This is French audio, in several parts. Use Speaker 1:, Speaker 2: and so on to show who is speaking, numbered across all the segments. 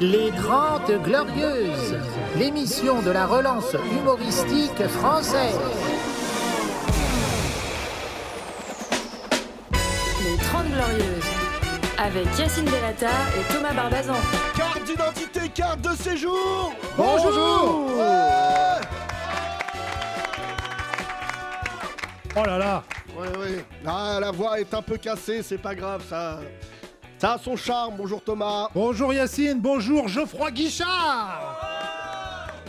Speaker 1: Les Grandes Glorieuses, l'émission de la relance humoristique française.
Speaker 2: Les 30 Glorieuses, avec Yacine Delata et Thomas Barbazan.
Speaker 3: Carte d'identité, carte de séjour
Speaker 1: Bonjour
Speaker 3: Ouais,
Speaker 4: Oh là là
Speaker 3: ouais, ouais. Ah, la voix est un peu cassée, c'est pas grave, ça... Ça a son charme, bonjour Thomas
Speaker 4: Bonjour Yacine, bonjour Geoffroy Guichard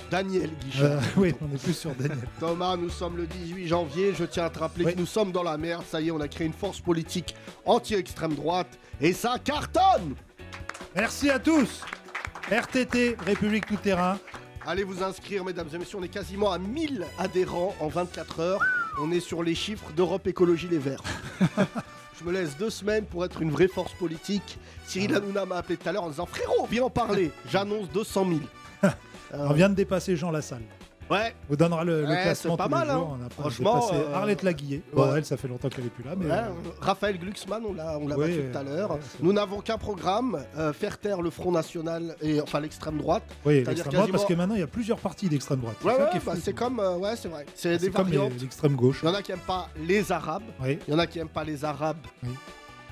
Speaker 3: Daniel Guichard.
Speaker 4: Euh, Oui, on est plus sur Daniel.
Speaker 3: Thomas, nous sommes le 18 janvier, je tiens à te rappeler
Speaker 4: Oui.
Speaker 3: que nous sommes dans la merde, ça y est, on a créé une force politique anti-extrême droite, et ça cartonne
Speaker 4: Merci à tous RTT, République Tout-Terrain.
Speaker 3: Allez vous inscrire, mesdames et messieurs, on est quasiment à 1000 adhérents en 24 heures. On est sur les chiffres d'Europe Écologie Les Verts. Je me laisse deux semaines pour être une vraie force politique.
Speaker 4: Ah.
Speaker 3: Cyril Hanouna m'a appelé tout à l'heure en disant Frérot, viens en parler. J'annonce 200 000.
Speaker 4: On vient de dépasser Jean Lassalle.
Speaker 3: Euh, Ouais,
Speaker 4: On vous donnera le, le
Speaker 3: Ouais,
Speaker 4: classement
Speaker 3: c'est pas
Speaker 4: tous les
Speaker 3: mal,
Speaker 4: jours.
Speaker 3: hein.
Speaker 4: On a
Speaker 3: Franchement,
Speaker 4: dépassé
Speaker 3: euh,
Speaker 4: Arlette Laguillet. Bon,
Speaker 3: ouais.
Speaker 4: elle, ça fait longtemps qu'elle est plus là, mais...
Speaker 3: ouais,
Speaker 4: euh,
Speaker 3: hein, Raphaël Glucksmann, on l'a on l'a
Speaker 4: Ouais,
Speaker 3: battu tout à
Speaker 4: euh,
Speaker 3: l'heure.
Speaker 4: ouais, c'est
Speaker 3: Nous n'avons qu'un programme euh, faire taire le Front National et enfin l'extrême droite.
Speaker 4: oui,
Speaker 3: C'est-à-dire
Speaker 4: l'extrême droite, parce
Speaker 3: quasiment-
Speaker 4: que maintenant, il y a plusieurs partis d'extrême droite.
Speaker 3: Ouais,
Speaker 4: ça
Speaker 3: ouais,
Speaker 4: qui est
Speaker 3: bah,
Speaker 4: fou.
Speaker 3: c'est comme. euh, ouais, c'est vrai. C'est des
Speaker 4: C'est comme les-
Speaker 3: variantes.
Speaker 4: l'extrême gauche.
Speaker 3: Il y en a qui n'aiment pas les Arabes.
Speaker 4: Oui,
Speaker 3: Il y en a qui n'aiment pas les Arabes
Speaker 4: Oui.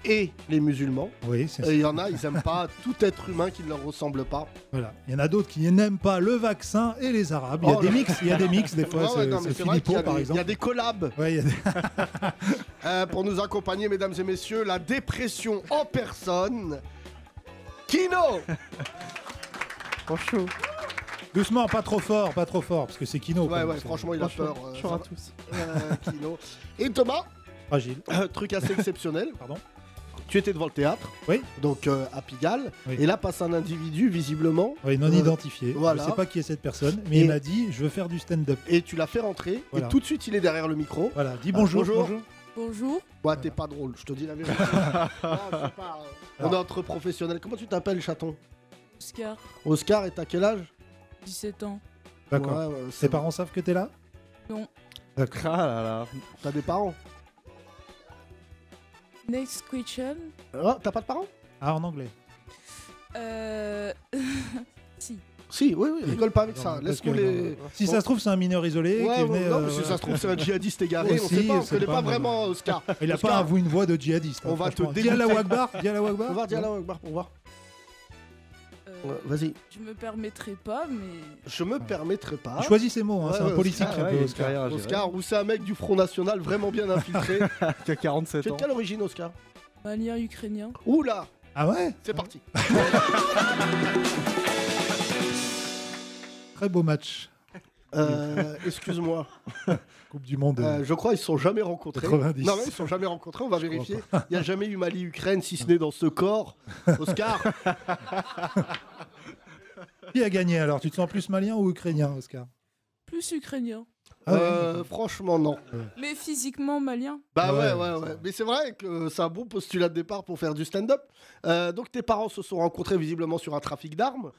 Speaker 3: et les musulmans.
Speaker 4: oui, c'est
Speaker 3: Et il y en a, ils aiment pas tout être humain qui ne leur ressemble pas.
Speaker 4: Voilà. Il y en a d'autres qui n'aiment pas le vaccin et les Arabes. Il y a
Speaker 3: Oh
Speaker 4: des
Speaker 3: là.
Speaker 4: mix, il y a des mix des fois.
Speaker 3: Ouais, ouais,
Speaker 4: c'est
Speaker 3: non, mais
Speaker 4: c'est
Speaker 3: c'est vrai qu'il y
Speaker 4: Philippot,
Speaker 3: a
Speaker 4: par
Speaker 3: des- Il y
Speaker 4: exemple.
Speaker 3: a des collabs
Speaker 4: Ouais, il y a des-
Speaker 3: euh, pour nous accompagner, mesdames et messieurs, la dépression en personne. Kino
Speaker 5: Bonjour.
Speaker 4: Doucement, pas trop fort, pas trop fort, parce que c'est Kino.
Speaker 3: Ouais,
Speaker 4: quand même,
Speaker 3: ouais,
Speaker 4: c'est
Speaker 3: franchement, il a peur. euh,
Speaker 5: Bonjour
Speaker 3: ça
Speaker 5: à
Speaker 3: va.
Speaker 5: tous.
Speaker 3: Euh, Kino. Et Thomas,
Speaker 4: Fragile.
Speaker 3: euh, truc assez exceptionnel.
Speaker 4: Pardon
Speaker 3: Tu étais devant le théâtre,
Speaker 4: Oui.
Speaker 3: donc euh, à Pigalle,
Speaker 4: Oui.
Speaker 3: et là passe un individu, visiblement,
Speaker 4: Ah Oui, non
Speaker 3: Euh,
Speaker 4: identifié.
Speaker 3: voilà.
Speaker 4: Je sais pas qui est cette personne, mais
Speaker 3: Et-
Speaker 4: il m'a dit je veux faire du stand-up.
Speaker 3: et tu l'as fait rentrer,
Speaker 4: Voilà.
Speaker 3: et tout de suite, il est derrière le micro.
Speaker 4: Voilà, dis bonjour.
Speaker 3: Ah, bonjour.
Speaker 2: Bonjour.
Speaker 3: Ouais, t'es pas drôle, je te dis la vérité. Ah, c'est pas, euh, on est entre professionnels. Comment tu t'appelles, chaton
Speaker 2: Oscar,
Speaker 3: Oscar, et t'as quel âge
Speaker 2: 17 ans.
Speaker 4: D'accord.
Speaker 3: Ouais, ouais,
Speaker 4: Ses
Speaker 3: c'est
Speaker 4: parents savent que t'es là
Speaker 2: Non.
Speaker 4: D'accord.
Speaker 5: Ah là là.
Speaker 3: T'as des parents
Speaker 2: Next question.
Speaker 4: Euh,
Speaker 3: Ah, T'as pas de parents
Speaker 4: Ah, en anglais.
Speaker 2: Euh... si.
Speaker 3: Si, oui, oui, rigole pas avec
Speaker 4: Non,
Speaker 3: Ah, ça.
Speaker 4: parce
Speaker 3: Laisse
Speaker 4: que-
Speaker 3: les.
Speaker 4: Si ça se trouve, c'est un mineur isolé.
Speaker 3: Ouais,
Speaker 4: qui
Speaker 3: ouais,
Speaker 4: venait,
Speaker 3: non,
Speaker 4: euh,
Speaker 3: mais si
Speaker 4: voilà.
Speaker 3: ça se trouve, c'est un djihadiste égaré, on
Speaker 4: Aussi,
Speaker 3: sait pas, on
Speaker 4: c'est
Speaker 3: connaît
Speaker 4: pas,
Speaker 3: pas
Speaker 4: mais-
Speaker 3: vraiment euh, Oscar.
Speaker 4: Il a pas
Speaker 3: Oscar.
Speaker 4: un- une voix de djihadiste. hein,
Speaker 3: On va te
Speaker 4: franchement. Dis
Speaker 3: dégoûter.
Speaker 4: Allahu Akbar, dis Allahu
Speaker 3: On
Speaker 4: Akbar.
Speaker 3: va dire là, Akbar, on va.
Speaker 2: Euh,
Speaker 3: Ouais, Vas-y.
Speaker 2: Je me permettrai pas, mais...
Speaker 3: Je me permettrai pas.
Speaker 4: Il choisit ses mots, hein,
Speaker 3: Ouais,
Speaker 4: c'est
Speaker 3: Ah ouais,
Speaker 4: un politique.
Speaker 3: Oscar,
Speaker 4: un peu,
Speaker 5: il y a une
Speaker 4: Oscar.
Speaker 5: carrière à gérer.
Speaker 3: Oscar, ou c'est un mec du Front National vraiment bien infiltré.
Speaker 5: qui a 47
Speaker 3: tu es
Speaker 5: ans.
Speaker 3: de quelle origine, Oscar
Speaker 2: Malien ukrainien.
Speaker 3: Oula,
Speaker 4: Ah ouais
Speaker 3: c'est parti.
Speaker 4: Très beau match.
Speaker 3: Euh, Excuse-moi,
Speaker 4: Coupe du Monde.
Speaker 3: Euh, je crois ils se sont jamais rencontrés.
Speaker 4: 90.
Speaker 3: Non, mais ils se sont jamais rencontrés, on va vérifier. Il n'y a jamais eu Mali-Ukraine, si ce n'est dans ce corps. Oscar,
Speaker 4: Qui a gagné alors Tu te sens plus malien ou ukrainien, Oscar
Speaker 2: Plus ukrainien.
Speaker 4: Ah ouais,
Speaker 3: euh, franchement, non.
Speaker 2: Mais physiquement malien.
Speaker 3: Bah ouais,
Speaker 4: Ouais,
Speaker 3: ouais,
Speaker 4: ça
Speaker 3: ouais.
Speaker 4: va.
Speaker 3: Mais c'est vrai que euh, c'est un bon postulat de départ pour faire du stand-up. Euh, donc tes parents se sont rencontrés visiblement sur un trafic d'armes.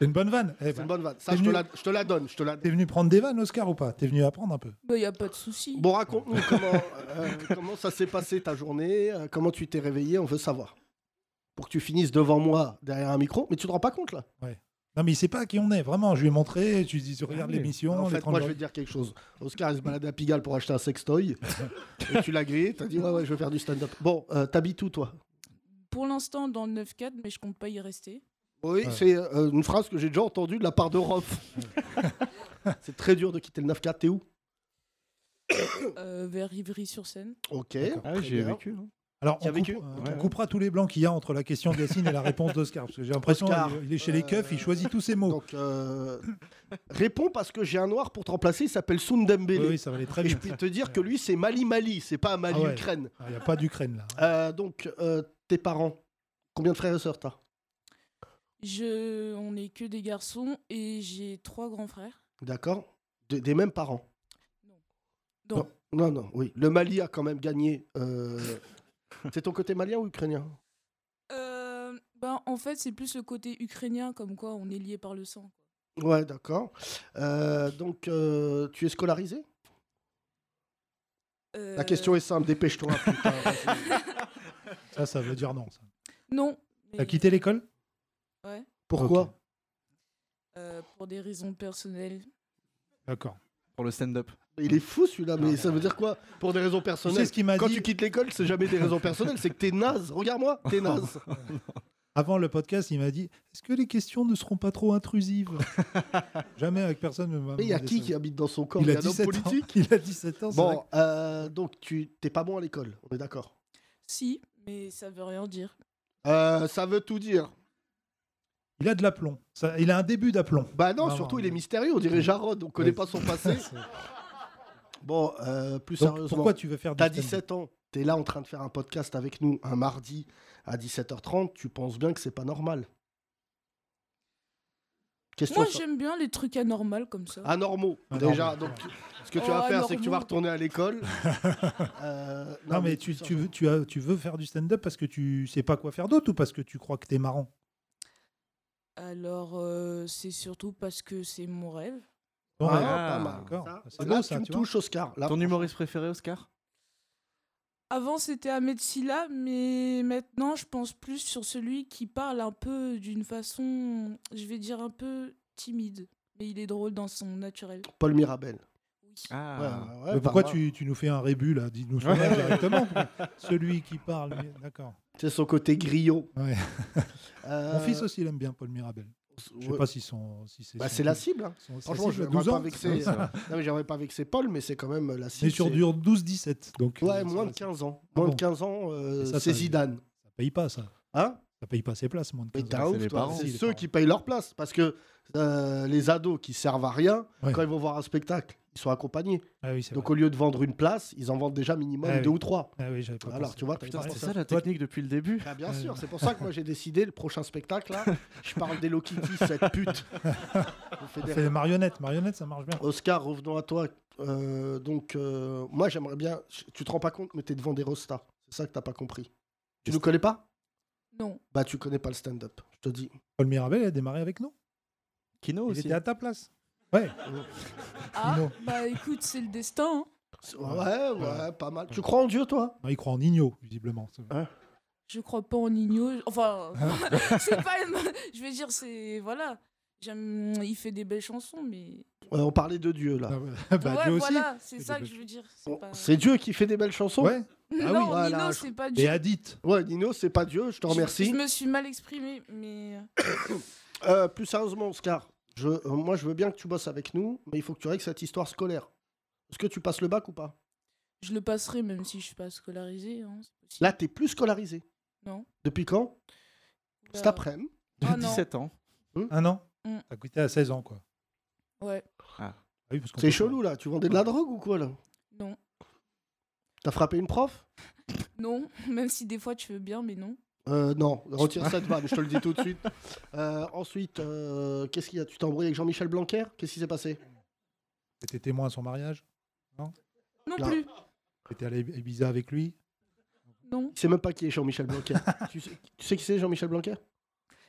Speaker 4: C'est une bonne vanne. Eh
Speaker 3: C'est
Speaker 4: ben,
Speaker 3: une bonne vanne. Ça,
Speaker 4: T'es
Speaker 3: je te,
Speaker 4: venu-
Speaker 3: la, je te la donne, je te la
Speaker 4: T'es
Speaker 3: donne.
Speaker 4: venu prendre des vannes, Oscar, ou pas T'es venu apprendre un peu
Speaker 2: Bah y a pas de souci.
Speaker 3: Bon, raconte-nous comment, euh, comment ça s'est passé ta journée, euh, comment tu t'es réveillé, on veut savoir. Pour que tu finisses devant moi, derrière un micro, mais tu te rends pas compte là.
Speaker 4: Non, mais il sait pas qui on est, vraiment. Je lui ai montré, tu dis, tu regardes
Speaker 5: oui.
Speaker 4: l'émission.
Speaker 3: Ah en
Speaker 4: les
Speaker 3: fait,
Speaker 4: 30
Speaker 3: moi, je vais te dire quelque chose. Oscar, il se baladait à Pigalle pour acheter un sextoy. et tu l'as grillé, t'as dit, ouais, ouais, je veux faire du stand-up. Bon, euh, t'habites où, toi
Speaker 2: Pour l'instant dans le 9-4, mais je compte pas y rester.
Speaker 3: Oui,
Speaker 4: Ouais.
Speaker 3: c'est euh, une phrase que j'ai déjà entendue de la part de Rof. c'est très dur de quitter le 9-4. T'es où
Speaker 2: Euh, vers Ivry-sur-Seine.
Speaker 3: Ok.
Speaker 5: Ah oui,
Speaker 3: très
Speaker 5: j'y ai
Speaker 3: bien.
Speaker 5: vécu. hein.
Speaker 4: Alors,
Speaker 3: Qui
Speaker 4: on,
Speaker 3: a vécu
Speaker 4: coupe- euh,
Speaker 5: Ouais.
Speaker 4: on coupera tous les blancs qu'il y a entre la question de Yacine et la réponse d'Oscar. Parce que j'ai l'impression
Speaker 3: Oscar,
Speaker 4: qu'il il est chez les keufs, il choisit tous ses mots.
Speaker 3: Donc, euh, réponds parce que j'ai un noir pour te remplacer, il s'appelle Sundembele.
Speaker 4: Oui, oui, ça va aller très
Speaker 3: Et je
Speaker 4: bien. Ah,
Speaker 3: peux te dire que lui, c'est Mali-Mali, c'est pas Mali-Ukraine.
Speaker 4: Il n'y a pas d'Ukraine là.
Speaker 3: Euh, donc, euh, tes parents, combien de frères et sœurs t'as
Speaker 2: Je... On est que des garçons et j'ai trois grands frères.
Speaker 3: D'accord De- Des mêmes parents
Speaker 2: Donc
Speaker 3: Non, non, oui. Le Mali a quand même gagné. euh, c'est ton côté malien ou ukrainien
Speaker 2: Euh, ben, en fait, c'est plus le côté ukrainien, comme quoi on est lié par le sang.
Speaker 3: Ouais, d'accord. Euh, donc, euh, tu es scolarisé
Speaker 2: Euh,
Speaker 4: Euh,
Speaker 3: La question est simple, dépêche-toi. putain.
Speaker 4: Ça, ça veut dire non. ça.
Speaker 2: Non.
Speaker 4: T'as
Speaker 2: mais-
Speaker 4: quitté l'école
Speaker 2: Ouais.
Speaker 3: Pourquoi
Speaker 4: Ok.
Speaker 2: euh, pour des raisons personnelles.
Speaker 4: D'accord.
Speaker 5: pour le stand-up.
Speaker 3: Il est fou celui-là, mais ça veut dire quoi Pour des raisons
Speaker 4: Tu
Speaker 3: personnelles.
Speaker 4: sais ce qu'il m'a
Speaker 3: Quand
Speaker 4: dit
Speaker 3: tu quittes l'école, c'est jamais des raisons personnelles, c'est que t'es naze. Regarde-moi,
Speaker 4: Oh,
Speaker 3: t'es naze.
Speaker 4: Avant le podcast, il m'a dit Est-ce que les questions ne seront pas trop intrusives Jamais avec personne ne m'a
Speaker 3: Mais il y a
Speaker 4: demandé
Speaker 3: qui
Speaker 4: ça.
Speaker 3: qui habite dans son corps
Speaker 4: il, a
Speaker 3: un homme
Speaker 4: 17 ans.
Speaker 3: politique.
Speaker 4: il a 17 ans. c'est vrai
Speaker 3: Bon, euh, donc tu t'es pas bon à l'école, on est d'accord.
Speaker 2: Si, mais ça veut rien dire.
Speaker 3: Euh, ça veut tout dire.
Speaker 4: que- Il a de l'aplomb. Ça- Il a un début d'aplomb.
Speaker 3: Bah non,
Speaker 4: Non,
Speaker 3: surtout
Speaker 4: non,
Speaker 3: il est
Speaker 4: mais-
Speaker 3: mystérieux, on dirait Jarod, on connaît
Speaker 4: Ouais.
Speaker 3: pas son passé. Bon, euh, plus
Speaker 4: Donc,
Speaker 3: sérieusement,
Speaker 4: pourquoi tu veux faire du
Speaker 3: t'as
Speaker 4: stand-up
Speaker 3: 17 ans, t'es là en train de faire un podcast avec nous un mardi à 17h30, tu penses bien que c'est pas normal. Question
Speaker 2: Moi,
Speaker 3: sur-
Speaker 2: j'aime bien les trucs anormaux comme ça.
Speaker 4: Ah.
Speaker 3: anormaux
Speaker 4: Anormaux.
Speaker 3: déjà. Donc tu- ce que tu
Speaker 2: Oh,
Speaker 3: vas faire, c'est que tu vas
Speaker 2: anormaux.
Speaker 3: retourner à l'école. Euh,
Speaker 4: Non, mais, tu, tu veux, tu, as- tu veux faire du stand-up parce que tu sais pas quoi faire d'autre ou parce que tu crois que t'es marrant
Speaker 2: Alors, euh, c'est surtout parce que c'est mon rêve.
Speaker 4: Bon,
Speaker 3: Ah,
Speaker 4: ouais,
Speaker 5: Ah,
Speaker 3: pas mal.
Speaker 4: d'accord.
Speaker 3: Ça,
Speaker 4: C'est
Speaker 3: là,
Speaker 4: beau,
Speaker 3: tu
Speaker 4: ça,
Speaker 3: me
Speaker 4: tu vois.
Speaker 3: touches, Oscar. Là,
Speaker 5: Ton humoriste préféré, Oscar
Speaker 2: Avant, c'était Ahmed Silla, mais maintenant, je pense plus sur celui qui parle un peu d'une façon, je vais dire un peu timide. Mais il est drôle dans son naturel.
Speaker 3: Paul Mirabel.
Speaker 2: Oui.
Speaker 5: Ah,
Speaker 3: Ouais, ouais,
Speaker 4: Mais
Speaker 3: pas
Speaker 4: pourquoi
Speaker 3: mal.
Speaker 4: tu, tu nous fais un rébut là Dis-nous son nom
Speaker 5: Ouais.
Speaker 4: directement. Celui qui parle. mais- D'accord.
Speaker 3: C'est son côté griot.
Speaker 4: Ouais.
Speaker 3: Euh,
Speaker 4: Mon fils aussi, il aime bien Paul Mirabel. Je sais
Speaker 3: ouais.
Speaker 4: pas si, son, si c'est.
Speaker 3: Bah,
Speaker 4: son-
Speaker 3: c'est la cible. hein.
Speaker 4: son- sa
Speaker 3: Franchement,
Speaker 4: cible
Speaker 3: je
Speaker 4: à
Speaker 3: j'aimerais
Speaker 4: 12
Speaker 3: pas
Speaker 4: ans.
Speaker 3: vexer. non, mais j'aimerais pas vexer Paul, mais c'est quand même la cible.
Speaker 4: Mais sur
Speaker 3: c'est-
Speaker 4: dur 12-17. Donc,
Speaker 3: Ouais,
Speaker 4: euh,
Speaker 3: moins de
Speaker 4: ça-
Speaker 3: 15 ans.
Speaker 4: Ah
Speaker 3: Moins
Speaker 4: bon.
Speaker 3: de 15 ans, euh,
Speaker 4: Et ça,
Speaker 3: c'est
Speaker 4: ça-
Speaker 3: Zidane.
Speaker 4: Ça paye pas, ça.
Speaker 3: Hein
Speaker 4: Ça paye pas ses places, moins de
Speaker 3: Mais
Speaker 4: 15
Speaker 3: t'es
Speaker 4: ans.
Speaker 3: un
Speaker 5: c'est
Speaker 3: ouf,
Speaker 5: les
Speaker 3: toi.
Speaker 5: parents.
Speaker 3: C'est
Speaker 4: Si, les
Speaker 3: ceux
Speaker 4: parents.
Speaker 3: qui payent leur place. Parce que euh, les ados qui servent à rien,
Speaker 4: Ouais.
Speaker 3: quand ils vont voir un spectacle, ils sont accompagnés.
Speaker 4: Ah oui, c'est
Speaker 3: Donc
Speaker 4: vrai.
Speaker 3: au lieu de vendre une place, ils en vendent déjà minimum
Speaker 4: Ah oui.
Speaker 3: deux ou trois.
Speaker 4: Ah oui, j'avais pas
Speaker 3: Alors
Speaker 4: pensé.
Speaker 3: tu vois, t'avais
Speaker 5: Putain,
Speaker 3: pas
Speaker 5: c'est
Speaker 3: pensé.
Speaker 5: ça la
Speaker 4: Toi-
Speaker 5: technique depuis le début
Speaker 3: Ah, bien
Speaker 4: Ouais.
Speaker 3: sûr, c'est pour ça que moi j'ai décidé le prochain spectacle là, je parle d'Hello Kitty, cette pute. Vous faites des
Speaker 4: C'est les marionnettes. Marionnettes, ça marche bien.
Speaker 3: Oscar, revenons à toi. Euh, donc, euh, moi, j'aimerais bien. Tu te rends pas compte, mais t'es devant des rostas. C'est ça que t'as pas compris. Tu nous connais pas
Speaker 2: Non.
Speaker 3: Bah, tu connais pas le stand-up. Je te dis.
Speaker 4: Paul Mirabel, il a démarré avec nous.
Speaker 5: Kino
Speaker 4: Il
Speaker 5: aussi.
Speaker 4: était à ta place. Ouais.
Speaker 2: Ah,
Speaker 4: Non.
Speaker 2: bah écoute, c'est le destin. hein.
Speaker 3: C'est- Ouais, ouais, ouais, pas mal. Tu crois en Dieu, toi
Speaker 4: Non, il croit en igno, visiblement. C'est-
Speaker 2: Je crois pas en igno. Enfin,
Speaker 4: Ah.
Speaker 2: c'est pas. une- Je vais dire, c'est. Voilà. J'aime... Il fait des belles chansons, mais.
Speaker 3: Ouais, On parlait de Dieu, là.
Speaker 4: Ah, bah, bah,
Speaker 2: ouais,
Speaker 4: Dieu aussi.
Speaker 2: voilà, c'est
Speaker 4: fait
Speaker 2: ça
Speaker 4: des
Speaker 2: que
Speaker 4: belles
Speaker 2: je veux dire. C'est
Speaker 3: Bon,
Speaker 2: pas...
Speaker 3: C'est Dieu qui fait des belles chansons
Speaker 4: Ouais.
Speaker 2: non,
Speaker 3: oui,
Speaker 2: Nino,
Speaker 3: voilà, je-
Speaker 2: c'est pas du
Speaker 4: Et Hadith.
Speaker 3: Ouais, Nino, c'est pas Dieu, je te
Speaker 2: Je,
Speaker 3: remercie.
Speaker 2: me suis mal exprimée, mais.
Speaker 3: Euh, plus sérieusement, Oscar, je, euh, moi, je veux bien que tu bosses avec nous, mais il faut que tu règles cette histoire scolaire. Est-ce que tu passes le bac ou pas
Speaker 2: Je le passerai même si je suis pas scolarisée. Hein. c'est possible.
Speaker 3: Là, t'es plus scolarisé.
Speaker 2: Non.
Speaker 3: Depuis quand
Speaker 2: Bah,
Speaker 3: Cet après-midi.
Speaker 5: De
Speaker 2: Ah, non.
Speaker 5: 17 ans.
Speaker 4: Un an
Speaker 2: Mm.
Speaker 4: Ça coûtait à 16 ans, quoi.
Speaker 2: Ouais,
Speaker 4: Ah oui, parce qu'on
Speaker 3: C'est
Speaker 4: peut-
Speaker 3: chelou, là. Tu vendais de la drogue ou quoi, là
Speaker 2: non.
Speaker 3: T'as frappé une prof
Speaker 2: Non, même si des fois tu veux bien, mais non.
Speaker 3: Euh, non, retire cette vanne, je te le dis tout de suite. Euh, ensuite, euh, qu'est-ce qu'il y a Tu t'es embrouillé avec Jean-Michel Blanquer Qu'est-ce qui s'est passé
Speaker 4: T'étais témoin à son mariage.
Speaker 2: Non
Speaker 3: Là.
Speaker 2: plus.
Speaker 4: T'étais allé à Ibiza avec lui.
Speaker 2: Non.
Speaker 3: Il sait même pas qui est Jean-Michel Blanquer. tu, sais, tu sais qui c'est Jean-Michel Blanquer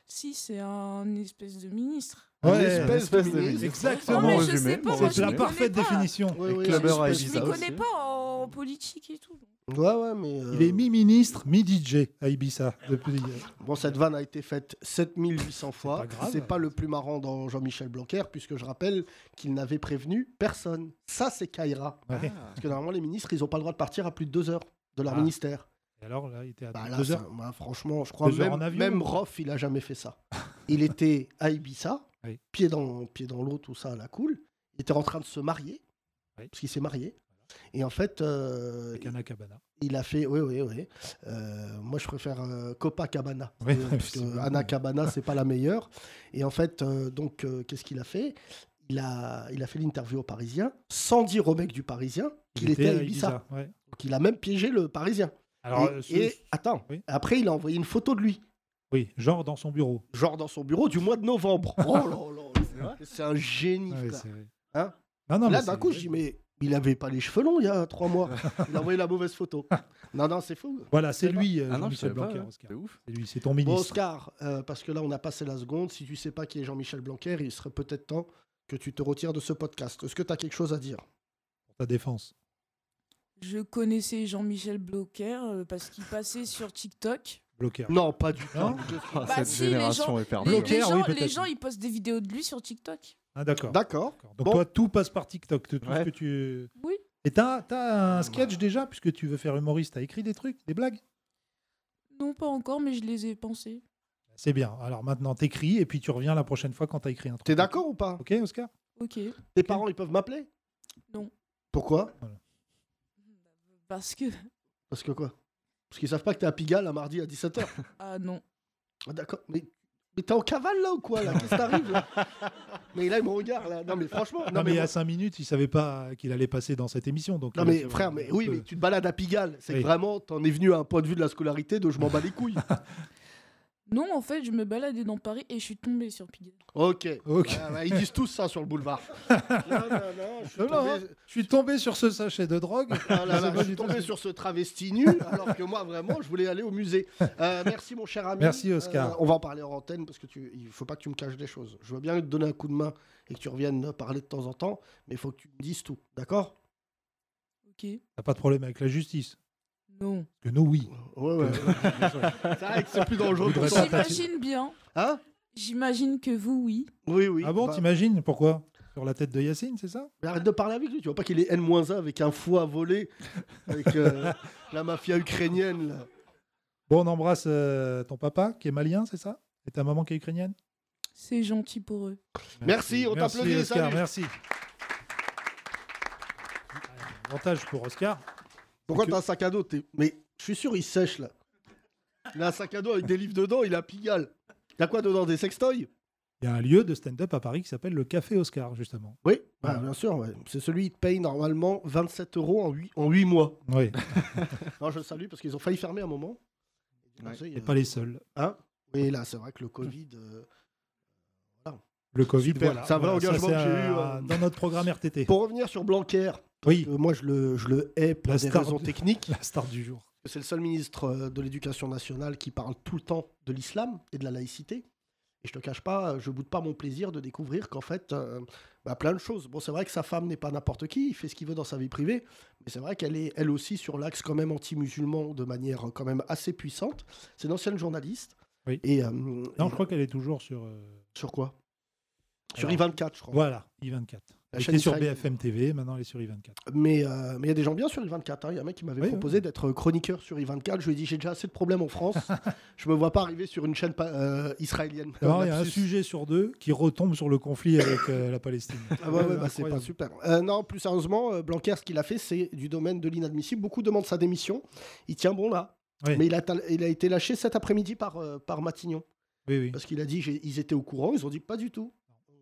Speaker 2: Si, c'est un espèce de ministre.
Speaker 3: Une
Speaker 4: Ouais,
Speaker 5: une espèce de
Speaker 3: ministre.
Speaker 5: ministre.
Speaker 2: Non,
Speaker 4: Exactement.
Speaker 2: mais
Speaker 5: Comment
Speaker 2: je
Speaker 5: résumer
Speaker 2: sais pas.
Speaker 5: Comment
Speaker 2: moi,
Speaker 4: C'est
Speaker 2: je
Speaker 4: la
Speaker 2: m'y
Speaker 4: parfaite
Speaker 2: connais pas.
Speaker 4: définition.
Speaker 3: Oui, oui,
Speaker 5: Clubber
Speaker 3: une
Speaker 5: à
Speaker 3: espèce-
Speaker 2: Je m'y
Speaker 5: Ibiza
Speaker 2: connais
Speaker 5: aussi.
Speaker 2: pas en politique et tout.
Speaker 3: Ouais, ouais, mais. euh,
Speaker 4: Il est mi-ministre, mi-DJ à Ibiza depuis.
Speaker 3: Bon, cette vanne a été faite 7800 fois.
Speaker 4: pas grave.
Speaker 3: C'est pas le plus marrant dans Jean-Michel Blanquer, puisque je rappelle qu'il n'avait prévenu personne. Ça, c'est Kaira.
Speaker 4: Ouais.
Speaker 5: Ah.
Speaker 3: Parce que normalement, les ministres, ils ont pas le droit de partir à plus de deux heures de leur
Speaker 4: Ah.
Speaker 3: ministère.
Speaker 4: Et alors là, il était à
Speaker 3: Bah là,
Speaker 4: 2
Speaker 3: ça-
Speaker 4: heures.
Speaker 3: bah, franchement, je crois
Speaker 4: Deux heures en
Speaker 3: même,
Speaker 4: avion.
Speaker 3: même Roff, il a jamais fait ça. Il était à Ibiza,
Speaker 4: Oui.
Speaker 3: pied dans pied dans l'eau, tout ça à la cool. Il était en train de se marier,
Speaker 4: Oui.
Speaker 3: parce qu'il s'est marié. Et en fait, euh,
Speaker 4: Avec Anna Cabana.
Speaker 3: il a fait, oui, oui, oui. Euh, moi, je préfère euh, Copacabana.
Speaker 4: Oui,
Speaker 3: Euh, parce
Speaker 4: c'est
Speaker 3: que
Speaker 4: vrai.
Speaker 3: Anna Cabana, c'est pas la meilleure. Et en fait, euh, donc, euh, qu'est-ce qu'il a fait il a, il a fait l'interview au Parisien, sans dire au mec du Parisien qu'il était, à Ibiza.
Speaker 4: ouais.
Speaker 3: Donc, il a même piégé le Parisien.
Speaker 4: Alors,
Speaker 3: et,
Speaker 4: euh, ce-
Speaker 3: et- attends,
Speaker 4: oui.
Speaker 3: après, il a envoyé une photo de lui.
Speaker 4: oui, genre dans son bureau.
Speaker 3: genre dans son bureau du mois de novembre. Oh là là là, c'est un génie.
Speaker 4: Ouais,
Speaker 3: frère.
Speaker 4: c'est vrai.
Speaker 3: Hein
Speaker 4: non, non,
Speaker 3: là,
Speaker 4: mais
Speaker 3: d'un
Speaker 4: c'est-
Speaker 3: coup, je dis, mais il avait pas les cheveux longs il y a trois mois. Il a envoyé la mauvaise photo. Non, non, c'est fou.
Speaker 4: Voilà, c'est
Speaker 3: sais
Speaker 4: lui, euh,
Speaker 5: Ah non, je
Speaker 4: Jean-Michel
Speaker 5: savais pas.
Speaker 4: Blanquer,
Speaker 5: ouais.
Speaker 4: Oscar.
Speaker 5: C'est ouf.
Speaker 4: C'est lui, c'est ton
Speaker 3: Bon,
Speaker 4: ministre.
Speaker 3: Oscar, euh, parce que là, on a passé la seconde. Si tu sais pas qui est Jean-Michel Blanquer, il serait peut-être temps que tu te retires de ce podcast. Est-ce que tu as quelque chose à dire
Speaker 4: pour ta défense.
Speaker 2: Je connaissais Jean-Michel Bloquer euh, parce qu'il passait sur TikTok.
Speaker 4: Bloquer.
Speaker 3: Non, pas du tout.
Speaker 4: Non
Speaker 5: Ah,
Speaker 2: Bah
Speaker 5: cette
Speaker 2: si, les
Speaker 5: génération est
Speaker 2: Les,
Speaker 5: perdue.
Speaker 2: les
Speaker 4: Bloquer, oui,
Speaker 2: gens, les
Speaker 4: peut-être.
Speaker 2: gens, ils postent des vidéos de lui sur TikTok.
Speaker 4: Ah, d'accord.
Speaker 3: D'accord.
Speaker 4: Donc
Speaker 3: Bah, Bon.
Speaker 4: toi, tout passe par TikTok. Tout tout ce
Speaker 5: Ouais.
Speaker 4: que tu...
Speaker 2: Oui.
Speaker 4: Et t'as as
Speaker 3: Bah.
Speaker 4: un sketch déjà, puisque tu veux faire humoriste, t'as écrit des trucs, des blagues
Speaker 2: Non, pas encore, mais je les ai pensés.
Speaker 4: Bah, C'est bien. Alors maintenant, t'écris et puis tu reviens la prochaine fois quand t'as écrit un truc.
Speaker 3: T'es d'accord ou pas
Speaker 4: Ok, Oscar
Speaker 2: Ok.
Speaker 3: Tes parents, ils peuvent m'appeler
Speaker 2: Non.
Speaker 3: Pourquoi
Speaker 2: Parce que.
Speaker 3: Parce que quoi Parce qu'ils savent pas que t'es à Pigalle un mardi à 17h.
Speaker 2: Ah non.
Speaker 3: Ah, D'accord. Mais, mais t'es en cavale là ou quoi là Qu'est-ce qui t'arrive là Mais là, il me regarde là. Non, mais franchement.
Speaker 4: Non, mais il y
Speaker 3: moi-
Speaker 4: a cinq minutes, il savait pas qu'il allait passer dans cette émission. Donc,
Speaker 3: Non
Speaker 4: euh,
Speaker 3: mais
Speaker 4: tu-
Speaker 3: frère, mais oui,
Speaker 4: euh,
Speaker 3: mais tu te balades à Pigalle. C'est
Speaker 4: Oui.
Speaker 3: que vraiment, t'en es venu à un point de vue de la scolarité de je m'en bats les couilles.
Speaker 2: Non, en fait, je me baladais dans Paris et je suis tombée sur Pigalle.
Speaker 3: ok.
Speaker 4: Ok.
Speaker 3: Ah, bah, ils disent tous ça sur le boulevard. non, non, non, je suis
Speaker 4: Non, non,
Speaker 3: tombé-
Speaker 4: Je suis tombé sur ce sachet de drogue.
Speaker 3: Ah là
Speaker 4: C'est
Speaker 3: là, je
Speaker 4: pas du
Speaker 3: suis
Speaker 4: tout
Speaker 3: tombé
Speaker 4: ça.
Speaker 3: sur ce travesti nu, alors que moi, vraiment, je voulais aller au musée. Euh, merci, mon cher ami.
Speaker 4: Merci, Oscar.
Speaker 3: Euh, on va en parler en antenne, parce que tu, il faut pas que tu me caches des choses. Je veux bien te donner un coup de main et que tu reviennes parler de temps en temps, mais il faut que tu me dises tout, d'accord
Speaker 2: Ok.
Speaker 4: T'as pas de problème avec la justice.
Speaker 2: Non.
Speaker 4: Que nous, oui.
Speaker 3: Ouais, ouais. c'est vrai que c'est plus dangereux.
Speaker 4: Je voudrais
Speaker 3: pour toi.
Speaker 4: pas t'attirer.
Speaker 2: J'imagine bien.
Speaker 3: Hein
Speaker 2: J'imagine que vous, oui.
Speaker 3: Oui, oui.
Speaker 4: ah bon,
Speaker 3: Bah,
Speaker 4: t'imagines pourquoi Sur la tête de Yacine, c'est ça
Speaker 3: mais arrête de parler avec lui, tu vois pas qu'il est N-1 avec un foie volé, avec euh, la mafia ukrainienne, là.
Speaker 4: Bon, on embrasse euh, ton papa qui est malien, c'est ça Et ta maman qui est ukrainienne
Speaker 2: C'est gentil pour eux.
Speaker 3: Merci, on
Speaker 4: Merci,
Speaker 3: t'applaudit,
Speaker 4: Oscar,
Speaker 3: salut.
Speaker 4: merci. Avantage pour Oscar.
Speaker 3: Pourquoi
Speaker 4: Que-
Speaker 3: t'as un sac à dos t'es- Mais je suis sûr, il sèche là. Il a un sac à dos avec des livres dedans, il a Pigalle. Il a quoi dedans Des sextoys
Speaker 4: Il y a un lieu de stand-up à Paris qui s'appelle le Café Oscar, justement.
Speaker 3: Oui, bah,
Speaker 4: Ouais.
Speaker 3: bien sûr. ouais. C'est celui qui te paye normalement 27 euros en 8, en huit mois.
Speaker 4: Oui,
Speaker 3: Non, je le salue parce qu'ils ont failli fermer un moment.
Speaker 5: Ouais.
Speaker 3: Et
Speaker 4: et pas les seuls.
Speaker 3: hein là, c'est vrai que le Covid. euh,
Speaker 4: Le Covid,
Speaker 3: Super,
Speaker 4: voilà.
Speaker 3: c'est un vrai
Speaker 4: Voilà, ça,
Speaker 3: engagement
Speaker 4: c'est
Speaker 3: que j'ai eu,
Speaker 4: un-
Speaker 3: euh.
Speaker 4: Dans notre programme RTT.
Speaker 3: Pour revenir sur Blanquer,
Speaker 4: Oui,
Speaker 3: euh, moi je le, je le hais pour
Speaker 4: La
Speaker 3: des
Speaker 4: star
Speaker 3: raisons
Speaker 4: du-
Speaker 3: techniques.
Speaker 4: la star du jour.
Speaker 3: C'est le seul ministre euh, de l'Éducation nationale qui parle tout le temps de l'islam et de la laïcité. Et je te cache pas, euh, je boude pas mon plaisir de découvrir qu'en fait, euh, bah, plein de choses. Bon, c'est vrai que sa femme n'est pas n'importe qui, il fait ce qu'il veut dans sa vie privée, mais c'est vrai qu'elle est elle aussi sur l'axe quand même anti-musulman de manière euh, quand même assez puissante. C'est une ancienne journaliste.
Speaker 4: Oui.
Speaker 3: Et, euh,
Speaker 4: Non,
Speaker 3: et-
Speaker 4: je crois qu'elle est toujours sur. euh,
Speaker 3: sur quoi Sur
Speaker 4: Alors,
Speaker 3: I24, je crois.
Speaker 4: Voilà, I24.
Speaker 3: La
Speaker 4: Elle
Speaker 3: chaîne
Speaker 4: était sur
Speaker 3: israélienne.
Speaker 4: BFM TV, maintenant elle est sur I24.
Speaker 3: Mais euh, mais il y a des gens bien sur I24. hein. Il y a un mec qui m'avait
Speaker 4: Oui,
Speaker 3: proposé
Speaker 4: oui.
Speaker 3: d'être euh, chroniqueur sur I24. Je lui ai dit j'ai déjà assez de problèmes en France. je me vois pas arriver sur une chaîne pa- euh, israélienne.
Speaker 4: Alors, il y a un
Speaker 3: Lapsus.
Speaker 4: sujet sur deux qui retombe sur le conflit avec euh, la Palestine.
Speaker 3: Ah ouais, ouais, bah, c'est
Speaker 4: Incroyable.
Speaker 3: pas super. Euh, non, plus sérieusement, euh, Blanquer, ce qu'il a fait, c'est du domaine de l'inadmissible. Beaucoup demandent sa démission. Il tient bon là.
Speaker 4: Oui.
Speaker 3: Mais il a, tal- il a été lâché cet après-midi par, euh, par Matignon.
Speaker 4: Oui, oui.
Speaker 3: Parce qu'il a dit j'ai- ils étaient au courant. Ils ont dit pas du tout.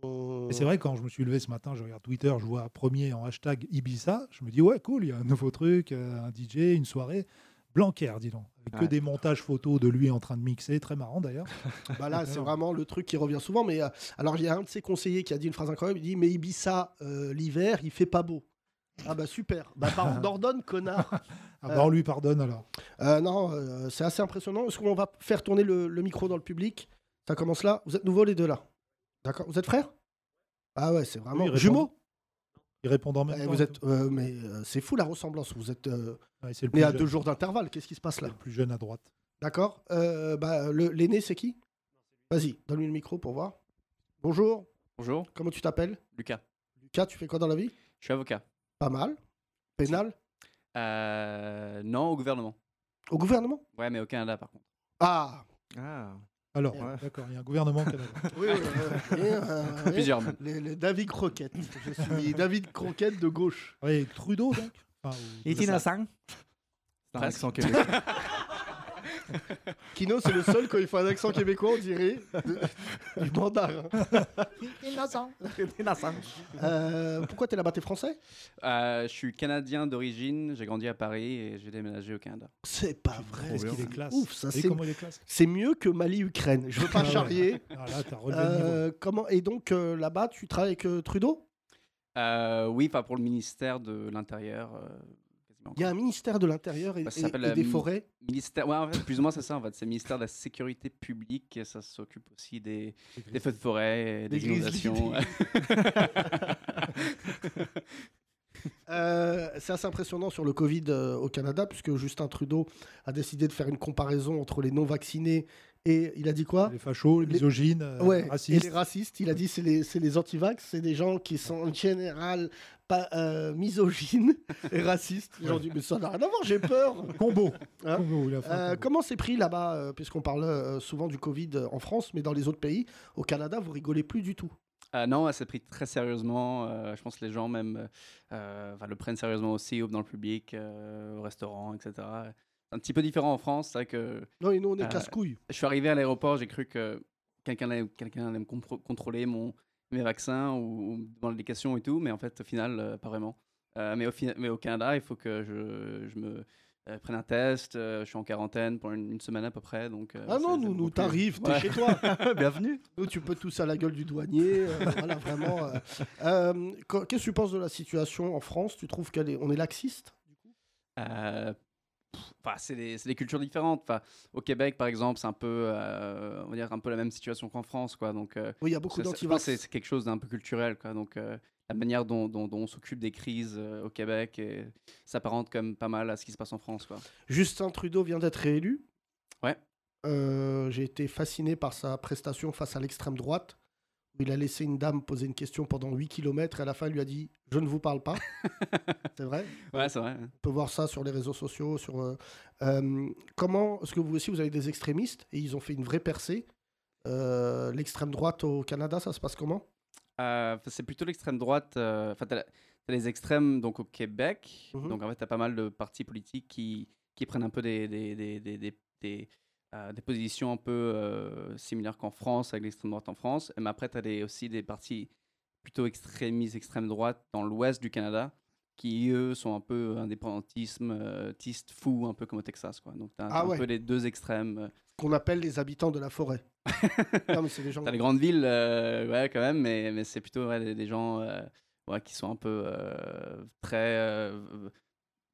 Speaker 3: Euh,
Speaker 4: Et c'est vrai, quand je me suis levé ce matin, je regarde Twitter, je vois premier en hashtag Ibiza. Je me dis, ouais, cool, il y a un nouveau truc, euh, un DJ, une soirée. Blanquer, dis donc. Avec que
Speaker 5: Ouais.
Speaker 4: des montages photos de lui en train de mixer, très marrant d'ailleurs.
Speaker 3: Bah là, c'est vraiment le truc qui revient souvent. Mais euh, alors, il y a un de ses conseillers qui a dit une phrase incroyable. Il dit Mais Ibiza, euh, l'hiver, il fait pas beau. Ah bah super. Bah par en Dordogne, connard.
Speaker 4: Ah bah, on lui pardonne alors.
Speaker 3: Euh, non, euh, c'est assez impressionnant. Est-ce qu'on va faire tourner le, le micro dans le public Ça commence là. Vous êtes nouveaux les deux là. D'accord. Vous êtes frères Ah ouais, c'est vraiment
Speaker 4: Oui, il répond-
Speaker 3: jumeaux.
Speaker 4: Il répond en même
Speaker 3: Eh,
Speaker 4: temps.
Speaker 3: vous êtes. euh, mais euh, c'est fou la ressemblance. Vous êtes euh,
Speaker 4: Ouais, c'est le, plus
Speaker 3: nés à
Speaker 4: jeune,
Speaker 3: deux jours d'intervalle. Qu'est-ce qui se passe
Speaker 4: c'est
Speaker 3: là
Speaker 4: le plus jeune à droite.
Speaker 3: D'accord. Euh, bah le- l'aîné, c'est qui Vas-y, donne-lui le micro pour voir. Bonjour.
Speaker 6: Bonjour,
Speaker 3: Comment tu t'appelles
Speaker 6: Lucas.
Speaker 3: Lucas, tu fais quoi dans la vie
Speaker 6: Je suis avocat.
Speaker 3: Pas mal. Pénal
Speaker 6: Euh, non, au gouvernement.
Speaker 3: Au gouvernement
Speaker 6: Ouais, mais au Canada, par contre.
Speaker 3: Ah
Speaker 5: Ah,
Speaker 4: Alors,
Speaker 3: Ouais.
Speaker 4: d'accord, il y a un gouvernement au Canada.
Speaker 3: Oui, oui, oui, et, euh, oui.
Speaker 6: Plusieurs même.
Speaker 3: Le- le David Croquette. Je suis David Croquette de gauche.
Speaker 4: Ouais, Trudeau, donc Enfin, ou-
Speaker 5: Il est innocent. C'est un
Speaker 6: Presque.
Speaker 5: accent québécois.
Speaker 3: Kino, c'est le seul, quand il fait un accent québécois, on dirait de- du mandarin. Euh, pourquoi t'es là-bas T'es français
Speaker 6: Euh, je suis canadien d'origine, j'ai grandi à Paris et j'ai déménagé au Canada.
Speaker 3: C'est pas vrai.
Speaker 4: Qu'est-ce qu'il est classe
Speaker 3: Ouf, ça
Speaker 4: Vous voyez
Speaker 3: c'est.
Speaker 4: comment il est classe
Speaker 3: C'est mieux que Mali-Ukraine. Je veux
Speaker 4: Ah
Speaker 3: pas
Speaker 4: ouais.
Speaker 3: charrier.
Speaker 4: Ah, Là, t'as relevé le niveau.
Speaker 3: Euh, comment... Et donc euh, là-bas, tu travailles avec euh, Trudeau
Speaker 6: Euh, oui, pas pour le ministère de l'Intérieur. euh, quasiment.
Speaker 3: Il y a un ministère de l'Intérieur et,
Speaker 6: Bah, ça
Speaker 3: et-
Speaker 6: s'appelle
Speaker 3: et
Speaker 6: la
Speaker 3: des
Speaker 6: mi-
Speaker 3: forêts.
Speaker 6: Ministère, ouais, en fait, plus ou moins c'est ça en fait. C'est le ministère de la sécurité publique et ça s'occupe aussi des, des feux de forêt, et des,
Speaker 3: Des grizzlies.
Speaker 6: inondations.
Speaker 3: Euh, c'est assez impressionnant sur le Covid euh, au Canada, puisque Justin Trudeau a décidé de faire une comparaison entre les non-vaccinés et il a dit quoi
Speaker 4: Les fachos, les
Speaker 3: ah, Les-
Speaker 4: misogynes, euh,
Speaker 3: Ouais,
Speaker 4: racistes.
Speaker 3: et les racistes. Il a dit c'est les, c'est les anti-vax, c'est des gens qui sont en général pas euh, misogynes et racistes. Les gens disent mais ça n'a rien à voir, j'ai peur.
Speaker 4: Combo.
Speaker 3: Hein
Speaker 4: Combo, il a fait un
Speaker 3: Euh,
Speaker 4: combo.
Speaker 3: comment c'est pris là-bas, euh, puisqu'on parle euh, souvent du Covid euh, en France, mais dans les autres pays, au Canada, vous rigolez plus du tout.
Speaker 6: Euh, non, elle s'est prise très sérieusement. euh, je pense que les gens même euh, enfin, le prennent sérieusement aussi, ou dans le public, euh, au restaurant, etc. Un petit peu différent en France, c'est vrai que
Speaker 3: Non, et nous, on est
Speaker 6: Euh,
Speaker 3: casse-couilles.
Speaker 6: je suis arrivé à l'aéroport, j'ai cru que quelqu'un allait, quelqu'un allait me compro- contrôler mon, mes vaccins ou, ou me demander des questions et tout, mais en fait, au final, euh, pas vraiment. Euh, mais, au fina- mais au Canada, il faut que je, je me euh, prenne un test, euh, je suis en quarantaine pour une, une semaine à peu près, donc... euh,
Speaker 3: Ah non,
Speaker 6: c'est- c'est
Speaker 3: nous,
Speaker 6: beaucoup
Speaker 3: nous
Speaker 6: plus-
Speaker 3: t'arrives, t'es
Speaker 6: Ouais.
Speaker 3: chez toi.
Speaker 5: Bienvenue.
Speaker 3: Nous, tu peux tous à la gueule du douanier. euh, voilà, vraiment. euh. Euh, qu- Qu'est-ce que tu penses de la situation en France Tu trouves qu'on est, on est laxiste
Speaker 6: Euh, pff, enfin, c'est des, c'est des cultures différentes. Enfin, au Québec, par exemple, c'est un peu, euh, on va dire un peu la même situation qu'en France, quoi. Donc, euh,
Speaker 3: Oui, il y a beaucoup
Speaker 6: ça- ça- je pense que
Speaker 3: d'antivax.
Speaker 6: c'est c'est quelque chose d'un peu culturel, quoi. Donc, euh, la manière dont, dont- dont on s'occupe des crises euh, au Québec et s'apparente comme pas mal à ce qui se passe en France, quoi.
Speaker 3: Justin Trudeau vient d'être réélu.
Speaker 6: Ouais.
Speaker 3: Euh, J'ai été fasciné par sa prestation face à l'extrême droite. où Il a laissé une dame poser une question pendant 8 km et à la fin, il lui a dit Je ne vous parle pas. c'est vrai
Speaker 6: Ouais, c'est vrai. hein.
Speaker 3: On peut voir ça sur les réseaux sociaux. Sur, euh, euh, comment est-ce que vous aussi, vous avez des extrémistes et ils ont fait une vraie percée Euh, L'extrême droite au Canada, ça se passe comment
Speaker 6: Euh, c'est plutôt l'extrême droite. euh, Enfin, t'as la- t'as les extrêmes donc au Québec.
Speaker 3: Mhm.
Speaker 6: Donc en fait, t'as pas mal de partis politiques qui, qui prennent un peu des, des, des, des, des, des, euh, des positions un peu euh, similaires qu'en France, avec l'extrême droite en France. Mais après, t'as des- aussi des partis plutôt extrémistes, extrême droite dans l'ouest du Canada, qui eux sont un peu indépendantisme, euh, tistes fous, un peu comme au Texas. Quoi. Donc t'as
Speaker 3: Ah
Speaker 6: t'as
Speaker 3: ouais.
Speaker 6: un peu les deux extrêmes. euh,
Speaker 3: qu'on appelle les habitants de la forêt. non, mais c'est des gens.
Speaker 6: T'as les grandes villes, euh, ouais, quand même, mais, mais c'est plutôt ouais, des, des gens euh, ouais, qui sont un peu euh, très euh,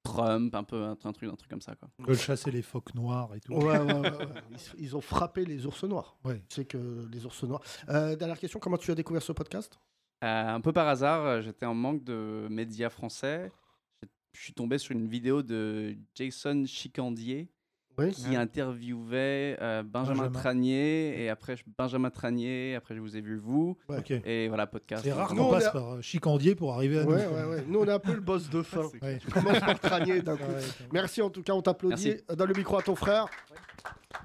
Speaker 6: Trump, un peu un, un truc, un truc comme ça. Quoi.
Speaker 4: Ils veulent chasser les phoques noirs et tout.
Speaker 3: Ouais, ouais, ouais, ouais. Ils, ils ont frappé les ours noirs.
Speaker 4: Ouais.
Speaker 3: Tu sais que les ours noirs. Euh, dernière question, comment tu as découvert ce podcast
Speaker 6: Euh, un peu par hasard, euh, j'étais en manque de médias français. Je- Je suis tombé sur une vidéo de Jason Chicandier
Speaker 3: Oui.
Speaker 6: qui interviewait euh, Benjamin,
Speaker 4: Ah. Benjamin.
Speaker 6: Tranier et après je- Benjamin Tranier, après je vous ai vu vous
Speaker 4: Ok.
Speaker 6: et voilà podcast.
Speaker 4: C'est rare
Speaker 3: Nous,
Speaker 4: qu'on
Speaker 3: on
Speaker 4: passe
Speaker 3: a-
Speaker 4: par euh, Chicandier pour arriver à
Speaker 3: Ouais,
Speaker 4: nous.
Speaker 3: ouais, ouais. Nous, on est un peu le boss de fin.
Speaker 4: Ouais.
Speaker 3: Tu commences par crâner d'un coup. Merci en tout cas, on t'applaudit. Euh,
Speaker 6: Merci.
Speaker 3: Dans le micro à ton frère.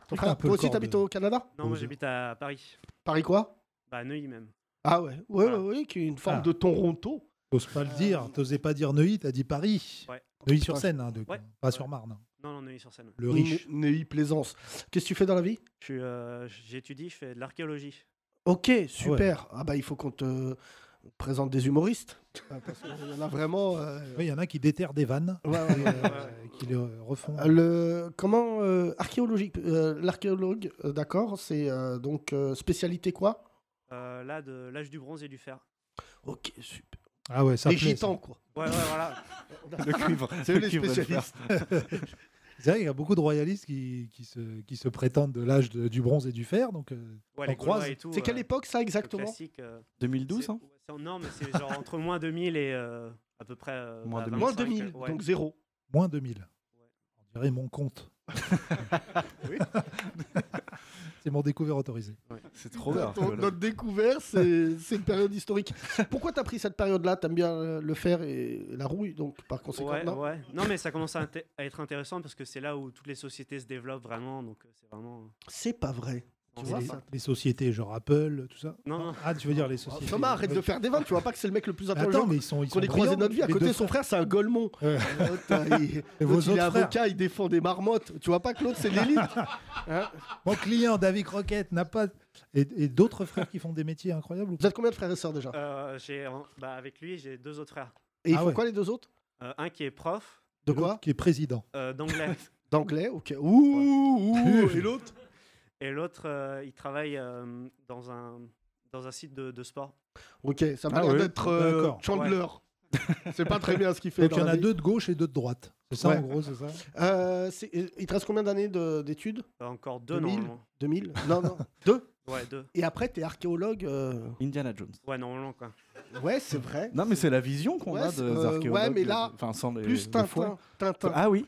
Speaker 3: Ton
Speaker 4: T'as un
Speaker 3: frère,
Speaker 4: peu
Speaker 3: toi
Speaker 4: le
Speaker 3: aussi,
Speaker 4: corps
Speaker 3: t'habites
Speaker 4: de-
Speaker 3: au Canada
Speaker 7: Non, moi
Speaker 4: Vous-
Speaker 7: j'habite à Paris.
Speaker 3: Paris quoi
Speaker 7: Bah, Neuilly même.
Speaker 3: Ah ouais, ouais, ouais,
Speaker 7: Voilà.
Speaker 3: ouais, qui est une forme
Speaker 4: Ah.
Speaker 3: de Toronto.
Speaker 4: T'oses pas le dire, t'osais pas dire Neuilly, t'as dit Paris.
Speaker 7: Ouais.
Speaker 4: Neuilly sur Seine, hein, de-
Speaker 7: Ouais.
Speaker 4: pas sur Marne. hein.
Speaker 7: Non, non, Neuilly-sur-Seine.
Speaker 4: Le riche.
Speaker 3: Né- Neuilly Plaisance. Qu'est-ce que tu fais dans la vie
Speaker 7: Je suis, euh, J'étudie, je fais de l'archéologie.
Speaker 3: Ok, super. Ah bah il faut qu'on te présente des humoristes. Ah, Parce qu'il y en a vraiment. euh,
Speaker 4: Ouais, Il y en a qui déterrent des vannes,
Speaker 3: ouais, ouais, ouais.
Speaker 4: euh, qui les euh, refont.
Speaker 3: Ah Le comment euh, archéologique euh, l'archéologue euh, d'accord c'est euh, donc euh, spécialité quoi
Speaker 7: Euh, là, de l'âge du bronze et du fer.
Speaker 3: ok super
Speaker 4: Ah ouais, ça
Speaker 3: les
Speaker 4: plaît, ça.
Speaker 3: gitans quoi
Speaker 7: Ouais, ouais, voilà.
Speaker 5: Le cuivre.
Speaker 3: C'est
Speaker 5: le
Speaker 3: les
Speaker 5: cuivre de fer.
Speaker 3: spécialistes.
Speaker 4: C'est vrai qu'il y a beaucoup de royalistes qui, qui, se, qui se prétendent de l'âge de- du bronze et du fer. Donc, euh,
Speaker 7: Ouais,
Speaker 4: On
Speaker 7: les Gaulois
Speaker 4: croise.
Speaker 7: et tout.
Speaker 3: c'est quelle
Speaker 7: euh,
Speaker 3: époque ça
Speaker 7: le
Speaker 3: exactement
Speaker 7: classique, euh,
Speaker 5: 2012,
Speaker 7: c'est-
Speaker 5: hein
Speaker 7: ouais, c'est- Non, mais c'est genre entre moins 2000 et euh, à peu près. euh,
Speaker 5: Moins
Speaker 7: bah,
Speaker 5: 2000.
Speaker 3: moins
Speaker 7: 25,
Speaker 3: 2000
Speaker 7: ouais.
Speaker 3: donc zéro
Speaker 4: moins 2000. On dirait mon compte.
Speaker 3: Oui.
Speaker 4: C'est mon découvert autorisé.
Speaker 5: C'est trop
Speaker 3: Notre-
Speaker 5: rare.
Speaker 3: notre découverte c'est c'est une période historique pourquoi t'as pris cette période là t'aimes bien euh, le fer et la rouille donc par conséquent
Speaker 7: Ouais,
Speaker 3: non
Speaker 7: ouais. Non, mais ça commence à, inté- à être intéressant parce que c'est là où toutes les sociétés se développent vraiment. Donc, euh, c'est vraiment.
Speaker 3: c'est pas vrai tu
Speaker 7: Non,
Speaker 3: vois
Speaker 4: les,
Speaker 3: ça Oh,
Speaker 4: les sociétés, genre Apple, tout ça.
Speaker 7: Non, non.
Speaker 4: Ah, tu veux dire les sociétés.
Speaker 3: Thomas arrête de faire des vannes tu vois pas que c'est le mec le plus
Speaker 4: Mais Attends,
Speaker 3: intelligent
Speaker 4: mais ils sont. Ils
Speaker 3: qu'on
Speaker 4: sont
Speaker 3: ait croisé
Speaker 4: brillants,
Speaker 3: notre vie à
Speaker 4: les
Speaker 3: côté
Speaker 4: deux
Speaker 3: son frère c'est un golemon
Speaker 4: Ouais.
Speaker 3: L'autre, euh, il-
Speaker 4: Et vos
Speaker 3: L'autre, il est
Speaker 4: autres frères.
Speaker 3: avocat, il défend des marmottes. Tu vois pas que l'autre, c'est l'élite.
Speaker 4: Mon client, David Croquette, n'a pas. Et, et d'autres frères qui font des métiers incroyables ou
Speaker 3: Vous êtes combien de frères et sœurs déjà
Speaker 7: Euh, j'ai en- bah, avec lui, j'ai deux autres frères.
Speaker 3: Et ils
Speaker 4: Ah
Speaker 3: font
Speaker 4: ouais.
Speaker 3: quoi les deux autres
Speaker 7: Euh, un qui est prof
Speaker 3: De
Speaker 4: Et l'autre
Speaker 3: quoi
Speaker 4: Qui est président.
Speaker 7: euh, d'anglais
Speaker 3: D'anglais, ok. Ouh, ouh, et l'autre
Speaker 7: et l'autre, euh, il travaille euh, dans, un, dans un site de, de sport.
Speaker 3: Ok, ça va
Speaker 4: Ah
Speaker 3: l'air
Speaker 4: ouais,
Speaker 3: d'être euh,
Speaker 4: d'accord.
Speaker 3: Chandler. c'est pas très bien ce qu'il fait.
Speaker 4: Donc
Speaker 3: dans
Speaker 4: il y en
Speaker 3: la
Speaker 4: a
Speaker 3: vie.
Speaker 4: deux de gauche et deux de droite. C'est ça
Speaker 3: Ouais.
Speaker 4: en gros, c'est ça
Speaker 3: Euh, c'est- il te reste combien d'années de- d'études
Speaker 7: Euh, encore deux
Speaker 3: 2000.
Speaker 7: normalement.
Speaker 3: 2000 Non, non. Deux
Speaker 7: Ouais, deux.
Speaker 3: Et après, t'es archéologue. euh,
Speaker 5: Indiana Jones.
Speaker 7: Ouais, normalement, quoi.
Speaker 3: Ouais, c'est vrai.
Speaker 5: Non, mais c'est la vision qu'on
Speaker 3: Ouais,
Speaker 5: a
Speaker 3: c'est-
Speaker 5: des
Speaker 3: euh, ouais,
Speaker 5: archéologues.
Speaker 3: mais là,
Speaker 5: enfin, sans les,
Speaker 3: Euh, Plus
Speaker 5: les fouets.
Speaker 3: Tintin. Tintin.
Speaker 5: Ah oui,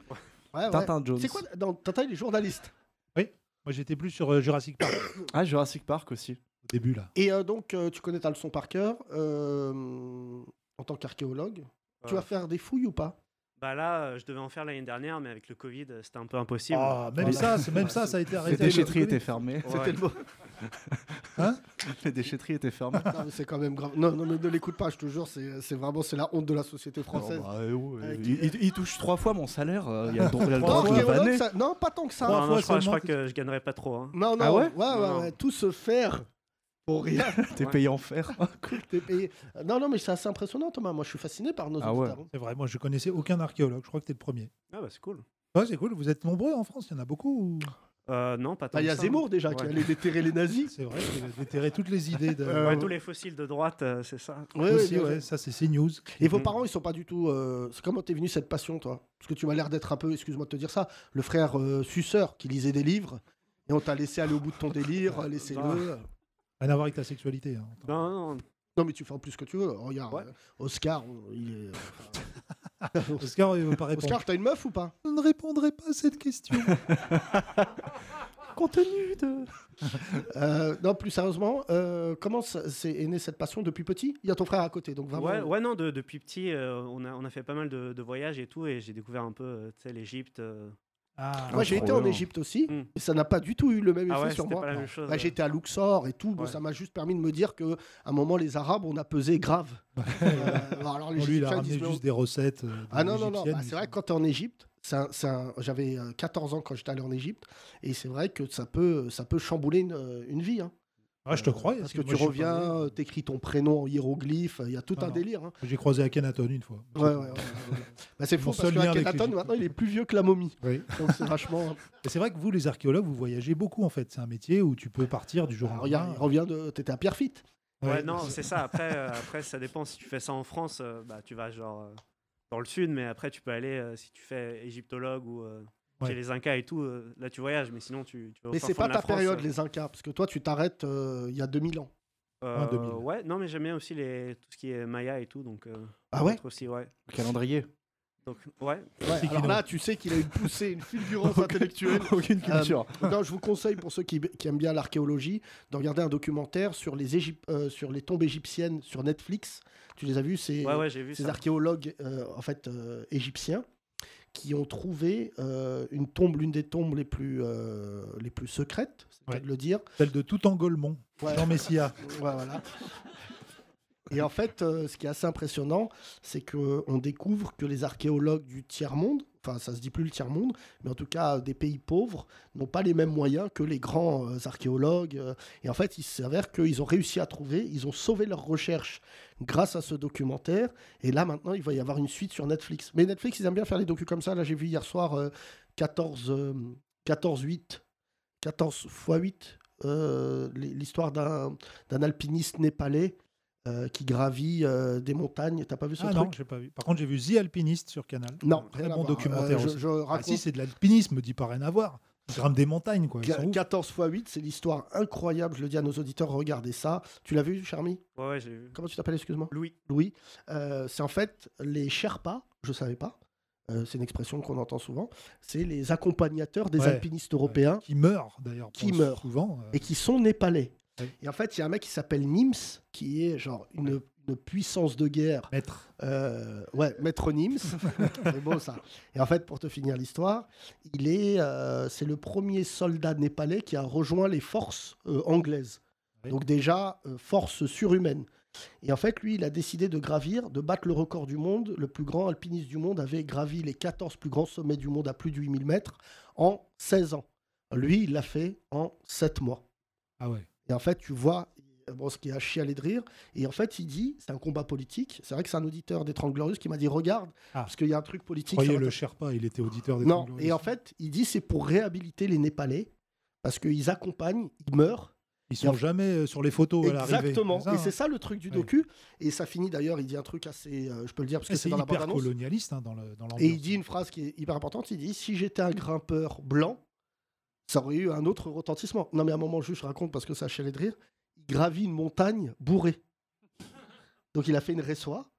Speaker 3: Ouais, ouais.
Speaker 5: Tintin Jones.
Speaker 3: C'est quoi dans Tintin, il est journaliste.
Speaker 4: Moi, j'étais plus sur euh, Jurassic Park au
Speaker 5: Ah, Jurassic Park aussi.
Speaker 4: début, là.
Speaker 3: Et euh, donc, euh, tu connais ta leçon par cœur euh, en tant qu'archéologue. Tu
Speaker 7: Ouais.
Speaker 5: Ah.
Speaker 3: vas faire des fouilles ou pas
Speaker 7: Bah là, euh, je devais en faire l'année dernière, mais avec le Covid, euh, c'était un peu impossible.
Speaker 4: Ah, même
Speaker 5: Voilà.
Speaker 4: ça, c'est- même ça, ça a été
Speaker 5: Les
Speaker 4: arrêté.
Speaker 5: déchetteries étaient fermées.
Speaker 7: Ouais.
Speaker 3: C'était le mot.
Speaker 4: Hein
Speaker 5: Les déchetteries étaient fermées.
Speaker 3: Non, mais c'est quand même grave. Non, non, mais ne l'écoute pas, je te jure, c'est c'est vraiment c'est la honte de la société française.
Speaker 5: Oh, bah, euh, ouais,
Speaker 3: Avec
Speaker 5: il, il- il touche trois fois mon salaire. euh, Il y a le dro- il y a le
Speaker 4: Ah, Trois
Speaker 5: droit de
Speaker 3: Archéologue,
Speaker 5: le vanner.
Speaker 3: ça- Non, pas tant Ah, que ça.
Speaker 4: Trois
Speaker 7: Non, non,
Speaker 4: fois
Speaker 7: je, crois, je
Speaker 4: seulement,
Speaker 7: crois que je gagnerais pas trop. hein.
Speaker 3: Non, non,
Speaker 5: Ah ouais
Speaker 3: ouais, ouais,
Speaker 7: Non,
Speaker 3: ouais,
Speaker 7: non.
Speaker 3: tout se faire pour rien.
Speaker 5: T'es payé en fer.
Speaker 3: T'es payé. euh, Non, non, mais c'est assez impressionnant, Thomas. Moi, je suis fasciné par nos
Speaker 5: Ah ouais.
Speaker 3: auditeurs.
Speaker 4: C'est vrai, moi, je connaissais aucun archéologue. Je crois que t'es le premier.
Speaker 7: Ah bah c'est cool.
Speaker 4: Ouais, c'est cool. Vous êtes nombreux en France. Il y en a beaucoup. ou-
Speaker 7: Euh, non, pas tant
Speaker 3: Bah, Il y a
Speaker 7: que ça,
Speaker 3: Zemmour
Speaker 7: hein.
Speaker 3: déjà
Speaker 7: Ouais.
Speaker 3: qui allait déterrer les nazis.
Speaker 4: C'est vrai. Il a déterré toutes les idées. De...
Speaker 3: Euh,
Speaker 7: Ouais, tous les fossiles de droite, euh, c'est ça.
Speaker 3: Ouais,
Speaker 4: aussi,
Speaker 3: bien
Speaker 4: ouais,
Speaker 3: sûr.
Speaker 4: ça, c'est CNews.
Speaker 3: Et vos
Speaker 7: Mhm.
Speaker 3: parents, ils sont pas du tout. euh, c'est Comment t'es venu cette passion, toi Parce que tu m'as l'air d'être un peu, excuse-moi de te dire ça, le frère euh, suceur qui lisait des livres et on t'a laissé aller au bout de ton délire,
Speaker 7: Bah.
Speaker 3: laissez-le.
Speaker 4: Rien à voir avec ta sexualité. hein.
Speaker 7: Non, non, non.
Speaker 3: Non, mais tu fais en plus ce que tu veux. Regarde,
Speaker 7: Ouais.
Speaker 3: euh, Oscar, on- il est. euh,
Speaker 4: Oscar, il veut pas répondre.
Speaker 3: Oscar, t'as une meuf ou pas
Speaker 4: Je ne répondrai pas à cette question.
Speaker 5: Compte tenu de.
Speaker 3: Euh, Non, plus sérieusement, euh, comment ça- c'est est née cette passion depuis petit Il y a ton frère à côté, donc vraiment. euh,
Speaker 7: Ouais, ouais, non, de- depuis petit, euh, on, a, on a fait pas mal de, de voyages et tout, et j'ai découvert un peu, euh, tu sais, l'Égypte. euh.
Speaker 4: Ah,
Speaker 3: Moi, j'ai
Speaker 5: trop
Speaker 3: été en
Speaker 5: bien.
Speaker 3: Égypte aussi,
Speaker 7: Mm.
Speaker 3: et ça n'a pas du tout eu le même
Speaker 7: Ah
Speaker 3: effet
Speaker 7: ouais,
Speaker 3: sur
Speaker 7: c'était
Speaker 3: moi.
Speaker 7: pas la
Speaker 3: Non.
Speaker 7: même chose.
Speaker 3: Bah,
Speaker 7: euh.
Speaker 3: J'étais à Luxor et tout, bon,
Speaker 7: Ouais.
Speaker 3: ça m'a juste permis de me dire que à un moment les Arabes on a pesé grave. Euh, alors les
Speaker 4: lui, il a
Speaker 3: Égyptiens, ils
Speaker 4: ramené
Speaker 3: disent, mais
Speaker 4: juste des recettes. euh,
Speaker 3: Ah non, non, non,
Speaker 4: égyptiennes,
Speaker 3: bah,
Speaker 4: mais
Speaker 3: c'est vrai que quand t'es en Égypte, c'est un- c'est un- j'avais euh, 14 ans quand j'étais allé en Égypte, et c'est vrai que ça peut, ça peut chambouler une, euh, une vie. hein.
Speaker 4: Ah, je te crois.
Speaker 3: Parce
Speaker 4: est-ce
Speaker 3: que
Speaker 4: moi,
Speaker 3: tu
Speaker 4: je suis
Speaker 3: reviens,
Speaker 4: pas allé
Speaker 3: euh, t'écris ton prénom en hiéroglyphe, il y a tout
Speaker 4: Ah
Speaker 3: un
Speaker 4: non.
Speaker 3: délire. hein.
Speaker 4: J'ai croisé Akhenaton une fois.
Speaker 3: Ouais, ouais, ouais, ouais, ouais. Bah, c'est
Speaker 4: Mon
Speaker 3: fou parce
Speaker 4: seul
Speaker 3: que
Speaker 4: lien avec
Speaker 3: Akhenaton,
Speaker 4: l'Égypte.
Speaker 3: maintenant il est plus vieux que la momie.
Speaker 4: Oui.
Speaker 3: Donc c'est vachement.
Speaker 4: Et c'est vrai que vous, les archéologues, vous voyagez beaucoup en fait. C'est un métier où tu peux partir du jour
Speaker 3: Alors,
Speaker 4: au lendemain.
Speaker 3: Ah, regarde, il revient de. T'étais à Pierrefitte.
Speaker 7: Ouais, non, c'est ça. Après, euh, après, ça dépend. Si tu fais ça en France, euh, bah, tu vas genre euh, dans le sud, mais après, tu peux aller, euh, si tu fais égyptologue ou euh,
Speaker 4: Ouais.
Speaker 7: chez les Incas et tout, euh, là, tu voyages, mais sinon, tu, tu vas au
Speaker 3: Mais
Speaker 7: fin
Speaker 3: c'est
Speaker 7: fond
Speaker 3: pas
Speaker 7: de la
Speaker 3: ta
Speaker 7: France,
Speaker 3: période,
Speaker 7: euh,
Speaker 3: les Incas, parce que toi tu t'arrêtes euh, il y a 2000 ans. hein,
Speaker 7: euh,
Speaker 4: 2000.
Speaker 7: Ouais, non, mais j'aime bien aussi les, tout ce qui est Maya et tout, donc. euh,
Speaker 3: Ah ouais
Speaker 7: peut-être aussi, ouais.
Speaker 5: Le calendrier.
Speaker 7: Donc, ouais.
Speaker 3: Ouais,
Speaker 4: C'est
Speaker 3: alors
Speaker 4: qu'il
Speaker 3: là, tu sais qu'il a une poussée, une fulgurance intellectuelle.
Speaker 5: Aucune
Speaker 4: Euh,
Speaker 5: culture.
Speaker 3: Non, je vous conseille, pour ceux qui, qui aiment bien l'archéologie, de regarder un documentaire sur les, Égyp- euh, sur les tombes égyptiennes sur Netflix. Tu les as vus, c'est
Speaker 7: Ouais, ouais, j'ai vu
Speaker 3: ces
Speaker 7: ça.
Speaker 3: archéologues euh, en fait, euh, égyptiens qui ont trouvé euh, une tombe, l'une des tombes les plus, euh, les plus secrètes, c'est le cas
Speaker 4: Ouais.
Speaker 3: de le dire.
Speaker 4: Celle de Toutangolmon,
Speaker 3: Ouais.
Speaker 4: Jean Messia.
Speaker 3: Ouais, voilà. Et en fait, euh, ce qui est assez impressionnant, c'est qu'on découvre que les archéologues du tiers-monde, enfin ça se dit plus le tiers-monde, mais en tout cas euh, des pays pauvres, n'ont pas les mêmes moyens que les grands euh, archéologues. euh, et en fait, il s'avère qu'ils ont réussi à trouver, ils ont sauvé leurs recherches grâce à ce documentaire. Et là, maintenant, il va y avoir une suite sur Netflix. Mais Netflix, ils aiment bien faire des docus comme ça. Là, j'ai vu hier soir euh, 14, euh, 14, 8, 14 x 8, euh, l'histoire d'un d'un alpiniste népalais euh, qui gravit euh, des montagnes. T'as pas vu ce
Speaker 4: Ah non,
Speaker 3: truc
Speaker 4: j'ai pas vu. Par contre, j'ai vu The Alpiniste sur Canal.
Speaker 3: Non,
Speaker 4: très
Speaker 3: rien à
Speaker 4: bon
Speaker 3: voir.
Speaker 4: documentaire
Speaker 3: Euh, je,
Speaker 4: aussi.
Speaker 3: je
Speaker 4: Ah
Speaker 3: raconte.
Speaker 4: si, c'est de l'alpinisme, dis pas rien à voir. Ils grimpent des montagnes, quoi. ils
Speaker 3: Qu-
Speaker 4: sont ouf.
Speaker 3: 14 x 8, c'est l'histoire incroyable. Je le dis à nos auditeurs, regardez ça. Tu l'as vu, Charmy
Speaker 7: Ouais, ouais, j'ai vu.
Speaker 3: Comment tu t'appelles, excuse-moi
Speaker 7: Louis.
Speaker 3: Louis. Euh, c'est en fait les Sherpas, je savais pas. euh, c'est une expression qu'on entend souvent. C'est les accompagnateurs des
Speaker 4: Ouais.
Speaker 3: alpinistes européens
Speaker 4: Qui meurent d'ailleurs.
Speaker 3: Qui
Speaker 4: pense
Speaker 3: meurent.
Speaker 4: Souvent. euh,
Speaker 3: et qui sont népalais.
Speaker 4: Ouais.
Speaker 3: Et en fait, il y a un mec qui s'appelle Nims, qui est genre une, une puissance de guerre
Speaker 4: Maître.
Speaker 3: Euh, ouais, Maître Nims. c'est beau ça. Et en fait, pour te finir l'histoire, il est, euh, c'est le premier soldat népalais qui a rejoint les forces euh, anglaises.
Speaker 4: Oui.
Speaker 3: Donc déjà, euh, force surhumaine. Et en fait, lui, il a décidé de gravir, de battre le record du monde. Le plus grand alpiniste du monde avait gravi les 14 plus grands sommets du monde à plus de 8000 mètres en 16 ans. Lui, il l'a fait en 7 mois.
Speaker 4: Ah ouais.
Speaker 3: Et en fait, tu vois, bon, ce qui est à chialer de rire. Et en fait, il dit, c'est un combat politique. C'est vrai que c'est un auditeur des Trente Glorieuses qui m'a dit, regarde,
Speaker 4: Ah.
Speaker 3: parce qu'il y a un truc politique. sur
Speaker 4: Croyez le
Speaker 3: Internet.
Speaker 4: Sherpa, il était auditeur des
Speaker 3: non,
Speaker 4: Trente
Speaker 3: et en
Speaker 4: Glorieuses.
Speaker 3: fait, il dit, c'est pour réhabiliter les Népalais, parce qu'ils accompagnent, ils meurent.
Speaker 4: ils
Speaker 3: et en
Speaker 4: sont
Speaker 3: fait-
Speaker 4: jamais euh, sur les photos à l'arrivée.
Speaker 3: Exactement.
Speaker 4: C'est ça,
Speaker 3: et
Speaker 4: hein.
Speaker 3: c'est ça le truc du
Speaker 4: Oui.
Speaker 3: docu. Et ça finit d'ailleurs, il dit un truc assez, euh, je peux le dire, parce que
Speaker 4: C'est
Speaker 3: c'est dans la
Speaker 4: hyper
Speaker 3: bande-annonce.
Speaker 4: colonialiste hein, dans le- dans l'ambiance.
Speaker 3: Et il dit une phrase qui est hyper importante, il dit, si j'étais un grimpeur blanc, ça aurait eu un autre retentissement. Non, mais à un moment, juste, je raconte parce que ça chialait de rire. Il gravit une montagne bourré. Donc, il a fait une ressoie.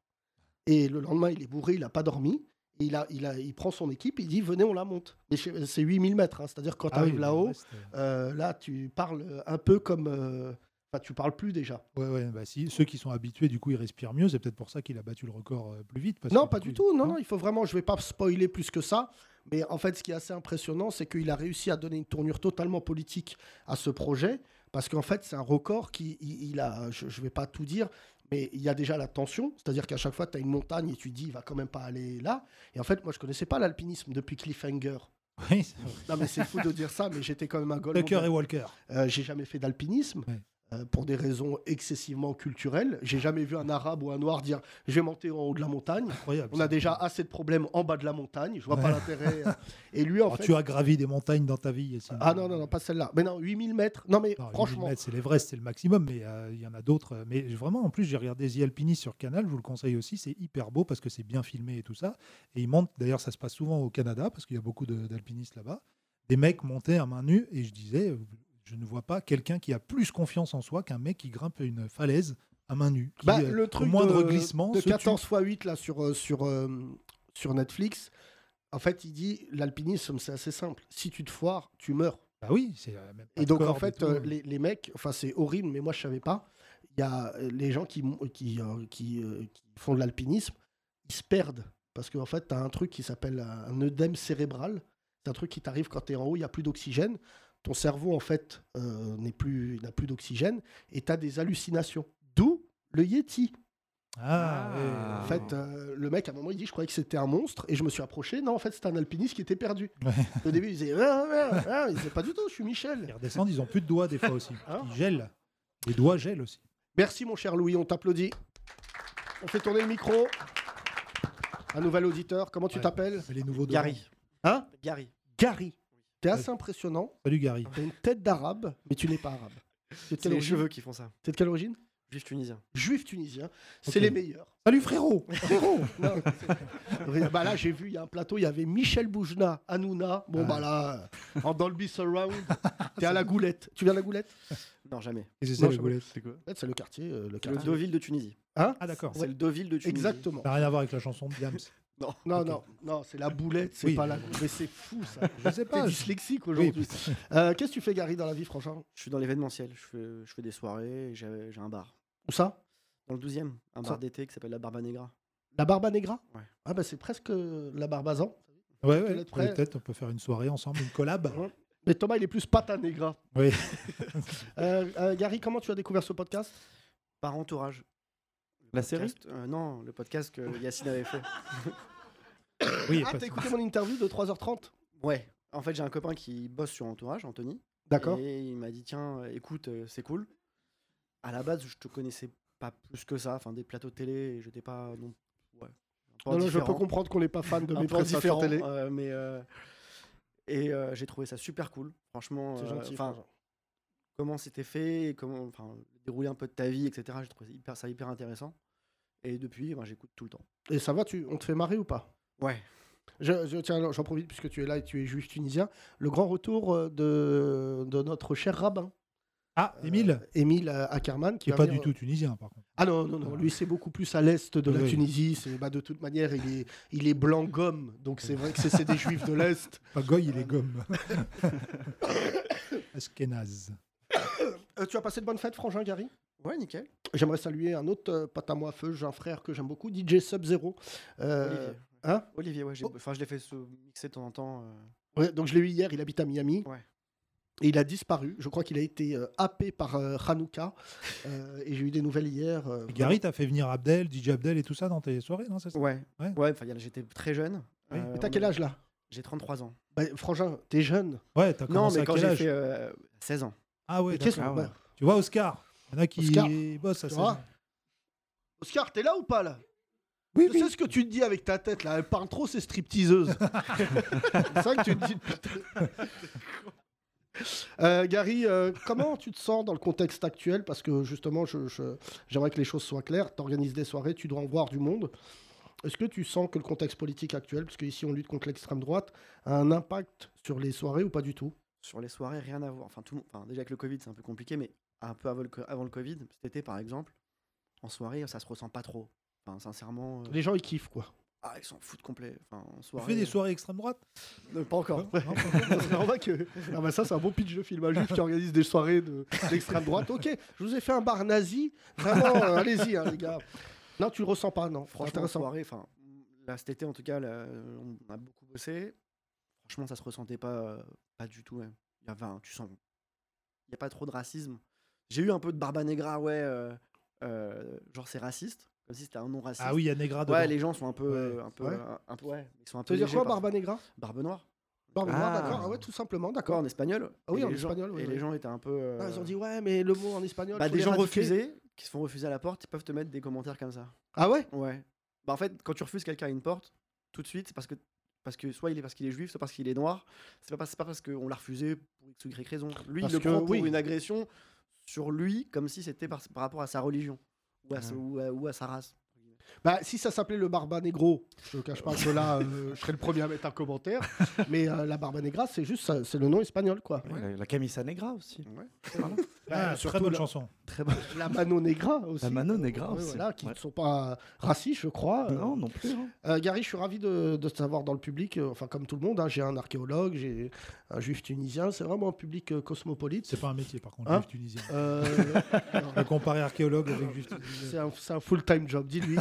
Speaker 3: Et le lendemain, il est bourré, il n'a pas dormi. Et il, a, il, a, il prend son équipe, il dit Venez, on la monte. Mais chez- c'est 8000 mètres. hein, C'est-à-dire, quand tu
Speaker 4: Ah oui,
Speaker 3: arrives là-haut,
Speaker 4: ouais, c'était-
Speaker 3: euh, là, tu parles euh, un peu comme. euh, Enfin, tu parles plus déjà.
Speaker 4: Ouais, ouais, bah si, ceux qui sont habitués, du coup, ils respirent mieux. C'est peut-être pour ça qu'il a battu le record euh, plus vite. parce
Speaker 3: non,
Speaker 4: que hein
Speaker 3: pas
Speaker 4: coup,
Speaker 3: du
Speaker 4: il-
Speaker 3: tout. Non, non, il faut vraiment. Je vais pas spoiler plus que ça. Mais en fait, ce qui est assez impressionnant, c'est qu'il a réussi à donner une tournure totalement politique à ce projet. Parce qu'en fait, c'est un record qui. Il, il a, je, je vais pas tout dire, mais il y a déjà la tension. C'est-à-dire qu'à chaque fois, tu as une montagne et tu te dis, il va quand même pas aller là. Et en fait, moi, je connaissais pas l'alpinisme depuis Cliffhanger.
Speaker 4: Oui, c'est vrai.
Speaker 3: Non, mais c'est fou de dire ça, mais j'étais quand même un golem.
Speaker 4: Tucker et Walker.
Speaker 3: Euh, j'ai jamais fait d'alpinisme.
Speaker 4: Ouais.
Speaker 3: euh, Pour des raisons excessivement culturelles. J'ai jamais vu un arabe ou un noir dire Je vais monter en haut de la montagne.
Speaker 4: Incroyable.
Speaker 3: On
Speaker 4: ça.
Speaker 3: a déjà assez de problèmes en bas de la montagne. Je vois
Speaker 4: Ouais.
Speaker 3: pas l'intérêt. euh. Et lui, en
Speaker 4: Alors,
Speaker 3: fait.
Speaker 4: Ah, Tu as gravi des montagnes dans ta vie. Yassine.
Speaker 3: Ah non, non, non, pas celle-là. Mais non, 8000 mètres. Non, mais
Speaker 4: Non, 8000
Speaker 3: franchement.
Speaker 4: mètres, c'est l'Everest, c'est le maximum, mais euh, il y en a d'autres. euh, Mais vraiment, en plus, j'ai regardé The Alpinist sur Canal, je vous le conseille aussi, c'est hyper beau parce que c'est bien filmé et tout ça. Et ils montent, d'ailleurs, ça se passe souvent au Canada parce qu'il y a beaucoup de- d'alpinistes là-bas. Des mecs montaient à main nue et je disais, euh, je ne vois pas quelqu'un qui a plus confiance en soi qu'un mec qui grimpe une falaise à main nue. qui,
Speaker 3: bah,
Speaker 4: euh,
Speaker 3: le truc
Speaker 4: au moindre
Speaker 3: de,
Speaker 4: glissement,
Speaker 3: de
Speaker 4: se tue.
Speaker 3: 14 x 8 là, sur, euh, sur, euh, sur Netflix. En fait, il dit L'alpinisme, c'est assez simple. Si tu te foires, tu meurs.
Speaker 4: Bah oui, c'est euh, même pas
Speaker 3: Et
Speaker 4: de
Speaker 3: donc, en
Speaker 4: corde
Speaker 3: fait,
Speaker 4: tout. hein.
Speaker 3: euh, les, les mecs, enfin, c'est horrible, mais moi, je savais pas. Il y a euh, les gens qui, mon- qui, euh, qui, euh, qui font de l'alpinisme, ils se perdent. Parce qu'en fait, tu as un truc qui s'appelle un œdème cérébral. C'est un truc qui t'arrive quand tu es en haut, il n'y a plus d'oxygène. Ton cerveau, en fait, euh, n'est plus- n'a plus d'oxygène et tu as des hallucinations. D'où le Yeti.
Speaker 4: Ah,
Speaker 6: Ah.
Speaker 4: ouais.
Speaker 3: En fait, euh, le mec, à un moment, il dit Je croyais que c'était un monstre et je me suis approché. Non, en fait, c'était un alpiniste qui était perdu.
Speaker 4: Ouais.
Speaker 3: Au début, il disait Ah, ah, ah. Il disait Pas du tout, je suis Michel.
Speaker 4: Ils redescendent, ils ont plus de doigts des fois aussi.
Speaker 3: Ah.
Speaker 4: Ils gèlent. Les doigts gèlent aussi.
Speaker 3: Merci mon cher Louis, on t'applaudit. On fait tourner le micro. Un nouvel auditeur, comment tu
Speaker 4: Ouais.
Speaker 3: t'appelles
Speaker 4: C'est les nouveaux doigts.
Speaker 7: Gary.
Speaker 3: Hein
Speaker 7: Gary.
Speaker 3: Gary. T'es
Speaker 4: Ouais.
Speaker 3: assez impressionnant,
Speaker 4: Salut Gary.
Speaker 3: t'as une tête d'arabe, mais tu n'es pas arabe. T'es de
Speaker 7: C'est
Speaker 3: quelle
Speaker 7: les
Speaker 3: origine,
Speaker 7: cheveux qui font ça.
Speaker 3: T'es de quelle origine
Speaker 7: Juif tunisien.
Speaker 3: Juif tunisien, c'est
Speaker 4: Ok.
Speaker 3: les meilleurs.
Speaker 4: Salut frérot
Speaker 3: Frérot Non, c'est- bah Là, j'ai vu, il y a un plateau, il y avait Michel Boujna, Hanouna. Bon,
Speaker 4: Ouais.
Speaker 3: bah là, en Dolby Surround, t'es à la goulette. Tu viens à la goulette
Speaker 8: Non, jamais.
Speaker 4: Et c'est ça
Speaker 3: Non,
Speaker 4: les
Speaker 3: je-
Speaker 4: goulettes.
Speaker 5: C'est quoi
Speaker 3: En fait, c'est le quartier. euh, le
Speaker 8: C'est le
Speaker 3: quartier.
Speaker 8: Deauville de Tunisie.
Speaker 4: Ah d'accord.
Speaker 8: C'est
Speaker 3: Ouais.
Speaker 8: le Deauville de Tunisie.
Speaker 3: Exactement.
Speaker 4: Ça n'a rien à voir avec la chanson de Diams.
Speaker 3: Non,
Speaker 4: Ah, Ok.
Speaker 3: non, non, c'est la boulette, c'est
Speaker 4: Oui.
Speaker 3: pas la. Mais c'est fou ça.
Speaker 4: Je sais
Speaker 3: T'es
Speaker 4: pas. je-
Speaker 3: dyslexique
Speaker 4: Oui,
Speaker 3: aujourd'hui.
Speaker 4: putain.
Speaker 3: Euh, Qu'est-ce que tu fais, Gary, dans la vie, franchement
Speaker 8: Je suis dans l'événementiel. Je fais, je fais des soirées et j'ai j'ai un bar.
Speaker 3: Où ça
Speaker 8: Dans le 12 e un
Speaker 3: Ça-
Speaker 8: bar d'été qui s'appelle la Barba Negra.
Speaker 3: La Barba Negra
Speaker 8: Ouais.
Speaker 3: Ah, bah c'est presque euh, la Barbazan.
Speaker 4: Ouais,
Speaker 3: Peut-être
Speaker 4: ouais.
Speaker 3: prêt.
Speaker 4: Peut-être on peut faire une soirée ensemble, une collab.
Speaker 3: Ouais. Mais Thomas, il est plus pata negra.
Speaker 4: Oui.
Speaker 3: Euh, euh, Gary, comment tu as découvert ce podcast
Speaker 8: Par entourage.
Speaker 5: La
Speaker 3: Ah
Speaker 5: série
Speaker 8: Podcast- euh, Non, le podcast
Speaker 3: Oh.
Speaker 8: que Yacine avait fait.
Speaker 4: Oui,
Speaker 3: Ah,
Speaker 4: parce-
Speaker 3: t'as écouté mon interview de 3h30
Speaker 8: Ouais. En fait, j'ai un copain qui bosse sur entourage, Anthony.
Speaker 3: D'accord.
Speaker 8: Et il m'a dit tiens, euh, écoute, euh, c'est cool. À la base, je te connaissais pas plus que ça. Enfin, des plateaux de télé, j'étais pas non. Ouais. un peu
Speaker 3: Non, non, je
Speaker 8: indifférent.
Speaker 3: peux comprendre qu'on n'est pas fan de
Speaker 8: un
Speaker 3: mes
Speaker 8: peu
Speaker 3: prestations
Speaker 8: différent,
Speaker 3: télé.
Speaker 8: euh, mais euh, et euh, j'ai trouvé ça super cool. Franchement,
Speaker 3: C'est
Speaker 8: euh,
Speaker 3: gentil.
Speaker 8: enfin,
Speaker 3: franchement.
Speaker 8: comment c'était fait, et comment, enfin, dérouler un peu de ta vie, etc. J'ai trouvé ça hyper, ça hyper intéressant. Et depuis, ben, j'écoute tout le temps.
Speaker 3: Et ça va, tu, on te fait marrer ou pas
Speaker 8: Ouais.
Speaker 3: Je, je- tiens, alors, j'en profite puisque tu es là et tu es juif tunisien. Le grand retour euh, de, de notre cher rabbin,
Speaker 4: Ah,
Speaker 3: euh,
Speaker 4: Émile,
Speaker 3: Émile euh, Ackerman,
Speaker 4: qui
Speaker 3: qui
Speaker 4: n'est
Speaker 3: va
Speaker 4: pas du
Speaker 3: venir,
Speaker 4: tout tunisien par contre.
Speaker 3: Ah non, non, non, lui c'est beaucoup plus à l'est de la
Speaker 4: Oui.
Speaker 3: Tunisie. C'est, bah, de toute manière, il est, il est blanc gomme, donc c'est vrai que c'est, c'est des juifs de l'est.
Speaker 4: Pas Goy,
Speaker 3: Ah,
Speaker 4: il est gomme. Askenaz.
Speaker 3: Euh, tu as passé de bonnes fêtes, Frangin Gary
Speaker 8: Ouais, nickel.
Speaker 3: J'aimerais saluer un autre euh, pote à moi à feu, j'ai un frère que j'aime beaucoup, DJ Sub Zero.
Speaker 8: Olivier.
Speaker 3: hein
Speaker 8: Olivier, ouais, j'ai-
Speaker 3: Oh.
Speaker 8: enfin, je l'ai fait se mixer de temps en temps. euh,
Speaker 3: ouais, donc je l'ai eu hier, il habite à Miami.
Speaker 8: Ouais.
Speaker 3: Et il a disparu. Je crois qu'il a été euh, happé par euh, Hanouka. Euh, et j'ai eu des nouvelles hier. euh,
Speaker 4: Gary, t'as fait venir Abdel, DJ Abdel et tout ça dans tes soirées, non c'est ça
Speaker 8: Ouais.
Speaker 4: Ouais.
Speaker 8: Ouais. Enfin, il y a- j'étais très jeune.
Speaker 4: Oui.
Speaker 8: Euh,
Speaker 3: Mais t'as
Speaker 8: on
Speaker 3: quel
Speaker 8: a-
Speaker 3: âge là
Speaker 8: J'ai 33 ans.
Speaker 3: bah, Frangin, t'es jeune.
Speaker 4: Ouais, t'as
Speaker 8: Non,
Speaker 4: commencé
Speaker 8: mais
Speaker 4: à
Speaker 8: quand
Speaker 4: quel
Speaker 8: j'ai
Speaker 4: âge
Speaker 8: fait euh, 16 ans.
Speaker 4: Ah ouais,
Speaker 3: Mais qu'est-ce
Speaker 4: d'accord.
Speaker 3: que- bah,
Speaker 4: Tu vois Oscar, il y en a qui
Speaker 3: Oscar,
Speaker 4: bossent à
Speaker 3: tu
Speaker 4: 16
Speaker 3: vois
Speaker 4: ans.
Speaker 3: Oscar, t'es là ou pas là
Speaker 4: Oui,
Speaker 3: Tu
Speaker 4: oui.
Speaker 3: sais ce que tu te dis avec ta tête là Elle parle trop, c'est stripteaseuse. c'est ça que tu te dis. depuis tout à l'heure. Euh, Gary, euh, comment tu te sens dans le contexte actuel Parce que justement, je- je- j'aimerais que les choses soient claires. Tu organises des soirées, tu dois en voir du monde. Est-ce que tu sens que le contexte politique actuel, parce qu'ici on lutte contre l'extrême droite, a un impact sur les soirées ou pas du tout
Speaker 8: sur les soirées, rien à voir. Enfin, tout, le monde- enfin, déjà avec le Covid, c'est un peu compliqué, mais un peu avant le, co- avant le Covid, cet été par exemple, en soirée, ça se ressent pas trop. Enfin, sincèrement, euh,
Speaker 3: Les gens ils kiffent quoi.
Speaker 8: ah, ils s'en foutent complet. Enfin, en
Speaker 4: On
Speaker 8: soirée,
Speaker 4: fait des soirées extrême droite
Speaker 8: Non, Euh, pas encore.
Speaker 4: Non, non, pas
Speaker 3: Ça serait normal que. Ah bah ça, c'est un bon pitch de film. Un juif qui organise des soirées de- d'extrême droite. Ok, je vous ai fait un bar nazi. Vraiment, euh, allez-y, hein, les gars. Non, tu le ressens pas, non.
Speaker 8: Franchement, en
Speaker 3: Intéressant.
Speaker 8: soirée, enfin, là, cet été en tout cas, là, on a beaucoup bossé. Franchement, ça se ressentait pas, euh, pas du tout. ouais. Il y avait un- tu sens, il n'y a pas trop de racisme. J'ai eu un peu de barba negra, ouais, euh, euh, genre c'est raciste, comme si c'était un nom raciste.
Speaker 4: Ah oui, il y a Negra dedans.
Speaker 8: Ouais, les gens sont un peu,
Speaker 4: Ouais,
Speaker 8: euh, un peu,
Speaker 3: ouais.
Speaker 8: un, un peu, ouais, ils sont un
Speaker 3: Ça
Speaker 8: peu.
Speaker 3: veut dire
Speaker 8: légers
Speaker 3: quoi,
Speaker 8: par-
Speaker 3: Barba Negra
Speaker 8: Barbe noire.
Speaker 3: Barbe noire,
Speaker 8: Ah.
Speaker 3: d'accord. Ah ouais, tout simplement,
Speaker 8: D'accord,
Speaker 3: d'accord.
Speaker 8: en espagnol.
Speaker 3: Ah oui,
Speaker 8: Et
Speaker 3: en
Speaker 8: les gens-
Speaker 3: espagnol, oui,
Speaker 8: Et
Speaker 3: oui.
Speaker 8: les gens étaient un peu.
Speaker 3: Ah, ils
Speaker 8: euh,
Speaker 3: ont dit, ouais, mais le mot en espagnol.
Speaker 8: bah,
Speaker 3: faut
Speaker 8: des gens
Speaker 3: l'éradiquer.
Speaker 8: refusés qui se font refuser à la porte, ils peuvent te mettre des commentaires comme ça.
Speaker 3: Ah ouais
Speaker 8: Ouais. Bah en fait, quand tu refuses quelqu'un à une porte, tout de suite, c'est parce que parce que soit il est parce qu'il est juif, soit parce qu'il est noir. C'est pas parce- c'est pas parce qu'on l'a refusé pour x ou y raison. Lui,
Speaker 3: Parce
Speaker 8: il le
Speaker 3: que,
Speaker 8: prend pour
Speaker 3: oui.
Speaker 8: une agression sur lui, comme si c'était par, par rapport à sa religion ou à, sa-
Speaker 5: Ouais.
Speaker 8: ou à, ou à sa race.
Speaker 3: Ah. Bah, si ça s'appelait le Barba Negro, je te cache pas que là, euh, je serais le premier à mettre un commentaire. Mais euh, la Barba Negra, c'est juste, ça- c'est le nom espagnol, quoi.
Speaker 5: La, la Camisa Negra aussi.
Speaker 4: Ah, très
Speaker 3: surtout
Speaker 4: bonne
Speaker 3: la-
Speaker 4: chanson.
Speaker 5: Très bon.
Speaker 3: La Mano Negra aussi.
Speaker 5: La Mano Negra
Speaker 3: Ouais,
Speaker 5: aussi.
Speaker 3: voilà, qui ne
Speaker 5: Ouais.
Speaker 3: sont pas racistes, je crois. Euh,
Speaker 5: Non, non plus. hein.
Speaker 3: Euh, Gary, je suis ravi de, de te savoir dans le public, euh, enfin comme tout le monde, hein, j'ai un archéologue, j'ai un juif tunisien, c'est vraiment un public euh, cosmopolite.
Speaker 4: C'est pas un métier, par contre,
Speaker 3: Hein
Speaker 4: juif tunisien.
Speaker 3: Euh, non,
Speaker 4: Le comparer archéologue avec juif tunisien.
Speaker 3: c'est un, c'est un full-time job, dis-lui.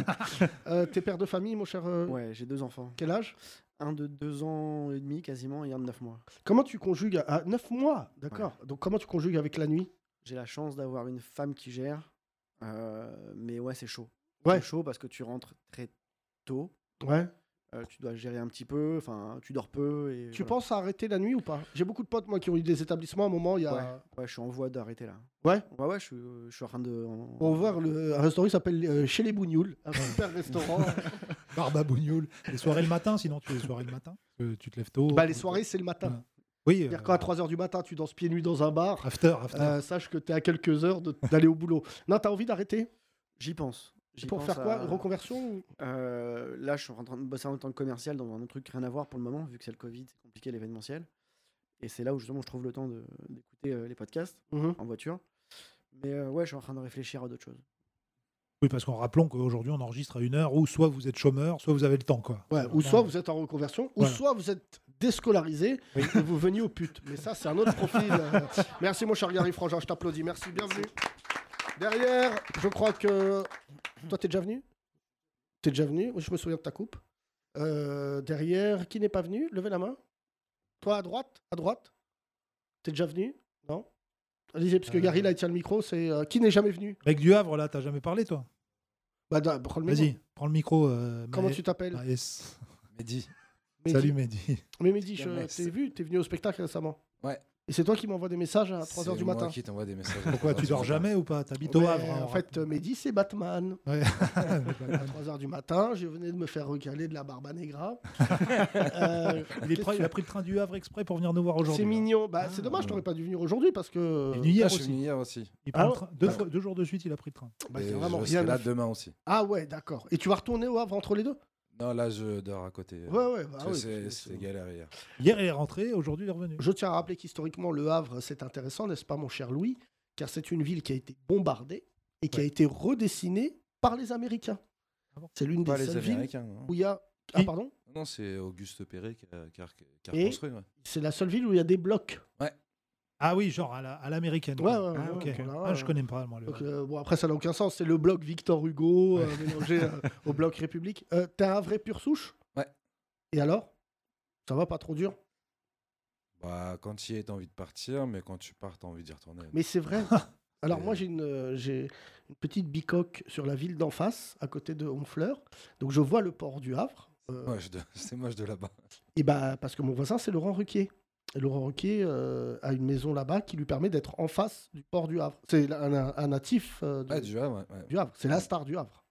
Speaker 3: Euh, T'es père de famille, mon cher euh,
Speaker 8: Ouais, j'ai deux enfants.
Speaker 3: Quel âge
Speaker 8: Un de deux ans et demi quasiment et un de neuf mois.
Speaker 3: Comment tu conjugues à 9 mois, d'accord. Donc comment tu conjugues avec la nuit
Speaker 8: J'ai la chance d'avoir une femme qui gère, euh, mais ouais, c'est chaud.
Speaker 3: Ouais.
Speaker 8: C'est chaud parce que tu rentres très tôt,
Speaker 3: Ouais.
Speaker 8: euh, tu dois gérer un petit peu, enfin, tu dors peu et.
Speaker 3: Tu
Speaker 8: voilà.
Speaker 3: penses à arrêter la nuit ou pas J'ai beaucoup de potes moi qui ont eu des établissements à un moment, il y a
Speaker 8: Ouais, je suis en voie d'arrêter là.
Speaker 3: Ouais.
Speaker 8: Ouais, ouais, je suis, euh, je suis en train de. en-
Speaker 3: on va voir le, un restaurant qui s'appelle euh, Chez les Bougnoules, un super restaurant.
Speaker 4: Barba Bougnoul. Les soirées le matin, sinon tu fais les soirées le matin. Euh, tu te lèves tôt.
Speaker 3: bah les soirées c'est le matin.
Speaker 4: Ouais. Oui.
Speaker 3: C'est-à-dire
Speaker 4: euh,
Speaker 3: quand à 3h du matin tu danses pieds nus dans un bar,
Speaker 4: After, after.
Speaker 3: Euh, sache que tu es à quelques heures de- d'aller au boulot. Non, t'as envie d'arrêter
Speaker 8: J'y pense. J'y
Speaker 3: Pour
Speaker 8: pense
Speaker 3: faire quoi
Speaker 8: à-
Speaker 3: Une reconversion ou-
Speaker 8: Euh, Là, je suis en train de bosser en tant que commercial dans un autre truc rien à voir pour le moment, vu que c'est le Covid, c'est compliqué l'événementiel. Et c'est là où justement je trouve le temps de- d'écouter euh, les podcasts
Speaker 3: Mhm.
Speaker 8: en voiture. Mais euh, ouais, je suis en train de réfléchir à d'autres choses.
Speaker 4: Oui, parce qu'on rappelons qu'aujourd'hui, on enregistre à une heure où soit vous êtes chômeur, soit vous avez le temps. Quoi.
Speaker 3: Ouais, Ou soit vous êtes en reconversion, ou
Speaker 4: Voilà.
Speaker 3: soit vous êtes déscolarisé
Speaker 4: Oui.
Speaker 3: et vous veniez au pute. Mais ça, c'est un autre profil. euh. Merci, mon cher Gary Frangin, je t'applaudis. Merci, bienvenue. Derrière, je crois que. Toi, t'es déjà venu T'es déjà venu Oui, Je me souviens de ta coupe. Euh, derrière, qui n'est pas venu Levez la main. Toi, à droite À droite T'es déjà venu Non Allez-y, parce que
Speaker 4: Euh.
Speaker 3: Gary, là, il tient le micro. C'est euh, qui n'est jamais venu
Speaker 4: Mec du Havre, là, t'as jamais parlé, toi
Speaker 3: Bah, da- prends le micro.
Speaker 4: Vas-y, prends le micro. euh,
Speaker 3: Comment
Speaker 4: Maë-
Speaker 3: tu t'appelles
Speaker 4: Maës.
Speaker 9: Mehdi.
Speaker 3: Mehdi.
Speaker 4: Salut, Mehdi.
Speaker 3: Mais Mehdi, je-
Speaker 9: Gamès.
Speaker 3: t'es vu, t'es venu au spectacle récemment.
Speaker 9: Ouais.
Speaker 3: Et c'est toi qui m'envoie des messages à 3h du
Speaker 9: C'est moi
Speaker 3: matin.
Speaker 9: qui t'envoie des messages.
Speaker 4: Pourquoi Tu dors jamais ou pas T'habites au
Speaker 3: Ouais,
Speaker 4: Havre. hein,
Speaker 3: en fait, euh, Mehdi, c'est Batman.
Speaker 4: Ouais.
Speaker 3: à 3h du matin, je venais de me faire recaler de la barba negra. Euh,
Speaker 4: il, est tra- il a pris le train du Havre exprès pour venir nous voir aujourd'hui.
Speaker 3: c'est mignon. Ah, Bah, c'est
Speaker 9: Ah.
Speaker 3: dommage, t'aurais pas dû venir aujourd'hui parce que.
Speaker 4: Il est venu hier
Speaker 9: Hier
Speaker 4: aussi.
Speaker 9: hier aussi.
Speaker 4: Il prend le
Speaker 3: Ah,
Speaker 4: train- deux,
Speaker 9: bah.
Speaker 4: fois- deux jours de suite, il a pris le train.
Speaker 3: Bah,
Speaker 9: Et
Speaker 3: c'est vraiment
Speaker 9: je serai
Speaker 3: rien. à
Speaker 9: là
Speaker 3: faire.
Speaker 9: demain aussi.
Speaker 3: Ah ouais, d'accord. Et tu vas retourner au Havre entre les deux
Speaker 9: Non, là, je dors à côté. euh.
Speaker 3: Ouais, ouais. bah
Speaker 9: Parce que
Speaker 3: oui, parce que
Speaker 9: c'est-
Speaker 3: c'est-
Speaker 9: C'était galère hier.
Speaker 4: Hier, il est rentré, aujourd'hui, il est revenu.
Speaker 3: Je tiens à rappeler qu'historiquement, Le Havre, c'est intéressant, n'est-ce pas, mon cher Louis Car c'est une ville qui a été bombardée et qui a
Speaker 4: Ouais.
Speaker 3: été redessinée par les Américains.
Speaker 4: Ah bon
Speaker 3: C'est l'une
Speaker 9: Pas
Speaker 3: des
Speaker 9: les
Speaker 3: seules villes
Speaker 9: Américains. non.
Speaker 3: où il y a. Ah,
Speaker 4: Qui
Speaker 3: pardon
Speaker 9: Non, c'est Auguste Perret qui a, qui a- qui a
Speaker 3: Et-
Speaker 9: reconstruit. ouais.
Speaker 3: C'est la seule ville où il y a des blocs.
Speaker 4: Ah oui, genre à la- à l'américaine.
Speaker 3: Ouais,
Speaker 4: quoi.
Speaker 3: ouais, ouais,
Speaker 4: Ah, ok.
Speaker 3: ouais, voilà,
Speaker 4: Ah, je
Speaker 3: euh,
Speaker 4: connais pas, moi. le-
Speaker 3: Donc, euh, bon, après, ça n'a aucun sens. C'est le bloc Victor Hugo euh, mélangé euh, au bloc République. Euh, T'es un vrai pur souche
Speaker 9: Ouais.
Speaker 3: Et alors Ça va pas trop dur
Speaker 9: Bah, quand tu y es, t'as envie de partir, mais quand tu pars, t'as envie d'y retourner.
Speaker 3: Mais c'est vrai. Alors
Speaker 9: C'est-
Speaker 3: moi j'ai une, euh, j'ai une petite bicoque sur la ville d'en face, à côté de Honfleur. Donc je vois le port du Havre. euh,
Speaker 9: Moche de- C'est moche de là-bas.
Speaker 3: Et bah parce que mon voisin c'est Laurent Ruquier. Et Laurent Ruquier euh, a une maison là-bas qui lui permet d'être en face du port du Havre. C'est un, un- un natif euh, du,
Speaker 9: Ouais, du Havre, ouais, ouais.
Speaker 3: du Havre. C'est la star du Havre.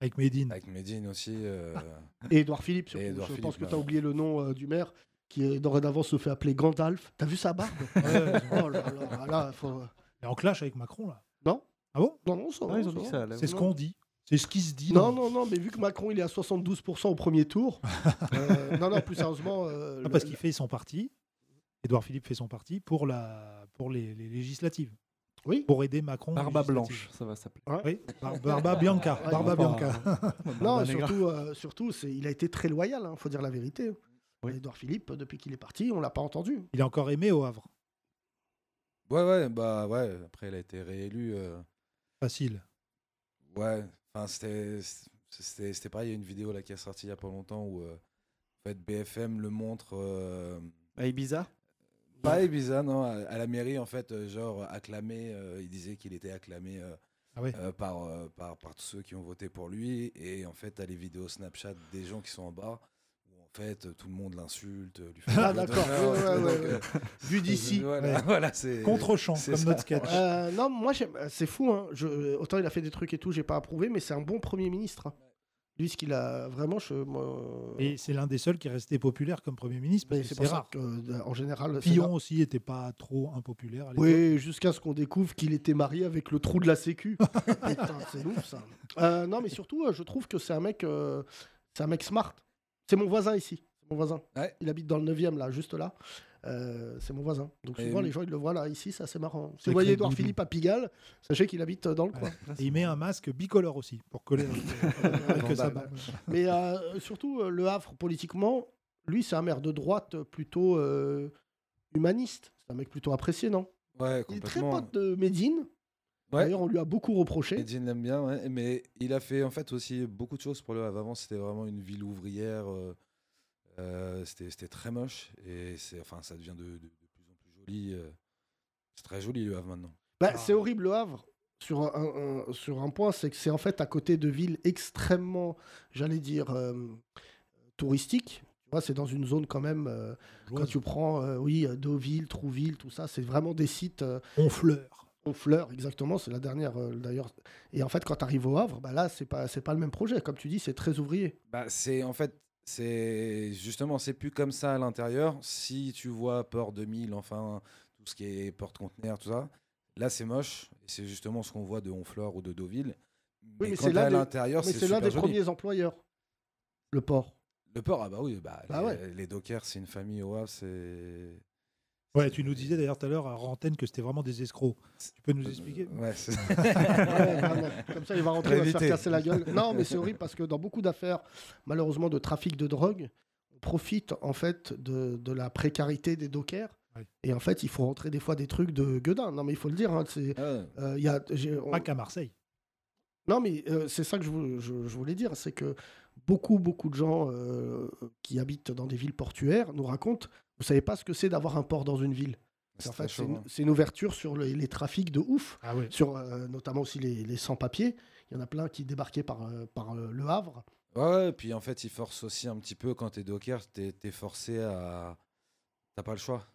Speaker 4: Avec Medine.
Speaker 9: Avec Medine aussi. euh,
Speaker 3: Et Édouard Philippe, surtout.
Speaker 9: Et Édouard
Speaker 3: je
Speaker 9: Philippe,
Speaker 3: pense que
Speaker 9: bah
Speaker 3: tu as
Speaker 9: ouais.
Speaker 3: oublié le nom euh, du maire qui euh, dorénavant se fait appeler Gandalf. T'as vu sa barbe
Speaker 4: Ouais,
Speaker 3: Oh là là, là, faut...
Speaker 4: Et en clash avec Macron, là.
Speaker 3: Non
Speaker 4: Ah bon
Speaker 3: Non, non, ça va, ça va.
Speaker 4: C'est ce qu'on dit. C'est ce qui se dit.
Speaker 3: Non, non, non, mais vu que Macron il est à 72% au premier tour, euh, non, non, plus sérieusement, euh,
Speaker 4: Ah,
Speaker 3: le-
Speaker 4: parce qu'il fait son parti. Édouard Philippe fait son parti pour, la, pour les, les législatives.
Speaker 3: Oui.
Speaker 4: Pour aider Macron. aux
Speaker 5: Barba
Speaker 4: législatives.
Speaker 5: blanche, ça va s'appeler.
Speaker 4: Oui, Bar- Barba Bianca.
Speaker 3: Ouais,
Speaker 4: Barba
Speaker 5: Enfin,
Speaker 4: Bianca.
Speaker 3: Non,
Speaker 5: Barba
Speaker 3: et
Speaker 5: Negra.
Speaker 3: surtout, euh, surtout c'est- il a été très loyal, il faut dire la vérité.
Speaker 5: Oui.
Speaker 3: Edouard Philippe, depuis qu'il est parti, on l'a pas entendu.
Speaker 4: Il est encore aimé au Havre.
Speaker 9: Ouais, ouais, bah ouais. Après, il a été réélu. euh,
Speaker 4: Facile.
Speaker 9: Ouais, enfin, c'était c'était- c'était pareil. Il y a une vidéo là qui est sortie il y a pas longtemps où euh, en fait, BFM le montre. euh,
Speaker 8: À Ibiza
Speaker 9: pas Ibiza, non, à, à la mairie en fait, euh, genre acclamé. euh, il disait qu'il était acclamé euh,
Speaker 4: Ah ouais.
Speaker 9: euh, par, euh, par, par tous ceux qui ont voté pour lui. Et en fait, t'as les vidéos Snapchat des gens qui sont en bas où en fait euh, tout le monde l'insulte, lui fait
Speaker 3: Ah,
Speaker 9: des mots
Speaker 3: d'accord,
Speaker 9: d'honneur,
Speaker 3: ouais,
Speaker 9: et tout,
Speaker 3: ouais,
Speaker 9: donc,
Speaker 3: ouais, Euh,
Speaker 9: euh,
Speaker 3: Vu d'ici.
Speaker 9: Voilà,
Speaker 4: Ouais.
Speaker 9: voilà, c'est.
Speaker 4: Contre-champ,
Speaker 9: c'est
Speaker 4: comme
Speaker 9: ça.
Speaker 4: notre sketch.
Speaker 3: Euh, non, moi, j'aime- euh, c'est fou. hein. Je- autant il a fait des trucs et tout, j'ai pas approuvé, mais c'est un bon Premier ministre. hein. Lui, ce qu'il a vraiment. Je, moi,
Speaker 4: Et c'est l'un des seuls qui est resté populaire comme Premier ministre, parce
Speaker 3: mais
Speaker 4: que
Speaker 3: c'est
Speaker 4: c'est
Speaker 3: pour ça
Speaker 4: rare.
Speaker 3: que, euh, en général. c'est
Speaker 4: Fillon
Speaker 3: là-
Speaker 4: aussi n'était pas trop impopulaire. à l'époque.
Speaker 3: Oui, jusqu'à ce qu'on découvre qu'il était marié avec le trou de la Sécu. Putain, c'est ouf ça. Euh, non, mais surtout, euh, je trouve que c'est un mec, euh, c'est un mec smart. C'est mon voisin ici. C'est Mon voisin.
Speaker 9: Ouais.
Speaker 3: Il habite dans le 9e là, juste là. Euh, c'est mon voisin. Donc
Speaker 9: Et
Speaker 3: souvent
Speaker 9: oui.
Speaker 3: les gens ils le voient là ici, ça c'est marrant. Si
Speaker 4: Sacré
Speaker 3: vous voyez Edouard
Speaker 4: bidou.
Speaker 3: Philippe à Pigalle, sachez qu'il habite euh, dans le coin.
Speaker 4: Et il met un masque bicolore aussi, pour coller avec
Speaker 9: Vandale.
Speaker 4: sa barbe.
Speaker 3: Mais euh, surtout, euh, Le Havre, politiquement, lui, c'est un maire de droite euh, plutôt euh, humaniste. C'est un mec plutôt apprécié, non
Speaker 9: Ouais,
Speaker 3: Il est très
Speaker 9: complètement.
Speaker 3: pote de Médine.
Speaker 9: Ouais.
Speaker 3: D'ailleurs, on lui a beaucoup reproché.
Speaker 9: Medine l'aime bien, ouais, mais il a fait en fait aussi beaucoup de choses pour le Havre. Avant, c'était vraiment une ville ouvrière. euh, euh, c'était c'était très moche et c'est enfin ça devient de, de- de plus en plus joli. euh. c'est très joli le Havre maintenant.
Speaker 3: Bah,
Speaker 4: Ah.
Speaker 3: C'est horrible, Le Havre. Sur un, un- sur un point, c'est que c'est en fait à côté de villes extrêmement, j'allais dire, euh, touristiques. Tu vois, c'est dans une zone quand même. euh, quand tu prends, euh, oui, euh, Deauville, Trouville, tout ça, c'est vraiment des sites euh,
Speaker 4: Honfleur.
Speaker 3: Honfleur, exactement, c'est la dernière euh, d'ailleurs. Et en fait, quand tu arrives au Havre, bah là, c'est pas, c'est pas le même projet. Comme tu dis, c'est très ouvrier.
Speaker 9: Bah, c'est en fait c'est justement c'est plus comme ça à l'intérieur. Si tu vois Port 2000, enfin tout ce qui est porte conteneur tout ça, là c'est moche. Et C'est justement ce qu'on voit de Honfleur ou de Deauville.
Speaker 3: Oui, mais
Speaker 9: quand
Speaker 3: c'est
Speaker 9: t'es à
Speaker 3: l'un des-
Speaker 9: l'intérieur,
Speaker 3: Mais
Speaker 9: c'est
Speaker 3: c'est l'un
Speaker 9: super
Speaker 3: des
Speaker 9: joli.
Speaker 3: premiers employeurs, le port.
Speaker 9: Le port, ah bah oui, bah,
Speaker 3: Bah
Speaker 9: les,
Speaker 3: ouais.
Speaker 9: les dockers, c'est une famille au Havre, c'est.
Speaker 4: Ouais, tu nous disais d'ailleurs tout à l'heure à Rantaine que c'était vraiment des escrocs. Tu peux nous expliquer
Speaker 9: Euh, Ouais, c'est-
Speaker 3: Ouais, vraiment. Comme ça, il va rentrer, il va se faire
Speaker 9: Éviter.
Speaker 3: casser la gueule. Non, mais c'est horrible parce que dans beaucoup d'affaires, malheureusement, de trafic de drogue, on profite en fait de, de la précarité des dockers.
Speaker 4: Ouais.
Speaker 3: Et en fait, il faut rentrer des fois des trucs de gueudin. Non, mais il faut le dire. hein, c'est,
Speaker 9: Ah,
Speaker 3: euh, il y a, j'ai- on-
Speaker 4: Pas qu'à Marseille.
Speaker 3: Non, mais euh, c'est ça que je, vou- je- je voulais dire, c'est que beaucoup, beaucoup de gens euh, qui habitent dans des villes portuaires nous racontent, vous savez pas ce que c'est d'avoir un port dans une ville.
Speaker 9: c'est
Speaker 3: En
Speaker 9: très
Speaker 3: fait, c'est
Speaker 9: chaud,
Speaker 3: une,
Speaker 9: hein.
Speaker 3: c'est une ouverture sur les, les trafics de ouf,
Speaker 4: Ah ouais.
Speaker 3: sur euh, notamment aussi les, les sans-papiers. Il y en a plein qui débarquaient par, euh, par euh, Le Havre.
Speaker 9: Ouais, ouais, puis en fait, ils forcent aussi un petit peu quand t'es docker, t'es t'es forcé à. T'as pas le choix.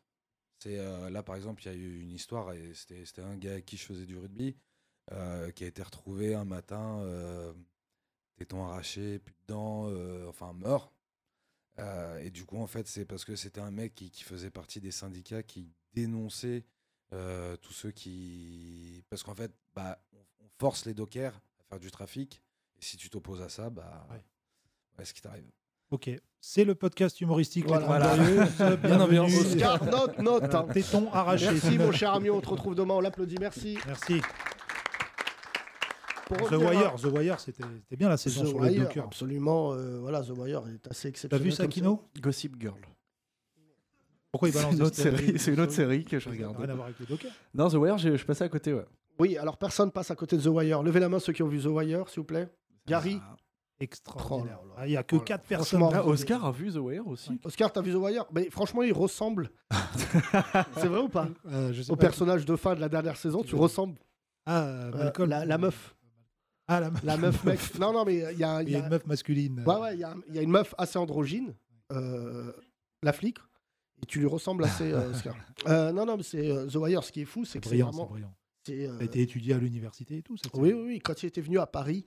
Speaker 9: C'est euh, là, par exemple, il y a eu une histoire et c'était c'était un gars à qui je faisais du rugby euh, qui a été retrouvé un matin, euh, téton arraché, plus de dents, euh, enfin mort. Euh, et du coup, en fait, c'est parce que c'était un mec qui, qui faisait partie des syndicats qui dénonçaient euh, tous ceux qui. Parce qu'en fait, bah, on, on force les dockers à faire du trafic. Et si tu t'opposes à ça, bah,
Speaker 4: Ouais.
Speaker 9: ouais, ce qui t'arrive.
Speaker 4: Ok. C'est le podcast humoristique. Les
Speaker 3: Voilà.
Speaker 4: Trente Glorieuses. Bienvenue.
Speaker 9: ambiance.
Speaker 3: Euh, Oscar, note, note. hein.
Speaker 4: Voilà. Téton arraché.
Speaker 3: Merci, mon cher ami, on te retrouve demain, on l'applaudit, merci.
Speaker 4: Merci.
Speaker 3: Pour
Speaker 4: The
Speaker 3: revenir à-
Speaker 4: Wire, The Wire, c'était c'était bien la
Speaker 3: The
Speaker 4: saison sur les
Speaker 3: Wire,
Speaker 4: dockers.
Speaker 3: absolument, euh, voilà, The Wire est assez
Speaker 4: T'as
Speaker 3: exceptionnel.
Speaker 4: vu
Speaker 3: comme
Speaker 4: ça, Kino
Speaker 5: Gossip Girl.
Speaker 4: Pourquoi il balance
Speaker 5: C'est une
Speaker 4: des
Speaker 5: autre
Speaker 4: stéréotypes
Speaker 5: série, c'est une autre
Speaker 4: sur-
Speaker 5: série que je
Speaker 4: Ça n'a Rien à
Speaker 5: regarde.
Speaker 4: voir avec les dockers.
Speaker 5: Non, The Wire, j'ai- je passais à côté, ouais. Ah,
Speaker 3: Oui, alors personne passe à côté de The Wire. Levez la main ceux qui ont vu The Wire, s'il vous plaît. Gary,
Speaker 5: Ah,
Speaker 4: Extraordinaire.
Speaker 3: Oh là là.
Speaker 4: Ah, Il n'y a que
Speaker 3: Oh là.
Speaker 4: 4 personnes.
Speaker 3: Franchement,
Speaker 5: ah, Oscar a vu The Wire aussi.
Speaker 3: Oscar, t'as vu The Wire Mais franchement, il ressemble. C'est vrai ou pas
Speaker 4: Euh, je sais
Speaker 3: Au
Speaker 4: pas.
Speaker 3: personnage de fin de la dernière saison, tu
Speaker 4: Oui.
Speaker 3: ressembles.
Speaker 4: Ah, euh,
Speaker 3: Euh,
Speaker 4: Malcolm.
Speaker 3: la, la meuf.
Speaker 4: Ah, la meuf.
Speaker 3: La meuf, mec. Non, non, mais il y a, il y
Speaker 4: Il y a
Speaker 3: a-
Speaker 4: une meuf masculine.
Speaker 3: Ouais, ouais, il y a, il y a une meuf assez androgyne, euh, la flic, et tu lui ressembles assez, euh, Oscar. Euh, non, non, mais c'est euh, The Wire, ce qui est fou, c'est
Speaker 4: C'est
Speaker 3: que c'est
Speaker 4: brillant, c'est
Speaker 3: vraiment.
Speaker 4: brillant.
Speaker 3: c'est, euh,
Speaker 4: Ça a été étudié à l'université et tout. cette
Speaker 3: Oui,
Speaker 4: série.
Speaker 3: oui, oui, quand il était venu à Paris,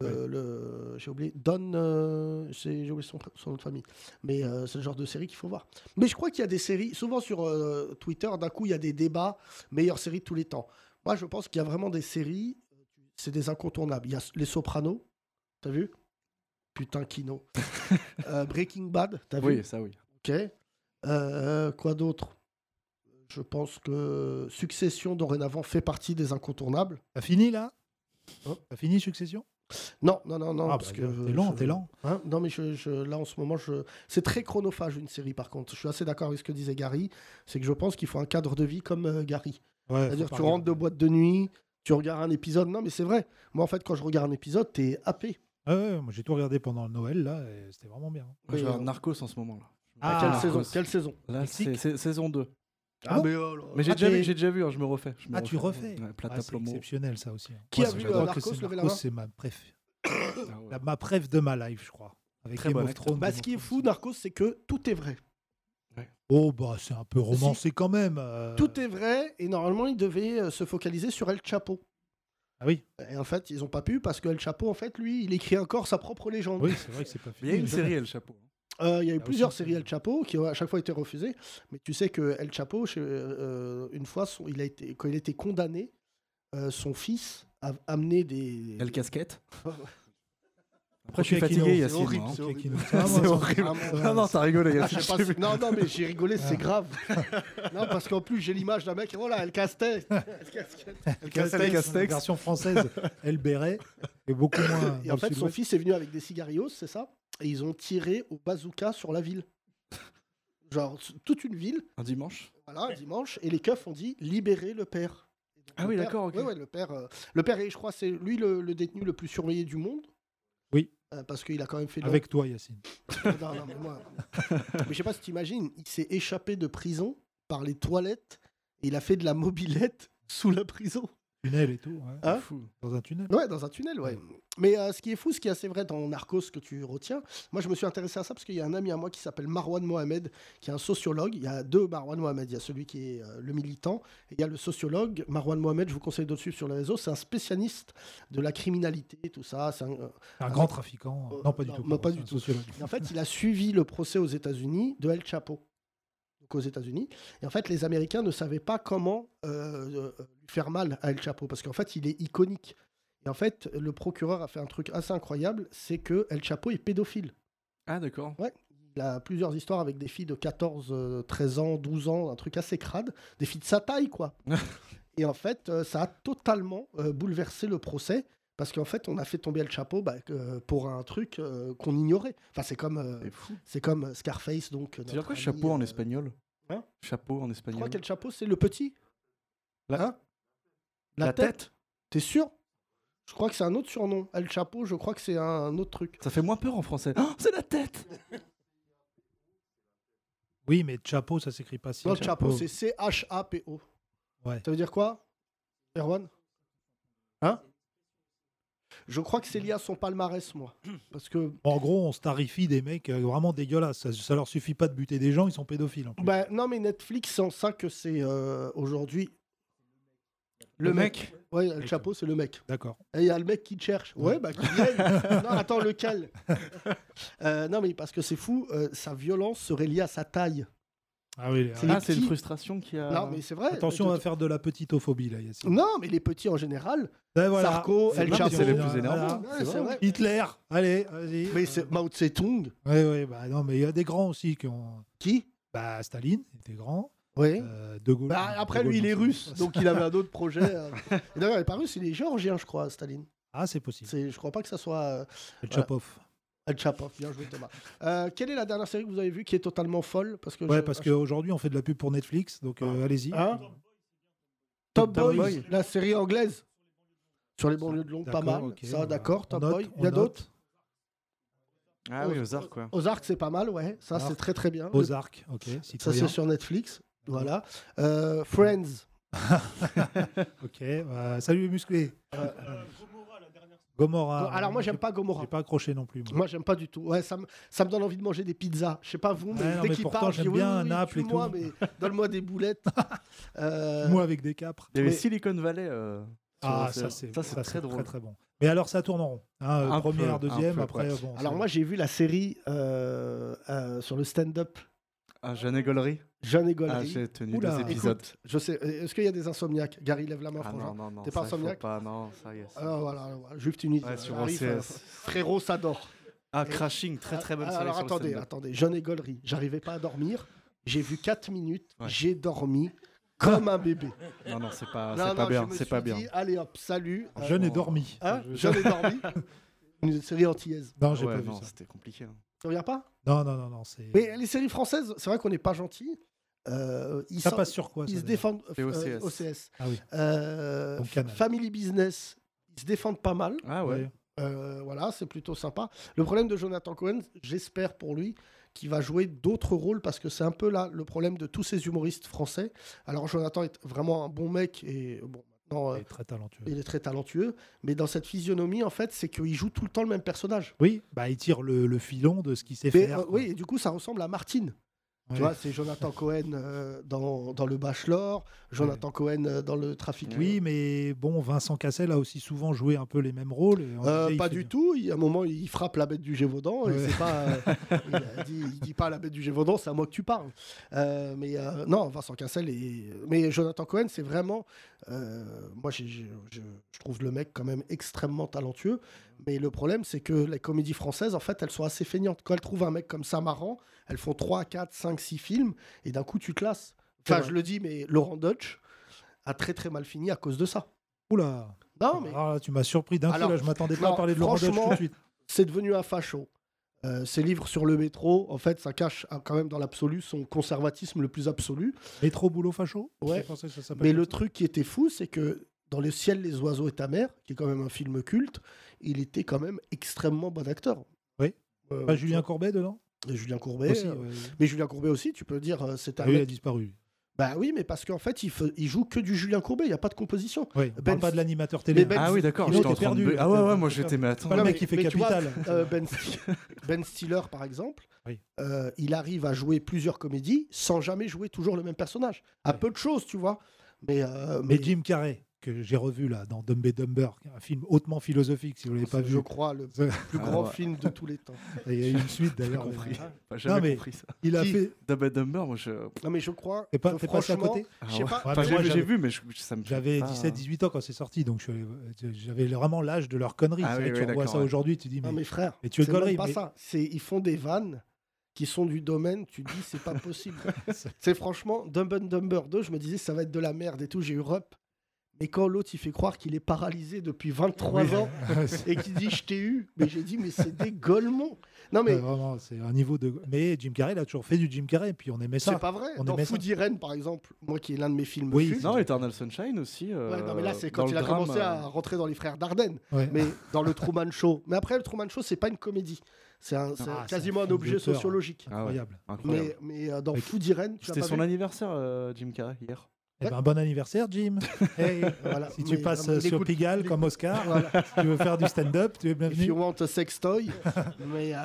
Speaker 3: le,
Speaker 4: Ouais.
Speaker 3: le- j'ai oublié, Don, euh, j'ai j'ai oublié son, pr- son nom de famille, mais euh, c'est le genre de série qu'il faut voir. Mais je crois qu'il y a des séries, souvent sur euh, Twitter, d'un coup, il y a des débats, meilleure série de tous les temps. Moi, je pense qu'il y a vraiment des séries, c'est des incontournables. Il y a Les Sopranos, t'as vu Putain, Kino. Euh, Breaking Bad, t'as vu
Speaker 5: Oui, ça oui.
Speaker 3: Ok. Euh, quoi d'autre Je pense que Succession, dorénavant, fait partie des incontournables.
Speaker 4: T'as fini là
Speaker 3: Hein
Speaker 4: T'as fini Succession
Speaker 3: Non, non, non, non.
Speaker 4: Ah,
Speaker 3: parce
Speaker 4: bah,
Speaker 3: que
Speaker 4: t'es lent,
Speaker 3: je-
Speaker 4: t'es lent.
Speaker 3: Hein non, mais je, je- là, en ce moment, je... c'est très chronophage une série, par contre. Je suis assez d'accord avec ce que disait Gary. C'est que je pense qu'il faut un cadre de vie comme euh, Gary.
Speaker 4: Ouais,
Speaker 3: C'est-à-dire,
Speaker 4: faut
Speaker 3: tu
Speaker 4: pas
Speaker 3: rentres de boîte de nuit, tu regardes un épisode. Non, mais c'est vrai. Moi, en fait, quand je regarde un épisode, t'es happé.
Speaker 4: Ouais, ouais, moi j'ai tout regardé pendant le Noël là et c'était vraiment bien.
Speaker 5: Moi, je
Speaker 3: Mais,
Speaker 5: regarde
Speaker 3: euh,
Speaker 5: Narcos en ce moment là.
Speaker 4: Ah,
Speaker 3: à quelle saison
Speaker 5: Narcos.
Speaker 3: Quelle saison
Speaker 5: Là,
Speaker 4: Mexique
Speaker 5: c'est c'est saison 2.
Speaker 4: Ah bon
Speaker 3: mais, oh là là.
Speaker 5: Mais j'ai
Speaker 3: Ah,
Speaker 5: déjà
Speaker 3: t'es-
Speaker 5: vu, j'ai déjà vu, hein, je me refais. je me
Speaker 4: Ah, tu refais
Speaker 5: Ouais, Plata
Speaker 4: Ah, c'est
Speaker 5: Plomo.
Speaker 4: exceptionnel ça aussi. hein.
Speaker 3: Qui
Speaker 4: Moi,
Speaker 3: a vu,
Speaker 4: je crois
Speaker 3: euh,
Speaker 4: que
Speaker 3: Narcos,
Speaker 4: c'est
Speaker 3: levez la
Speaker 4: Narcos,
Speaker 3: main
Speaker 4: c'est ma préf,
Speaker 5: Ah ouais.
Speaker 4: la- ma préf de ma life, je crois. Avec
Speaker 5: Très
Speaker 4: Game
Speaker 5: bon
Speaker 4: of
Speaker 5: acteur.
Speaker 4: Thrones,
Speaker 3: Bah,
Speaker 4: Game
Speaker 3: ce
Speaker 4: of
Speaker 3: qui est
Speaker 4: Thrones.
Speaker 3: fou, Narcos, c'est que tout est vrai.
Speaker 4: Oh bah c'est un peu romancé quand même. euh.
Speaker 3: Tout est vrai et normalement, ils devaient euh, se focaliser sur El Chapo.
Speaker 4: Ah oui,
Speaker 3: Et en fait, ils ont pas pu parce que El Chapo, en fait, lui, il écrit encore sa propre légende.
Speaker 4: oui c'est vrai que c'est pas
Speaker 5: Il
Speaker 4: fini.
Speaker 5: y a une série, El Chapeau.
Speaker 3: Euh, il y a eu
Speaker 4: aussi
Speaker 3: plusieurs
Speaker 4: une
Speaker 3: séries
Speaker 4: série.
Speaker 3: El Chapo qui ont à chaque fois été refusées, mais tu sais que El Chapo, chez- euh, une fois, son- il a été, quand il a été condamné, euh, son fils a amené des.
Speaker 5: El Casquette. Après,
Speaker 4: Après,
Speaker 5: je suis
Speaker 4: Kino,
Speaker 5: fatigué, il y a
Speaker 3: c'est
Speaker 5: ce film,
Speaker 3: horrible,
Speaker 5: hein.
Speaker 3: c'est
Speaker 4: Ok,
Speaker 3: horrible.
Speaker 4: Kino. Ah, moi,
Speaker 5: C'est
Speaker 4: ça-
Speaker 5: horrible.
Speaker 4: Ouais,
Speaker 5: Ah non, t'as rigolé. il y a
Speaker 3: Ah,
Speaker 5: ce
Speaker 3: je sais pas
Speaker 5: film.
Speaker 3: si- Non, non, mais j'ai rigolé,
Speaker 4: Ah.
Speaker 3: c'est grave. non, parce qu'en plus, j'ai l'image d'un mec, voilà, El Castet.
Speaker 4: Ah,
Speaker 3: El
Speaker 4: Castex,
Speaker 5: Castex.
Speaker 4: La version française, El Béret, est beaucoup moins.
Speaker 3: Et
Speaker 4: dans
Speaker 3: en
Speaker 4: le
Speaker 3: fait, son
Speaker 4: sud-ouest.
Speaker 3: fils est venu avec des cigarillos, c'est ça Et ils ont tiré au bazooka sur la ville. Genre, toute une ville.
Speaker 5: Un dimanche
Speaker 3: Voilà, un dimanche, et les keufs ont dit libérer le père.
Speaker 5: Ah
Speaker 3: Le
Speaker 5: oui,
Speaker 3: père-
Speaker 5: d'accord, ok.
Speaker 3: ouais, ouais, le père, euh, le père est, je crois, c'est lui le, le détenu le plus surveillé du monde.
Speaker 4: Oui.
Speaker 3: Euh, parce qu'il a quand même fait.
Speaker 4: Avec toi, Yacine.
Speaker 3: Non, non, mais moi- mais je sais pas si t'imagines, il s'est échappé de prison par les toilettes. Et il a fait de la mobilette sous la prison.
Speaker 4: Tunnel et tout. ouais.
Speaker 3: Hein
Speaker 5: Fou.
Speaker 4: Dans un tunnel.
Speaker 3: Ouais, dans un tunnel, ouais. Mais euh, ce qui est fou, ce qui est assez vrai dans Narcos que tu retiens, moi je me suis intéressé à ça parce qu'il y a un ami à moi qui s'appelle Marwan Mohamed, qui est un sociologue. Il y a deux Marwan Mohamed. Il y a celui qui est euh, le militant et il y a le sociologue. Marwan Mohamed, je vous conseille de le suivre sur les réseaux. C'est un spécialiste de la criminalité, tout ça. C'est un, euh,
Speaker 4: Un
Speaker 3: Ah,
Speaker 4: grand
Speaker 3: non.
Speaker 4: trafiquant.
Speaker 3: Euh,
Speaker 4: non, pas du
Speaker 3: non,
Speaker 4: tout.
Speaker 3: non,
Speaker 4: pardon,
Speaker 3: pas
Speaker 4: c'est
Speaker 3: du
Speaker 4: un
Speaker 3: tout.
Speaker 4: sociologue.
Speaker 3: et en fait, il a suivi le procès aux États-Unis de El Chapo, donc aux États-Unis. Et en fait, les Américains ne savaient pas comment euh, euh, lui faire mal à El Chapo, parce qu'en fait, il est iconique. Et en fait, le procureur a fait un truc assez incroyable, c'est que El Chapo est pédophile.
Speaker 5: Ah, d'accord.
Speaker 3: Il a plusieurs histoires avec des filles de 14, euh, 13 ans, 12 ans, un truc assez crade, des filles de sa taille, quoi. et en fait, euh, ça a totalement euh, bouleversé le procès. Parce qu'en fait, on a fait tomber le chapeau bah, euh, pour un truc euh, qu'on ignorait. Enfin, c'est comme, euh,
Speaker 5: C'est fou.
Speaker 3: c'est comme Scarface, donc.
Speaker 5: C'est dire quoi, chapeau en espagnol
Speaker 3: euh, hein
Speaker 5: Chapeau en
Speaker 3: Je
Speaker 5: espagnol.
Speaker 3: crois qu'El Chapeau, c'est le petit.
Speaker 5: La-
Speaker 3: Hein La,
Speaker 5: La
Speaker 3: tête. T'es sûr Je crois que c'est un autre surnom. El Chapeau, je crois que c'est un autre truc.
Speaker 5: Ça fait moins peur en français. Ah, c'est la tête
Speaker 4: Oui, mais Chapeau, ça s'écrit pas si.
Speaker 3: Non, Chapeau, c'est C-H-A-P-O.
Speaker 4: Ouais.
Speaker 3: Ça veut dire quoi, Erwan Hein Je crois que c'est lié à son palmarès, moi. Parce que.
Speaker 4: En gros, on starifie des mecs euh, vraiment dégueulasses. Ça, ça leur suffit pas de buter des gens, ils sont pédophiles. en plus.
Speaker 3: Bah, non, mais Netflix, c'est en ça que c'est euh, aujourd'hui.
Speaker 5: Le mec euh.
Speaker 3: Ouais, El Chapeau, c'est le mec.
Speaker 4: D'accord.
Speaker 3: Et il y a le mec qui te cherche. Ouais, bah qui vienne. non, attends, lequel Euh, Non, mais parce que c'est fou, euh, sa violence serait liée à sa taille.
Speaker 4: Ah oui,
Speaker 3: C'est-
Speaker 5: Ah, c'est une
Speaker 3: petits.
Speaker 5: frustration qui a.
Speaker 3: Non, mais c'est vrai.
Speaker 4: Attention, on va faire de la petitophobie là, Yacine.
Speaker 3: Non, mais les petits en général.
Speaker 4: Ben voilà.
Speaker 3: Sarko,
Speaker 4: C'est
Speaker 3: El
Speaker 4: marrant,
Speaker 3: Chapo.
Speaker 4: c'est les
Speaker 5: plus
Speaker 4: voilà.
Speaker 5: énervants.
Speaker 3: Ouais,
Speaker 5: c'est
Speaker 3: c'est vrai.
Speaker 4: Hitler, allez, vas-y.
Speaker 3: Mais c'est Mao Tse-tung.
Speaker 4: Ouais, ouais, bah non, mais il y a des grands aussi qui ont.
Speaker 3: Qui
Speaker 4: Bah, Staline était grand.
Speaker 3: Oui.
Speaker 4: euh, de Gaulle.
Speaker 3: Bah, après,
Speaker 4: De Gaulle,
Speaker 3: lui, il
Speaker 4: non,
Speaker 3: est
Speaker 4: c'est-
Speaker 3: russe, donc il avait un autre projet. euh. Et D'ailleurs, il est pas russe, il est géorgien, je crois, Staline.
Speaker 4: Ah, c'est possible.
Speaker 3: C'est- Je crois pas que ça soit euh,
Speaker 4: Le Chapov.
Speaker 3: El Chapo. Bien joué, Thomas. Euh, quelle est la dernière série que vous avez vue qui est totalement folle parce que
Speaker 4: Ouais,
Speaker 3: je-
Speaker 4: parce qu'aujourd'hui, on fait de la pub pour Netflix, donc euh, allez-y.
Speaker 3: Hein Top,
Speaker 4: Top
Speaker 3: Boy,
Speaker 4: Boy.
Speaker 3: la série anglaise. Sur les banlieues de Londres, pas
Speaker 4: D'accord,
Speaker 3: mal.
Speaker 4: ok,
Speaker 3: ça,
Speaker 4: voilà.
Speaker 3: d'accord,
Speaker 4: On
Speaker 3: Top
Speaker 4: note,
Speaker 3: Boy.
Speaker 4: on
Speaker 3: Il y a
Speaker 4: note.
Speaker 3: d'autres
Speaker 5: Ah oui, aux arts, quoi.
Speaker 3: Ozark, c'est pas mal, ouais. Ça, c'est
Speaker 4: Ozark.
Speaker 3: très, très bien.
Speaker 4: Ozark, ok.
Speaker 3: Ça,
Speaker 4: citoyen.
Speaker 3: c'est sur Netflix. Voilà.
Speaker 4: Ah.
Speaker 3: Euh, Friends.
Speaker 4: Ok, bah, salut musclé.
Speaker 3: Euh,
Speaker 4: Gomorrah.
Speaker 3: Alors, moi, j'aime pas Gomorrah.
Speaker 4: Ah, J'ai pas accroché non plus. moi.
Speaker 3: Moi, j'aime pas du tout. Ouais, ça me, ça me donne envie de manger des pizzas. Je sais pas vous, mais
Speaker 4: Ouais, non,
Speaker 3: dès
Speaker 4: mais
Speaker 3: qu'il
Speaker 4: pourtant,
Speaker 3: parle, je dis
Speaker 4: j'aime
Speaker 3: oui,
Speaker 4: bien
Speaker 3: oui, oui,
Speaker 4: Naples et
Speaker 3: tue-moi,
Speaker 4: tout.
Speaker 3: mais donne-moi des boulettes. Euh,
Speaker 4: Moi avec des capres.
Speaker 5: Il y avait
Speaker 3: Mais-
Speaker 5: Silicon Valley. euh, sur-
Speaker 4: Ah,
Speaker 5: sur-
Speaker 4: ça c'est
Speaker 5: ça,
Speaker 4: ça,
Speaker 5: c'est très
Speaker 4: c'est
Speaker 5: drôle.
Speaker 4: très bon. Mais alors ça tourne en rond. hein, euh,
Speaker 5: Un
Speaker 4: première,
Speaker 5: peu, un
Speaker 4: deuxième,
Speaker 5: peu,
Speaker 4: après.
Speaker 5: ouais.
Speaker 4: bon,
Speaker 3: Alors,
Speaker 4: c'est-
Speaker 3: moi, j'ai vu la série euh, euh, sur le stand-up
Speaker 5: Ah, Jeanne et Gollery.
Speaker 3: Jeanne et
Speaker 5: Ah,
Speaker 3: Gollery.
Speaker 5: j'ai tenu
Speaker 4: Oula.
Speaker 5: deux épisodes.
Speaker 3: Écoute, je sais. euh, Est-ce qu'il y a des insomniaques Gary, lève la main,
Speaker 5: Ah
Speaker 3: frangin.
Speaker 5: non, non, non.
Speaker 3: T'es pas
Speaker 5: ça, il faut
Speaker 3: insomniaque
Speaker 5: pas, Non, ça y est.
Speaker 3: Alors, voilà, voilà, Juif Tunis.
Speaker 5: Ouais, sur
Speaker 3: J'arrive,
Speaker 5: OCS.
Speaker 3: euh, Frérot s'adore.
Speaker 5: Ah, Crashing, très très bonne série.
Speaker 3: Alors
Speaker 5: sur le
Speaker 3: attendez,
Speaker 5: stand-up.
Speaker 3: attendez, jeune égolerie. J'arrivais pas à dormir. J'ai vu 4 minutes.
Speaker 5: Ouais.
Speaker 3: J'ai dormi comme un bébé.
Speaker 5: Non, non, c'est pas,
Speaker 3: Non,
Speaker 5: c'est pas
Speaker 3: non,
Speaker 5: bien.
Speaker 3: je me
Speaker 5: C'est pas
Speaker 3: suis
Speaker 5: bien.
Speaker 3: dit, allez hop, salut. Euh,
Speaker 4: Jeune et dormi.
Speaker 3: hein,
Speaker 4: Je-
Speaker 3: Jeune et dormi. Une série antillaise.
Speaker 4: Non, j'ai
Speaker 5: Ouais,
Speaker 4: pas
Speaker 5: non,
Speaker 4: vu ça.
Speaker 5: C'était compliqué. hein.
Speaker 3: Tu regardes pas
Speaker 4: Non, non, non, non. c'est-
Speaker 3: Mais les séries françaises, c'est vrai qu'on n'est pas gentil. Euh, ils
Speaker 4: Ça
Speaker 3: sortent-
Speaker 4: passe sur quoi ça,
Speaker 3: Ils se
Speaker 4: déjà
Speaker 3: défendent.
Speaker 5: Et
Speaker 3: euh,
Speaker 5: OCS.
Speaker 3: OCS.
Speaker 4: Ah oui.
Speaker 3: Euh,
Speaker 4: Donc, Canal.
Speaker 3: Family Business. Ils se défendent pas mal.
Speaker 5: Ah ouais.
Speaker 3: Euh, voilà, c'est plutôt sympa. Le problème de Jonathan Cohen, j'espère pour lui qu'il va jouer d'autres rôles parce que c'est un peu là le problème de tous ces humoristes français. Alors Jonathan est vraiment un bon mec et bon, maintenant, euh,
Speaker 4: Il est très talentueux.
Speaker 3: il est très talentueux, mais dans cette physionomie, en fait, c'est qu'il joue tout le temps le même personnage.
Speaker 4: Oui, bah, il tire le, le filon de ce qu'il sait
Speaker 3: Mais,
Speaker 4: faire.
Speaker 3: euh,
Speaker 4: quoi.
Speaker 3: oui, et du coup, ça ressemble à Martine.
Speaker 4: Ouais.
Speaker 3: Tu vois, c'est Jonathan Cohen euh, dans, dans Le Bachelor, Jonathan Cohen euh, dans Le Trafic.
Speaker 4: Oui, mais bon, Vincent Cassel a aussi souvent joué un peu les mêmes rôles. et on
Speaker 3: Euh,
Speaker 4: disait, il
Speaker 3: pas
Speaker 4: fait
Speaker 3: du
Speaker 4: bien.
Speaker 3: tout. Il, à un moment, il frappe la bête du Gévaudan. Et
Speaker 4: Ouais.
Speaker 3: c'est pas, euh, il, a dit, il dit pas la bête du Gévaudan, c'est à moi que tu parles. Euh, mais euh, non, Vincent Cassel et mais Jonathan Cohen, c'est vraiment. euh, moi, j'ai- j'ai- je, je trouve le mec quand même extrêmement talentueux. Mais le problème, c'est que les comédies françaises, en fait, elles sont assez feignantes. Quand elles trouvent un mec comme ça marrant, elles font 3, 4, 5, 6 films et d'un coup, tu te lasses.
Speaker 4: C'est
Speaker 3: Enfin,
Speaker 4: vrai.
Speaker 3: je le dis, mais Laurent Dutch a très très mal fini à cause de ça.
Speaker 4: Oula
Speaker 3: Non, Ah, mais
Speaker 4: Alors là, Ah, tu m'as surpris d'un coup,
Speaker 3: Alors,
Speaker 4: là, je m'attendais pas à
Speaker 3: non,
Speaker 4: parler de Laurent Dodge
Speaker 3: franchement,
Speaker 4: tout de suite.
Speaker 3: c'est devenu un facho. Euh, ses livres sur le métro, en fait, ça cache euh, quand même dans l'absolu son conservatisme le plus absolu.
Speaker 4: Métro boulot facho
Speaker 3: Ouais.
Speaker 4: Je pensais que ça s'appelait
Speaker 3: Mais le
Speaker 4: comme ça.
Speaker 3: truc qui était fou, c'est que dans Le ciel, les oiseaux et ta mère, qui est quand même un film culte, il était quand même extrêmement bon acteur.
Speaker 4: Oui.
Speaker 3: Euh,
Speaker 4: Pas Julien Courbet dedans
Speaker 3: et Julien Courbet.
Speaker 4: Aussi,
Speaker 3: euh,
Speaker 4: ouais.
Speaker 3: Mais Julien Courbet aussi, tu peux dire, euh, c'est un
Speaker 4: Ah oui, il a
Speaker 3: mec-
Speaker 4: disparu.
Speaker 3: Bah oui, mais parce qu'en fait, il, fe- il joue que du Julien Courbet, il n'y a pas de composition.
Speaker 4: Ouais, on
Speaker 3: Ben-
Speaker 4: parle pas de l'animateur télé.
Speaker 3: Mais Ben-
Speaker 4: hein.
Speaker 5: Ah oui, d'accord.
Speaker 4: Sinon,
Speaker 5: j'étais en
Speaker 4: t'es
Speaker 5: train de
Speaker 4: perdu,
Speaker 5: beu- Ah
Speaker 4: t'es-
Speaker 5: ouais, ouais, moi
Speaker 4: t'es
Speaker 5: j'étais. Mais attends.
Speaker 4: Pas le
Speaker 3: Non,
Speaker 4: mec
Speaker 3: mais-
Speaker 4: qui fait
Speaker 3: mais tu vois,
Speaker 4: Capital.
Speaker 3: Euh, ben, Sti- Ben Stiller, par exemple,
Speaker 4: Oui.
Speaker 3: euh, il arrive à jouer plusieurs comédies sans jamais jouer toujours le même personnage. À
Speaker 4: Ouais.
Speaker 3: peu de choses, tu vois. Mais, euh,
Speaker 4: Mais Jim Carrey, que j'ai revu là dans Dumb and Dumber, un film hautement philosophique, si vous l'avez
Speaker 3: c'est,
Speaker 4: pas vu.
Speaker 3: Ah, je crois, le
Speaker 4: C'est-
Speaker 3: plus
Speaker 5: Ah,
Speaker 3: grand
Speaker 5: ouais.
Speaker 3: film de tous les temps.
Speaker 4: Il y a eu une suite
Speaker 5: J'ai
Speaker 4: d'ailleurs.
Speaker 5: compris. J'ai
Speaker 4: Non,
Speaker 5: jamais
Speaker 4: mais-
Speaker 5: compris ça.
Speaker 4: Il a
Speaker 3: Qui
Speaker 4: fait.
Speaker 5: Dumb and Dumber, moi je.
Speaker 3: Non, mais je crois.
Speaker 4: T'es pas,
Speaker 3: que
Speaker 4: t'es passé à
Speaker 3: franchement, Ah.
Speaker 4: côté
Speaker 5: Ah
Speaker 3: Je sais
Speaker 5: ouais.
Speaker 3: pas.
Speaker 4: Ouais,
Speaker 5: Enfin,
Speaker 4: mais moi,
Speaker 5: j'ai-
Speaker 4: j'avais-
Speaker 5: j'ai vu, mais je- je- ça me. fait
Speaker 4: J'avais
Speaker 5: pas-
Speaker 4: 17-18 ans quand c'est sorti, donc je suis allé- euh, j'avais vraiment l'âge de leur connerie.
Speaker 5: Ah oui, oui,
Speaker 4: tu revois
Speaker 5: d'accord,
Speaker 4: ça
Speaker 5: ouais.
Speaker 4: aujourd'hui, tu dis, mais,
Speaker 3: Non, mais frère,
Speaker 4: mais tu es
Speaker 3: c'est même
Speaker 4: gaulerie,
Speaker 3: pas
Speaker 4: mais-
Speaker 3: ça. C'est, ils font des vannes qui sont du domaine, tu dis, c'est pas possible. c'est franchement, Dumb and Dumber 2, je me disais, ça va être de la merde et tout, j'ai eu rep. Mais quand l'autre, il fait croire qu'il est paralysé depuis 23
Speaker 4: Oui.
Speaker 3: ans, et qui dit je t'ai eu mais j'ai dit mais c'est des golemons non
Speaker 4: Ouais,
Speaker 5: Euh,
Speaker 3: mais
Speaker 4: Euh, vraiment, c'est un niveau de. Mais Jim Carrey, il a toujours fait du Jim Carrey, puis on aimait ça.
Speaker 3: c'est pas vrai
Speaker 4: on
Speaker 3: dans
Speaker 4: aimait ça.
Speaker 3: Food Irene par exemple moi qui est l'un de mes films
Speaker 4: Oui,
Speaker 3: cultes-
Speaker 5: Non, Eternal Sunshine aussi.
Speaker 3: Ouais, non mais là c'est
Speaker 5: euh,
Speaker 3: quand
Speaker 5: dans
Speaker 3: il
Speaker 5: le
Speaker 3: a
Speaker 5: drame,
Speaker 3: commencé
Speaker 5: euh,
Speaker 3: à rentrer dans les frères Dardenne
Speaker 4: Ouais.
Speaker 3: mais dans le Truman Show mais après le Truman Show c'est pas une comédie c'est un- c'est
Speaker 4: Ah,
Speaker 3: quasiment
Speaker 4: c'est un
Speaker 3: un objet
Speaker 4: film d'auteur.
Speaker 3: sociologique
Speaker 5: Ah ouais,
Speaker 4: Incroyable.
Speaker 5: incroyable.
Speaker 3: mais, mais euh, dans
Speaker 4: Avec-
Speaker 3: Food Irene tu l'as
Speaker 5: C'était
Speaker 3: pas
Speaker 5: son
Speaker 3: vu
Speaker 5: anniversaire, euh, Jim Carrey, hier.
Speaker 4: Eh ben, bon anniversaire, Jim. Hey,
Speaker 3: Voilà.
Speaker 4: si tu
Speaker 3: Mais,
Speaker 4: passes
Speaker 3: non, mais
Speaker 4: euh,
Speaker 3: il
Speaker 4: sur
Speaker 3: écoute-
Speaker 4: Pigalle
Speaker 3: il
Speaker 4: comme Oscar,
Speaker 3: Voilà.
Speaker 4: si tu veux faire du stand-up, tu es
Speaker 3: If you
Speaker 4: bienvenu.
Speaker 3: want a sex toy. mais euh,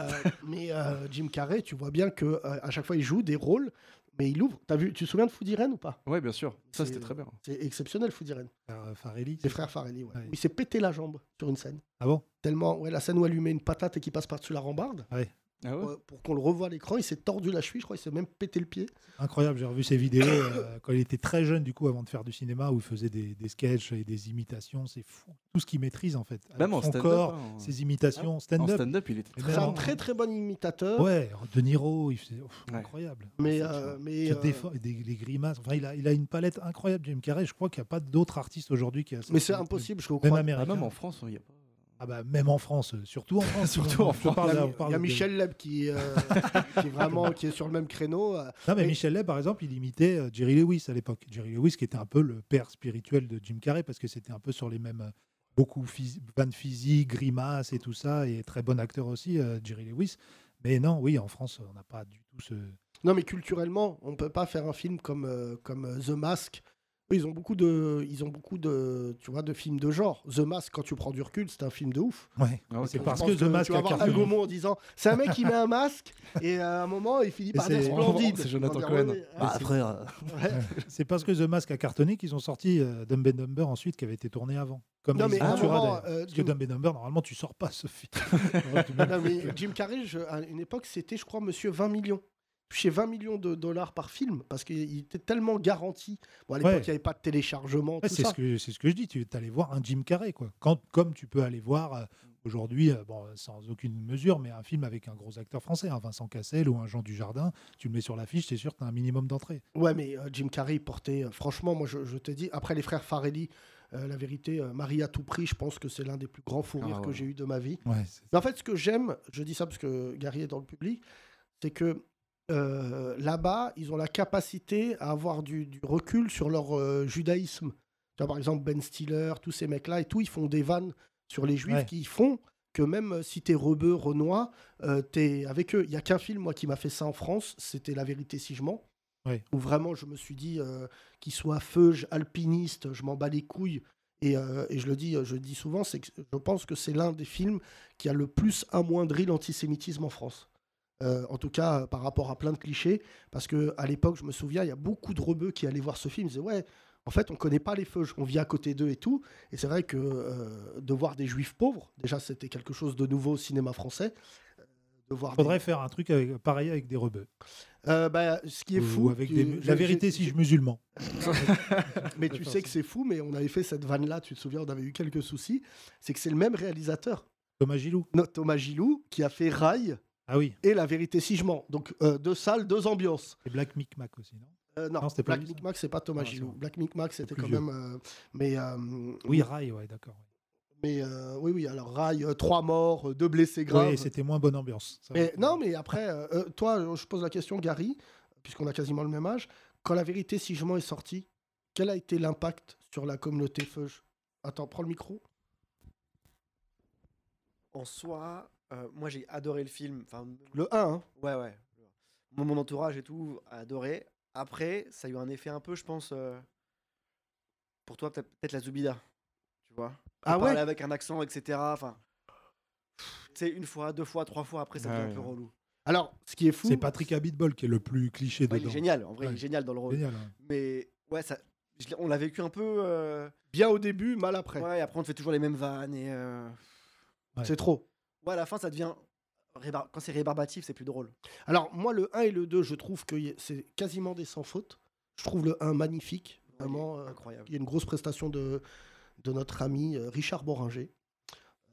Speaker 3: mais euh, Jim Carrey, tu vois bien que euh, à chaque fois il joue des rôles, mais il ouvre. T'as vu, tu te souviens de Food Irene ou pas
Speaker 5: Ouais, bien sûr. Ça,
Speaker 3: C'est-
Speaker 5: c'était très bien.
Speaker 3: C'est exceptionnel Food Irene.
Speaker 4: Euh, Farelli.
Speaker 3: C'est frère Farelli, ouais.
Speaker 4: Ouais.
Speaker 3: Il s'est pété la jambe sur une scène.
Speaker 4: Ah bon
Speaker 3: Tellement, ouais, la scène où elle lui met une patate et qui passe par-dessus la rambarde.
Speaker 5: Ah ouais
Speaker 3: euh, pour qu'on le revoie à l'écran, il s'est tordu la cheville, je crois, il s'est même pété le pied.
Speaker 4: Incroyable, j'ai revu ses vidéos euh, quand il était très jeune, du coup, avant de faire du cinéma, où il faisait des, des sketchs et des imitations. C'est fou. Tout ce qu'il maîtrise, en fait. Avec
Speaker 5: Même en
Speaker 4: son
Speaker 5: stand-up.
Speaker 4: corps,
Speaker 5: hein, en-
Speaker 4: ses imitations,
Speaker 5: en
Speaker 4: stand-up.
Speaker 5: stand-up, il était
Speaker 4: Mais
Speaker 5: très
Speaker 3: C'est un
Speaker 4: Vraiment.
Speaker 3: très très bon imitateur,
Speaker 4: ouais, De Niro, il faisait- ouf,
Speaker 5: Ouais.
Speaker 4: incroyable.
Speaker 3: mais,
Speaker 5: c'est
Speaker 3: euh,
Speaker 5: clair.
Speaker 3: mais,
Speaker 4: Se
Speaker 3: euh,
Speaker 4: défend- des, les grimaces. Enfin, il a, il a une palette incroyable, Jim Carrey. Je crois qu'il n'y a pas d'autre artiste aujourd'hui qui a ça.
Speaker 3: mais c'est impossible, je
Speaker 4: Même
Speaker 3: crois.
Speaker 5: Ah,
Speaker 4: américain.
Speaker 5: même en France, il y a pas.
Speaker 4: Ah bah, même en France, euh, surtout en France.
Speaker 5: Surtout en
Speaker 4: Je te parle-
Speaker 3: Il y a-
Speaker 4: on parle
Speaker 3: il y a
Speaker 4: de-
Speaker 3: Michel Leb qui, euh, qui est vraiment qui est sur le même créneau. euh,
Speaker 4: Non, mais
Speaker 3: Mais-
Speaker 4: Michel Leb, par exemple, il imitait euh, Jerry Lewis à l'époque. Jerry Lewis, qui était un peu le père spirituel de Jim Carrey, parce que c'était un peu sur les mêmes. euh, Beaucoup phys- vannes physiques, grimaces et tout ça, et très bon acteur aussi, euh, Jerry Lewis. Mais non, oui, en France, on n'a pas du tout ce.
Speaker 3: Non, mais culturellement, on peut pas faire un film comme, euh, comme euh, The Mask. Eux, Ils ont beaucoup de, ils ont beaucoup de, tu vois, de films de genre. The Mask, quand tu prends du recul, c'est un film de ouf.
Speaker 4: Ouais.
Speaker 5: Ah, ok.
Speaker 4: C'est
Speaker 3: Je
Speaker 4: parce
Speaker 3: pense
Speaker 4: que The Mask
Speaker 3: tu vas
Speaker 4: a
Speaker 3: avoir Al
Speaker 4: cartonné.
Speaker 3: Gaumont en disant, c'est un mec qui met un masque et à un moment il finit
Speaker 4: Et
Speaker 3: par
Speaker 4: c'est-
Speaker 3: dire splendide.
Speaker 5: C'est Jonathan
Speaker 3: On va dire,
Speaker 5: Cohen.
Speaker 3: ouais,
Speaker 5: Ah,
Speaker 3: ah,
Speaker 9: Bah,
Speaker 5: frère. euh,
Speaker 4: C'est parce que The Mask a cartonné qu'ils ont sorti euh, Dumb and Dumber ensuite, qui avait été tourné avant. Comme
Speaker 3: Non,
Speaker 4: Ace
Speaker 3: mais à un
Speaker 4: Ventura,
Speaker 3: moment,
Speaker 4: d'ailleurs.
Speaker 3: euh,
Speaker 4: Parce que
Speaker 3: Jim-
Speaker 4: Dumb and Dumber, normalement, tu sors pas ce film.
Speaker 3: Non, mais Jim Carrey, je- à une époque, c'était, je crois, monsieur 20 millions. Chez 20 millions de dollars par film, parce qu'il était tellement garanti. Bon, à l'époque, il
Speaker 4: Ouais.
Speaker 3: n'y avait pas de téléchargement,
Speaker 4: Ouais,
Speaker 3: tout
Speaker 4: c'est
Speaker 3: ça.
Speaker 4: ce que c'est ce que je dis. Tu es allé voir un Jim Carrey, quoi. Quand, comme tu peux aller voir euh, Aujourd'hui, euh, bon, sans aucune mesure, mais un film avec un gros acteur français, un Vincent Cassel ou un Jean Dujardin, tu le mets sur l'affiche, c'est sûr que tu as un minimum d'entrée.
Speaker 3: Ouais, mais euh, Jim Carrey portait. euh, franchement, moi, je, je te dis, après les frères Farelli, euh, la vérité, euh, Marie à tout prix, je pense que c'est l'un des plus grands fous
Speaker 9: Ah
Speaker 3: rires que
Speaker 9: ouais.
Speaker 3: j'ai eu de ma vie.
Speaker 4: Ouais,
Speaker 3: Mais en fait, ce que j'aime, je dis ça parce que Gary est dans le public, c'est que euh, là-bas, ils ont la capacité à avoir du, du recul sur leur euh, judaïsme. Tu vois, par exemple, Ben Stiller, tous ces mecs-là et tout, ils font des vannes sur les juifs
Speaker 4: Ouais.
Speaker 3: qui font que même euh, si t'es rebeu, renois, euh, t'es avec eux. Il y a qu'un film, moi, qui m'a fait ça en France, c'était La vérité si je mens.
Speaker 4: Ouais.
Speaker 3: Où vraiment, je me suis dit, euh, qu'il soit feuge, alpiniste, je m'en bats les couilles. Et, euh, et je le dis, je le dis souvent, c'est que je pense que c'est l'un des films qui a le plus amoindri l'antisémitisme en France. Euh, en tout cas, euh, par rapport à plein de clichés, parce que à l'époque, je me souviens, il y a beaucoup de rebeux qui allaient voir ce film. Ils disaient ouais, en fait, on connaît pas les feuges, on vit à côté d'eux et tout. Et c'est vrai que euh, de voir des juifs pauvres, déjà, c'était quelque chose de nouveau au cinéma français. Euh, De voir
Speaker 4: Il
Speaker 3: des-
Speaker 4: faudrait faire un truc avec- pareil avec des rebeux.
Speaker 3: Euh, bah, ce qui est
Speaker 4: Ou
Speaker 3: fou,
Speaker 4: avec
Speaker 3: tu-
Speaker 4: des-
Speaker 3: j'ai-
Speaker 4: La vérité,
Speaker 3: j'ai-
Speaker 4: si je musulman.
Speaker 3: mais tu sais que c'est fou, mais on avait fait cette vanne-là, tu te souviens, on avait eu quelques soucis. C'est que c'est le même réalisateur,
Speaker 4: Thomas Gilou.
Speaker 3: notre Thomas Gilou, qui a fait Rail
Speaker 4: Ah oui,
Speaker 3: et La Vérité Si Je Mens. Donc euh, deux salles, deux ambiances.
Speaker 4: et Black Micmac aussi, non
Speaker 3: Euh, non,
Speaker 4: Non, c'était pas
Speaker 3: Black
Speaker 4: lui, ça.
Speaker 3: Micmac, c'est pas Thomas
Speaker 4: Ah, c'est
Speaker 3: Gilou.
Speaker 4: vrai.
Speaker 3: Black Micmac, c'était
Speaker 4: plus
Speaker 3: quand
Speaker 4: vieux.
Speaker 3: même. euh, mais, euh,
Speaker 4: Oui, Rail, ouais, d'accord.
Speaker 3: mais euh, oui, oui, alors Rail, euh, trois morts, euh, deux blessés
Speaker 4: Oui,
Speaker 3: graves.
Speaker 4: c'était moins bonne ambiance. ça.
Speaker 3: mais, non, mais après, euh, euh, toi, euh, je pose la question, Gary, puisqu'on a quasiment le même âge. Quand La Vérité Si Je Mens est sortie, quel a été l'impact sur la communauté feuge Attends, prends le micro.
Speaker 8: En soi, euh, moi j'ai adoré le film. Enfin,
Speaker 3: Le 1, hein.
Speaker 8: Ouais, ouais. Moi, mon entourage et tout a adoré. Après, ça a eu un effet un peu, je pense, euh, pour toi, peut-être peut-être la Zubida. Tu vois
Speaker 3: Ah
Speaker 8: Parler
Speaker 3: ouais
Speaker 8: avec un accent, etc. Enfin, pff, tu sais, une fois, deux fois, trois fois, après, ça devient
Speaker 5: Ouais,
Speaker 8: un peu
Speaker 5: ouais.
Speaker 8: relou.
Speaker 3: Alors, ce qui est fou,
Speaker 4: C'est Patrick Abitbol qui est le plus cliché
Speaker 8: Ouais, il
Speaker 4: dedans.
Speaker 8: est génial, en vrai, il
Speaker 4: Ouais.
Speaker 8: est génial dans le rôle.
Speaker 4: Génial, hein.
Speaker 8: Mais ouais, ça, je l'ai- on l'a vécu un peu. euh,
Speaker 3: bien au début, mal après.
Speaker 8: ouais, et après, on te fait toujours les mêmes vannes. Et euh,
Speaker 4: Ouais.
Speaker 3: C'est trop.
Speaker 8: ouais, à la fin, ça devient. rébar- Quand c'est rébarbatif, c'est plus drôle.
Speaker 3: Alors, moi, le 1 et le 2, je trouve que y- c'est quasiment des sans faute. Je trouve le 1 magnifique.
Speaker 8: Ouais, il est
Speaker 3: Vraiment, euh,
Speaker 8: incroyable.
Speaker 3: il y a une grosse prestation de, de notre ami euh, Richard Boringer,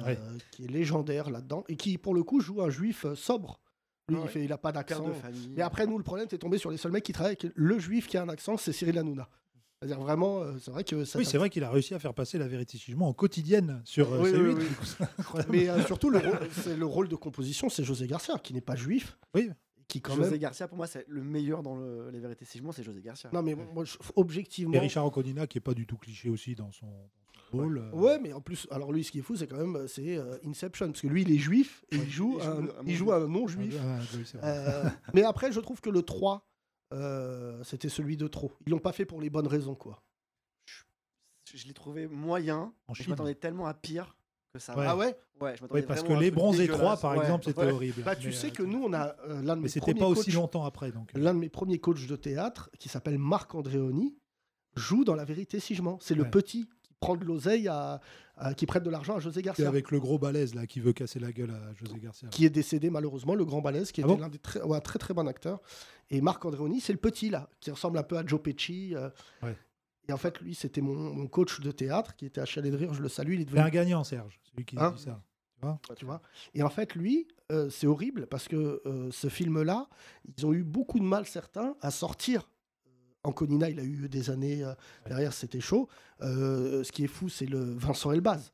Speaker 3: euh,
Speaker 4: Ouais.
Speaker 3: qui est légendaire là-dedans, et qui, pour le coup, joue un juif euh, sobre. Lui,
Speaker 8: Ah
Speaker 3: il
Speaker 8: ouais.
Speaker 3: fait- il n'a pas
Speaker 8: Père
Speaker 3: d'accent.
Speaker 8: de famille.
Speaker 3: Et après, nous, le problème, c'est tombé sur les seuls mecs qui travaillent avec le juif qui a un accent, c'est Cyril Hanouna. C'est-à-dire vraiment, euh, c'est vrai que ça.
Speaker 4: Oui,
Speaker 3: t'a-
Speaker 4: c'est vrai qu'il a réussi à faire passer la vérité si je mens en quotidienne sur euh,
Speaker 3: Oui, oui,
Speaker 4: C8.
Speaker 3: oui.
Speaker 4: du coup, c'est incroyable.
Speaker 3: Mais euh, surtout, le rôle, c'est le rôle de composition, c'est José Garcia, qui n'est pas juif.
Speaker 4: Oui.
Speaker 3: Qui, quand
Speaker 8: José
Speaker 3: même.
Speaker 8: Garcia, pour moi, c'est le meilleur dans le- les vérités. Si je mens, c'est José Garcia.
Speaker 3: Non, mais moi, je-
Speaker 4: Et
Speaker 3: objectivement.
Speaker 4: Richard Anconina qui est pas du tout cliché aussi dans son, dans son rôle. euh,
Speaker 3: Ouais, mais en plus, alors lui, ce qui est fou, c'est quand même euh, c'est euh, Inception, parce que lui, il est juif et il joue,
Speaker 8: il joue
Speaker 3: un,
Speaker 8: le- un
Speaker 3: il joue
Speaker 8: non-juif.
Speaker 3: un non-juif.
Speaker 4: ah, oui, c'est vrai.
Speaker 3: Euh, mais après, je trouve que le 3, euh, c'était celui de trop. Ils l'ont pas fait pour les bonnes raisons, quoi.
Speaker 8: Je je l'ai trouvé moyen.
Speaker 4: En
Speaker 8: mais Je
Speaker 4: Chine.
Speaker 8: m'attendais tellement à pire que ça.
Speaker 4: Ouais.
Speaker 8: va.
Speaker 3: Ah ouais
Speaker 8: Ouais, je m'attendais
Speaker 4: Oui, parce que
Speaker 8: vraiment à un
Speaker 4: les
Speaker 8: truc
Speaker 4: bronzés 3,
Speaker 8: dégueulasse.
Speaker 4: par
Speaker 8: Ouais,
Speaker 4: exemple, c'était
Speaker 8: ouais.
Speaker 4: horrible.
Speaker 3: Bah, tu
Speaker 4: Mais,
Speaker 3: sais
Speaker 4: euh,
Speaker 3: que nous, on a euh, l'un de
Speaker 4: Mais
Speaker 3: mes
Speaker 4: c'était
Speaker 3: premiers
Speaker 4: pas aussi
Speaker 3: coachs-
Speaker 4: longtemps après. donc. euh,
Speaker 3: l'un de mes premiers coachs de théâtre, qui s'appelle Marc Andréoni, joue dans La Vérité si je mens. C'est le
Speaker 4: Ouais.
Speaker 3: petit qui prend de l'oseille, à, à- qui prête de l'argent à José
Speaker 4: c'est
Speaker 3: Garcia.
Speaker 4: avec le gros balèze là, qui veut casser la gueule à José Garcia.
Speaker 3: qui est décédé malheureusement, le grand balèze, qui
Speaker 4: Ah
Speaker 3: était
Speaker 4: bon
Speaker 3: l'un des très, ouais, très très bon acteur. Et Marc Andréoni, c'est le petit là, qui ressemble un peu à Joe Pesci. euh.
Speaker 4: Ouais.
Speaker 3: Et en fait, lui, c'était mon, mon coach de théâtre, qui était à Chalet de Rire, je le salue, il est
Speaker 4: C'est
Speaker 3: devenu
Speaker 4: un gagnant, Serge, celui qui
Speaker 3: Hein
Speaker 4: dit ça.
Speaker 3: tu vois. Et en fait, lui, euh, c'est horrible parce que euh, ce film-là, ils ont eu beaucoup de mal, certains, à sortir. Euh, Anconina, il a eu des années euh, derrière, c'était chaud. Euh, ce qui est fou, c'est le Vincent Elbaz.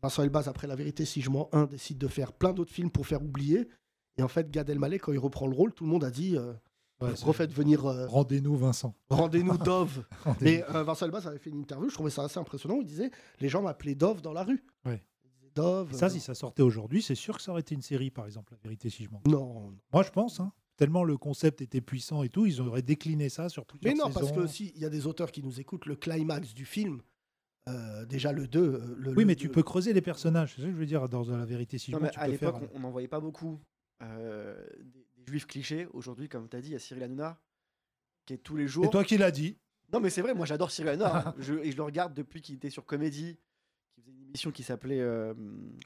Speaker 3: Vincent Elbaz, après La Vérité, si je mens, un, décide de faire plein d'autres films pour faire oublier. Et en fait, Gad Elmaleh, quand il reprend le rôle, tout le monde a dit euh,
Speaker 4: Ouais, c'est-
Speaker 3: refaites venir, euh,
Speaker 4: Rendez-nous Vincent.
Speaker 3: rendez-nous Dove.
Speaker 4: Rendez-nous.
Speaker 3: Mais euh, Vincent Elbaz avait fait une interview, je trouvais ça assez impressionnant. où Il disait les gens m'appelaient Dove dans la rue.
Speaker 4: Ouais.
Speaker 3: Dove.
Speaker 4: Ça,
Speaker 3: euh,
Speaker 4: si ça sortait aujourd'hui, c'est sûr que ça aurait été une série, par exemple, La vérité si je mens.
Speaker 3: Non,
Speaker 4: Moi, je pense, hein. tellement le concept était puissant et tout, ils auraient décliné ça sur plusieurs
Speaker 3: Mais non, parce
Speaker 4: saisons.
Speaker 3: que s'il y a des auteurs qui nous écoutent, le climax du film, euh, déjà le 2. euh, Le,
Speaker 4: Oui,
Speaker 3: le
Speaker 4: mais tu
Speaker 3: 2,
Speaker 4: peux creuser les personnages. C'est ça que je veux dire dans la vérité si je
Speaker 8: Non,
Speaker 4: mens.
Speaker 8: mais
Speaker 4: tu
Speaker 8: à
Speaker 4: peux faire-
Speaker 8: l'époque, on- on n'en voyait pas beaucoup. euh, des, des juifs clichés. Aujourd'hui, comme tu as dit, il y a Cyril Hanouna qui est tous les jours.
Speaker 4: C'est toi qui l'as dit.
Speaker 8: Non, mais c'est vrai, moi j'adore Cyril Hanouna. hein. je, et je le regarde depuis qu'il était sur Comédie, qui faisait une émission qui s'appelait. euh,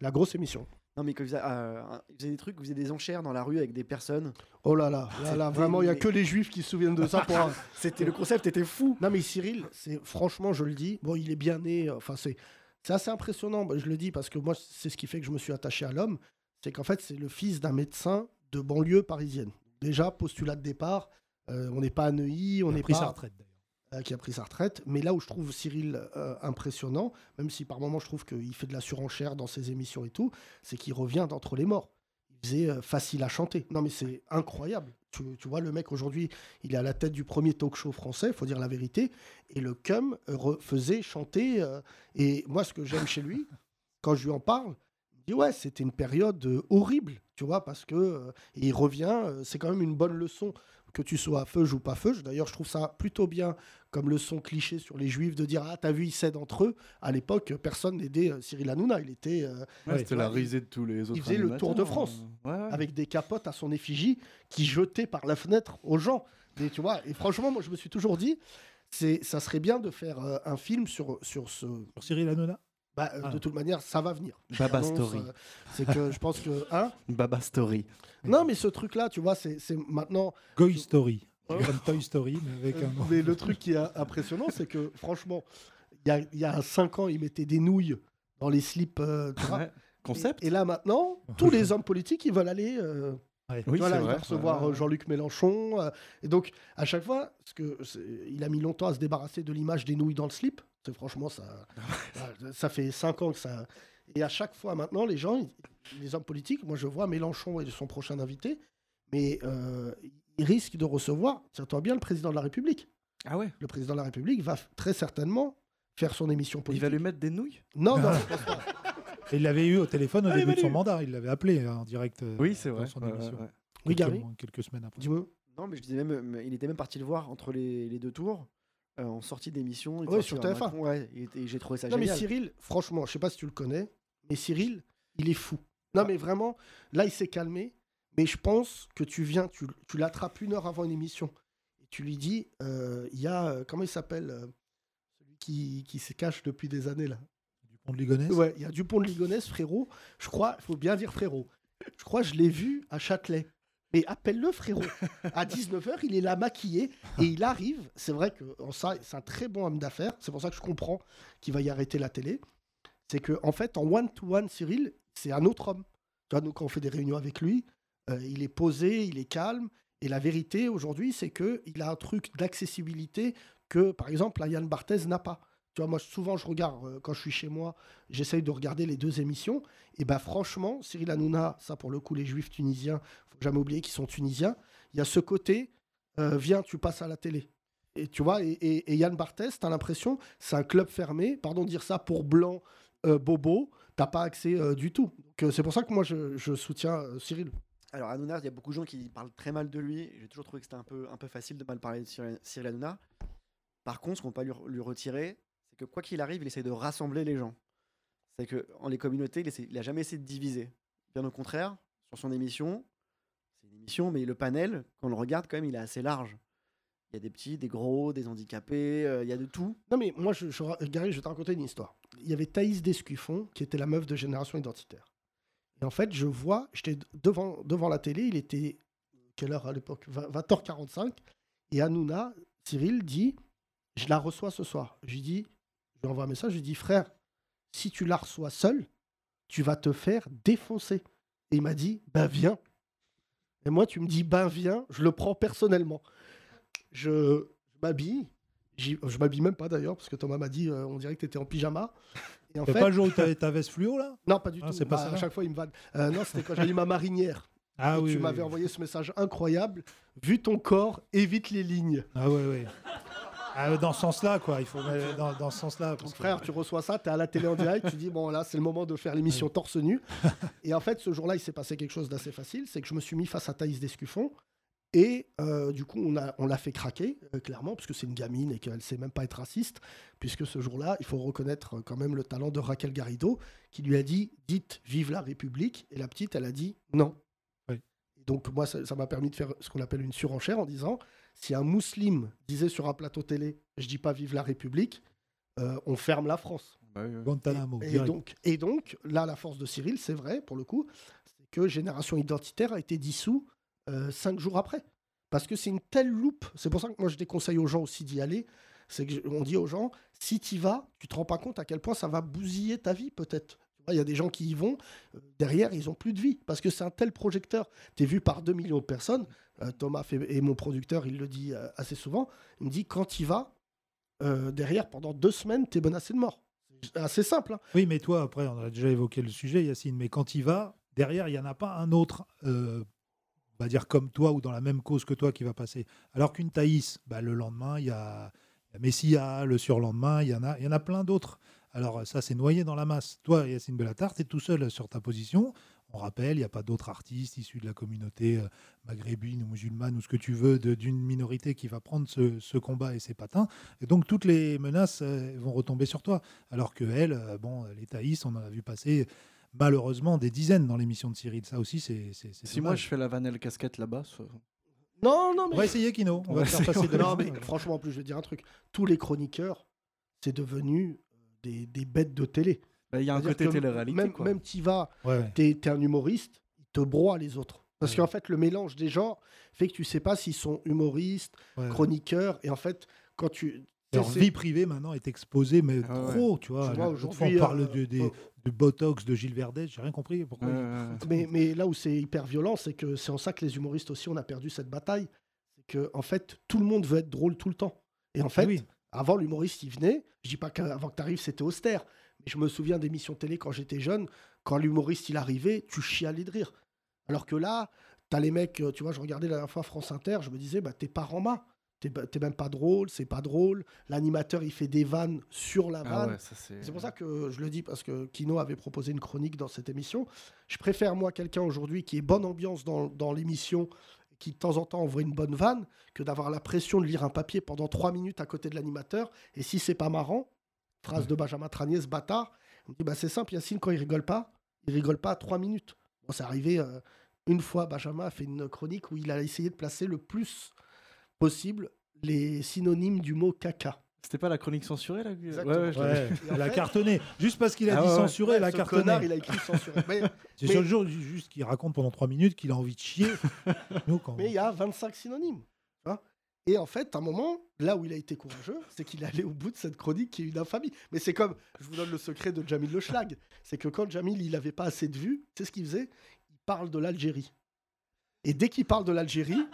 Speaker 3: La grosse émission.
Speaker 8: Non, mais quand il faisait, euh, un- il faisait des trucs, il faisait des enchères dans la rue avec des personnes.
Speaker 3: Oh là là, là, là vraiment, il n'y a que les juifs qui se souviennent de ça. Pour un-
Speaker 8: C'était le concept était fou.
Speaker 3: Non, mais Cyril, c'est franchement, je le dis, bon, il est bien né, euh, enfin, c'est. C'est assez impressionnant, bah, je le dis parce que moi, c'est ce qui fait que je me suis attaché à l'homme. C'est qu'en fait, c'est le fils d'un médecin de banlieue parisienne. Déjà, postulat de départ, euh, on n'est pas à Neuilly, on
Speaker 4: Il a
Speaker 3: n'est
Speaker 4: pris
Speaker 3: pas.
Speaker 4: sa retraite, d'ailleurs.
Speaker 3: euh, qui a pris sa retraite. Mais là où je trouve Cyril euh, impressionnant, même si par moments je trouve qu'il fait de la surenchère dans ses émissions et tout, c'est qu'il revient d'entre les morts. Il faisait euh, facile à chanter. Non mais c'est incroyable. Tu, tu vois, le mec aujourd'hui, il est à la tête du premier talk show français, faut dire la vérité, et le cum re- faisait chanter. euh, et moi, ce que j'aime chez lui, quand je lui en parle, il me dit ouais, c'était une période euh, horrible, tu vois, parce que euh, et il revient, euh, c'est quand même une bonne leçon que tu sois à feuge ou pas feuge. D'ailleurs, je trouve ça plutôt bien comme leçon cliché sur les juifs de dire ah t'as vu ils cèdent entre eux. À l'époque, euh, personne n'aidait euh, Cyril Hanouna, il était euh,
Speaker 4: Ouais,
Speaker 5: C'était la risée de tous les autres.
Speaker 3: faisait le
Speaker 5: animateurs,
Speaker 3: tour de France.
Speaker 5: euh, ouais, ouais.
Speaker 3: avec des capotes à son effigie qui jetait par la fenêtre aux gens. Et, tu vois, et franchement, moi je me suis toujours dit, c'est ça serait bien de faire euh, un film sur sur ce.
Speaker 4: Sur Cyril Hanouna
Speaker 3: bah, euh,
Speaker 4: Ah.
Speaker 3: De toute manière, ça va venir. Je
Speaker 5: Baba
Speaker 3: l'annonce,
Speaker 5: Story.
Speaker 3: euh, c'est que je pense que hein.
Speaker 5: Baba Story.
Speaker 3: Non, mais ce truc-là, tu vois, c'est c'est maintenant.
Speaker 4: Goy Story.
Speaker 3: Oh.
Speaker 4: Comme Toy Story, mais avec un nom.
Speaker 3: Mais le truc qui est impressionnant, c'est que franchement, il y a- il y a 5 ans, ils mettaient des nouilles dans les slips. euh, tu vois.
Speaker 5: Ouais. Concept
Speaker 3: Et, et là maintenant, tous les hommes politiques, ils veulent aller. euh,
Speaker 5: Oui,
Speaker 3: voilà,
Speaker 5: c'est
Speaker 3: il
Speaker 5: vrai.
Speaker 3: va recevoir
Speaker 5: Ouais.
Speaker 3: euh, Jean-Luc Mélenchon. euh, et donc, à chaque fois, parce que c'est- il a mis longtemps à se débarrasser de l'image des nouilles dans le slip. C'est franchement ça. ça- ça fait 5 ans que ça. Et à chaque fois maintenant, les gens, ils- les hommes politiques, moi je vois Mélenchon et son prochain invité, mais euh, ils risquent de recevoir, tiens-toi bien, le président de la République
Speaker 5: Ah ouais
Speaker 3: le président de la République va f- très certainement faire son émission
Speaker 5: Il
Speaker 3: politique.
Speaker 5: va lui mettre des nouilles
Speaker 3: Non, non,
Speaker 4: Et il l'avait eu au téléphone
Speaker 3: Ah,
Speaker 4: au début de son mandat. Il l'avait appelé euh, en direct euh,
Speaker 5: Oui, c'est
Speaker 4: dans
Speaker 5: vrai.
Speaker 4: son
Speaker 5: Ouais, ouais,
Speaker 4: émission.
Speaker 5: ouais.
Speaker 3: oui,
Speaker 4: Quelques,
Speaker 3: Gary,
Speaker 4: mois- quelques semaines après.
Speaker 3: dis-moi.
Speaker 8: Non, mais je disais même, mais il était même parti le voir entre les, les deux tours, euh, en sortie d'émission. il était
Speaker 3: Ouais,
Speaker 8: sorti
Speaker 3: sur
Speaker 8: voir
Speaker 3: TF1.
Speaker 8: Macron, ouais, et, et j'ai trouvé ça
Speaker 3: Non, mais
Speaker 8: génial.
Speaker 3: Cyril, franchement, je sais pas si tu le connais, mais Cyril, il est fou.
Speaker 8: Bah.
Speaker 3: Non, mais vraiment, là, il s'est calmé, mais je pense que tu viens, tu, tu l'attrapes une heure avant une émission. Et tu lui dis, euh, il y a, euh, comment il s'appelle euh, Celui qui, qui se cache depuis des années, là.
Speaker 4: Dupont de Ligonnès.
Speaker 3: Ouais, il y a Dupont de Ligonnès, frérot. Je crois, il faut bien dire frérot. Je crois que je l'ai vu à Châtelet. Mais appelle-le frérot. À 19h, il est là maquillé et il arrive. C'est vrai que en ça, c'est un très bon homme d'affaires. C'est pour ça que je comprends qu'il va y arrêter la télé. C'est que en fait, en one-to-one, Cyril, c'est un autre homme. Tu vois, nous, quand on fait des réunions avec lui, euh, il est posé, il est calme. Et la vérité aujourd'hui, c'est que il a un truc d'accessibilité que, par exemple, la Yann Barthès n'a pas. Tu vois, moi, souvent, je regarde, euh, quand je suis chez moi, j'essaye de regarder les deux émissions. Et bah franchement, Cyril Hanouna, ça pour le coup, les juifs tunisiens, faut jamais oublier qu'ils sont tunisiens. Il y a ce côté, euh, viens, tu passes à la télé. Et tu vois, et, et- et Yann Barthès, t'as l'impression, c'est un club fermé. Pardon de dire ça pour blanc, euh, bobo, t'as pas accès euh, du tout. Donc, euh, c'est pour ça que moi, je, je soutiens euh, Cyril.
Speaker 8: Alors Hanouna, il y a beaucoup de gens qui parlent très mal de lui. J'ai toujours trouvé que c'était un peu, un peu facile de mal parler de Cyril Cyril Hanouna. Par contre, ce qu'on peut pas lui, lui retirer, c'est que quoi qu'il arrive, il essaie de rassembler les gens. C'est que en les communautés, il, essaie- il a jamais essayé de diviser. Bien au contraire, sur son émission, c'est une émission, mais le panel, quand on le regarde, quand même, il est assez large. Il y a des petits, des gros, des handicapés, euh, il y a de tout.
Speaker 3: Non, mais moi, je, je, Gary, je vais te raconter une histoire. Il y avait Thaïs Descuffon, qui était la meuf de Génération Identitaire. Et en fait, je vois, j'étais de- devant, devant la télé, il était, quelle heure à l'époque 20 20h45. Et Hanouna, Cyril, dit Je la reçois ce soir. Je lui dis Je lui envoie un message, je lui dis Frère, si tu la reçois seule, tu vas te faire défoncer. Et il m'a dit Ben viens. Et moi, tu me dis Ben viens, je le prends personnellement. Je, je m'habille. J'y- Je m'habille même pas d'ailleurs, parce que Thomas m'a dit euh, on dirait que t'étais en pyjama. Et en
Speaker 4: C'est
Speaker 3: fait,
Speaker 4: pas le jour où t'avais ta veste fluo, là
Speaker 3: non, pas du
Speaker 4: Ah,
Speaker 3: tout.
Speaker 4: c'est pas
Speaker 3: Bah,
Speaker 4: ça,
Speaker 3: à
Speaker 4: là
Speaker 3: chaque fois, il me vanne. Euh, non, c'était quand j'avais ma marinière.
Speaker 4: Ah
Speaker 3: Et
Speaker 4: oui.
Speaker 3: tu
Speaker 4: oui,
Speaker 3: m'avais
Speaker 4: oui.
Speaker 3: envoyé ce message incroyable. Vu ton corps, évite les lignes.
Speaker 4: Ah ouais, ouais. Ah, dans ce sens-là, quoi. Il faut aller dans, dans ce sens-là. parce
Speaker 3: Donc,
Speaker 4: que-
Speaker 3: Ah, frère, tu reçois ça, t'es à la télé en direct, tu dis bon, là, c'est le moment de faire l'émission torse nu. Et en fait, ce jour-là, il s'est passé quelque chose d'assez facile c'est que je me suis mis face à Thaïs Descuffon. Et euh, du coup, on a- on l'a fait craquer, euh, clairement, puisque c'est une gamine et qu'elle sait même pas être raciste. Puisque ce jour-là, il faut reconnaître euh, quand même le talent de Raquel Garrido, qui lui a dit Dites, vive la République. Et la petite, elle a dit Non.
Speaker 4: Oui.
Speaker 3: Donc, moi, ça ça m'a permis de faire ce qu'on appelle une surenchère en disant Si un musulman disait sur un plateau télé, je dis pas vive la République, euh, on ferme la France.
Speaker 5: Bah oui, oui.
Speaker 4: Guantanamo.
Speaker 3: Et
Speaker 4: direct.
Speaker 3: donc, et donc, là, la force de Cyril, c'est vrai, pour le coup, c'est que Génération Identitaire a été dissous euh, cinq jours après. Parce que c'est une telle loupe. C'est pour ça que moi, je déconseille aux gens aussi d'y aller. c'est qu'on dit aux gens, si tu vas, tu te rends pas compte à quel point ça va bousiller ta vie peut-être. Tu vois, Il y a des gens qui y vont, euh, derrière, ils ont plus de vie, parce que c'est un tel projecteur. Tu es vu par 2 millions de personnes. Euh, Thomas fait- et mon producteur, il le dit euh, assez souvent. Il me dit, quand tu vas, euh, derrière, pendant deux semaines, tu es menacé de mort. C'est assez simple. hein.
Speaker 4: Oui, mais toi, après, on a déjà évoqué le sujet, Yacine, mais quand il va, derrière, il n'y en a pas un autre, euh, on va dire comme toi ou dans la même cause que toi qui va passer. Alors qu'une Thaïs, bah, le lendemain, il y a, il y a Messia, le surlendemain, il y en a, il y en a plein d'autres. Alors euh, ça, c'est noyé dans la masse. Toi, Yacine Bellatar, tu es tout seul euh, sur ta position. On rappelle, il n'y a pas d'autres artistes issus de la communauté euh, maghrébine ou musulmane ou ce que tu veux de- d'une minorité qui va prendre ce, ce combat et ses patins. Et donc toutes les menaces euh, vont retomber sur toi. Alors que elle, euh, bon, les Thaïs, on en a vu passer malheureusement des dizaines dans l'émission de Cyril. Ça aussi, c'est c'est- c'est
Speaker 5: Si moi
Speaker 4: dommage.
Speaker 5: je fais la vanelle casquette là-bas, ça-
Speaker 3: Non, non, mais.
Speaker 4: On va essayer Kino, on va te faire passer de
Speaker 3: non, mais franchement, en plus, je vais te dire un truc. Tous les chroniqueurs, c'est devenu euh, des, des bêtes de télé.
Speaker 5: Bah, il y a un
Speaker 3: C'est-à-dire
Speaker 5: côté
Speaker 3: que
Speaker 5: télé-réalité.
Speaker 3: Même,
Speaker 5: quoi.
Speaker 3: même t'y vas,
Speaker 4: Ouais, ouais.
Speaker 3: t'es t'es un humoriste, il te broie les autres. Parce
Speaker 4: Ouais.
Speaker 3: qu'en fait, le mélange des genres fait que tu sais pas s'ils sont humoristes,
Speaker 4: Ouais.
Speaker 3: chroniqueurs, et en fait, quand tu.
Speaker 4: Leur
Speaker 3: c'est-
Speaker 4: vie privée maintenant est exposée, mais
Speaker 5: Ah ouais.
Speaker 4: trop, tu vois.
Speaker 3: tu vois,
Speaker 4: L'autre fois,
Speaker 3: aujourd'hui,
Speaker 4: on parle
Speaker 3: euh,
Speaker 4: de, des-
Speaker 3: euh,
Speaker 4: du Botox de Gilles Verdez, j'ai rien compris. Pourquoi
Speaker 5: Ouais,
Speaker 4: il-
Speaker 5: ouais, ouais.
Speaker 3: Mais, mais là où c'est hyper violent, c'est que c'est en ça que les humoristes aussi, on a perdu cette bataille. C'est que, en fait, tout le monde veut être drôle tout le temps. Et
Speaker 5: Ah
Speaker 3: en fait,
Speaker 4: Oui,
Speaker 3: Avant, l'humoriste, il venait. Je dis pas qu'avant que tu arrives, c'était austère. Mais je me souviens d'émissions télé quand j'étais jeune. Quand l'humoriste, il arrivait, tu chialais de rire. Alors que là, t'as les mecs, euh, tu vois, je regardais la dernière fois France Inter, je me disais, bah, t'es pas rama. T'es ba- t'es même pas drôle, c'est pas drôle. L'animateur, il fait des vannes sur la
Speaker 5: Ah
Speaker 3: vanne.
Speaker 5: ouais, ça c'est.
Speaker 3: C'est pour ça que je le dis parce que Kino avait proposé une chronique dans cette émission. Je préfère, moi, quelqu'un aujourd'hui qui est bonne ambiance dans, dans l'émission, qui de temps en temps envoie une bonne vanne, que d'avoir la pression de lire un papier pendant trois minutes à côté de l'animateur. Et si c'est pas marrant, phrase de Benjamin Tranier, ce bâtard, on me dit bah, c'est simple, Yacine, quand il rigole pas, il rigole pas à trois minutes. Bon, c'est arrivé euh, une fois, Benjamin a fait une chronique où il a essayé de placer le plus possible les synonymes du mot caca.
Speaker 5: C'était pas la chronique censurée là que-
Speaker 3: Exactement.
Speaker 5: Ouais, ouais, je l'avais-
Speaker 4: ouais,
Speaker 3: Et en
Speaker 4: elle a
Speaker 3: fait-
Speaker 4: cartonné. Juste parce qu'il a
Speaker 5: Ah
Speaker 4: dit
Speaker 5: ouais, ouais.
Speaker 4: censuré, elle a
Speaker 3: Ce
Speaker 4: cartonné.
Speaker 3: connard, il a écrit censuré. Mais-
Speaker 4: C'est
Speaker 3: mais-
Speaker 4: sur le jour ju- juste qu'il raconte pendant trois minutes qu'il a envie de chier. Nous, quand
Speaker 3: Mais il y a 25 synonymes. tu vois. et en fait, à un moment, là où il a été courageux, c'est qu'il est allé au bout de cette chronique qui est une infamie. Mais c'est comme, je vous donne le secret de Jamil Le Schlag, c'est que quand Jamil, il n'avait pas assez de vues, c'est ce qu'il faisait Il parle de l'Algérie. Et dès qu'il parle de l'Algérie,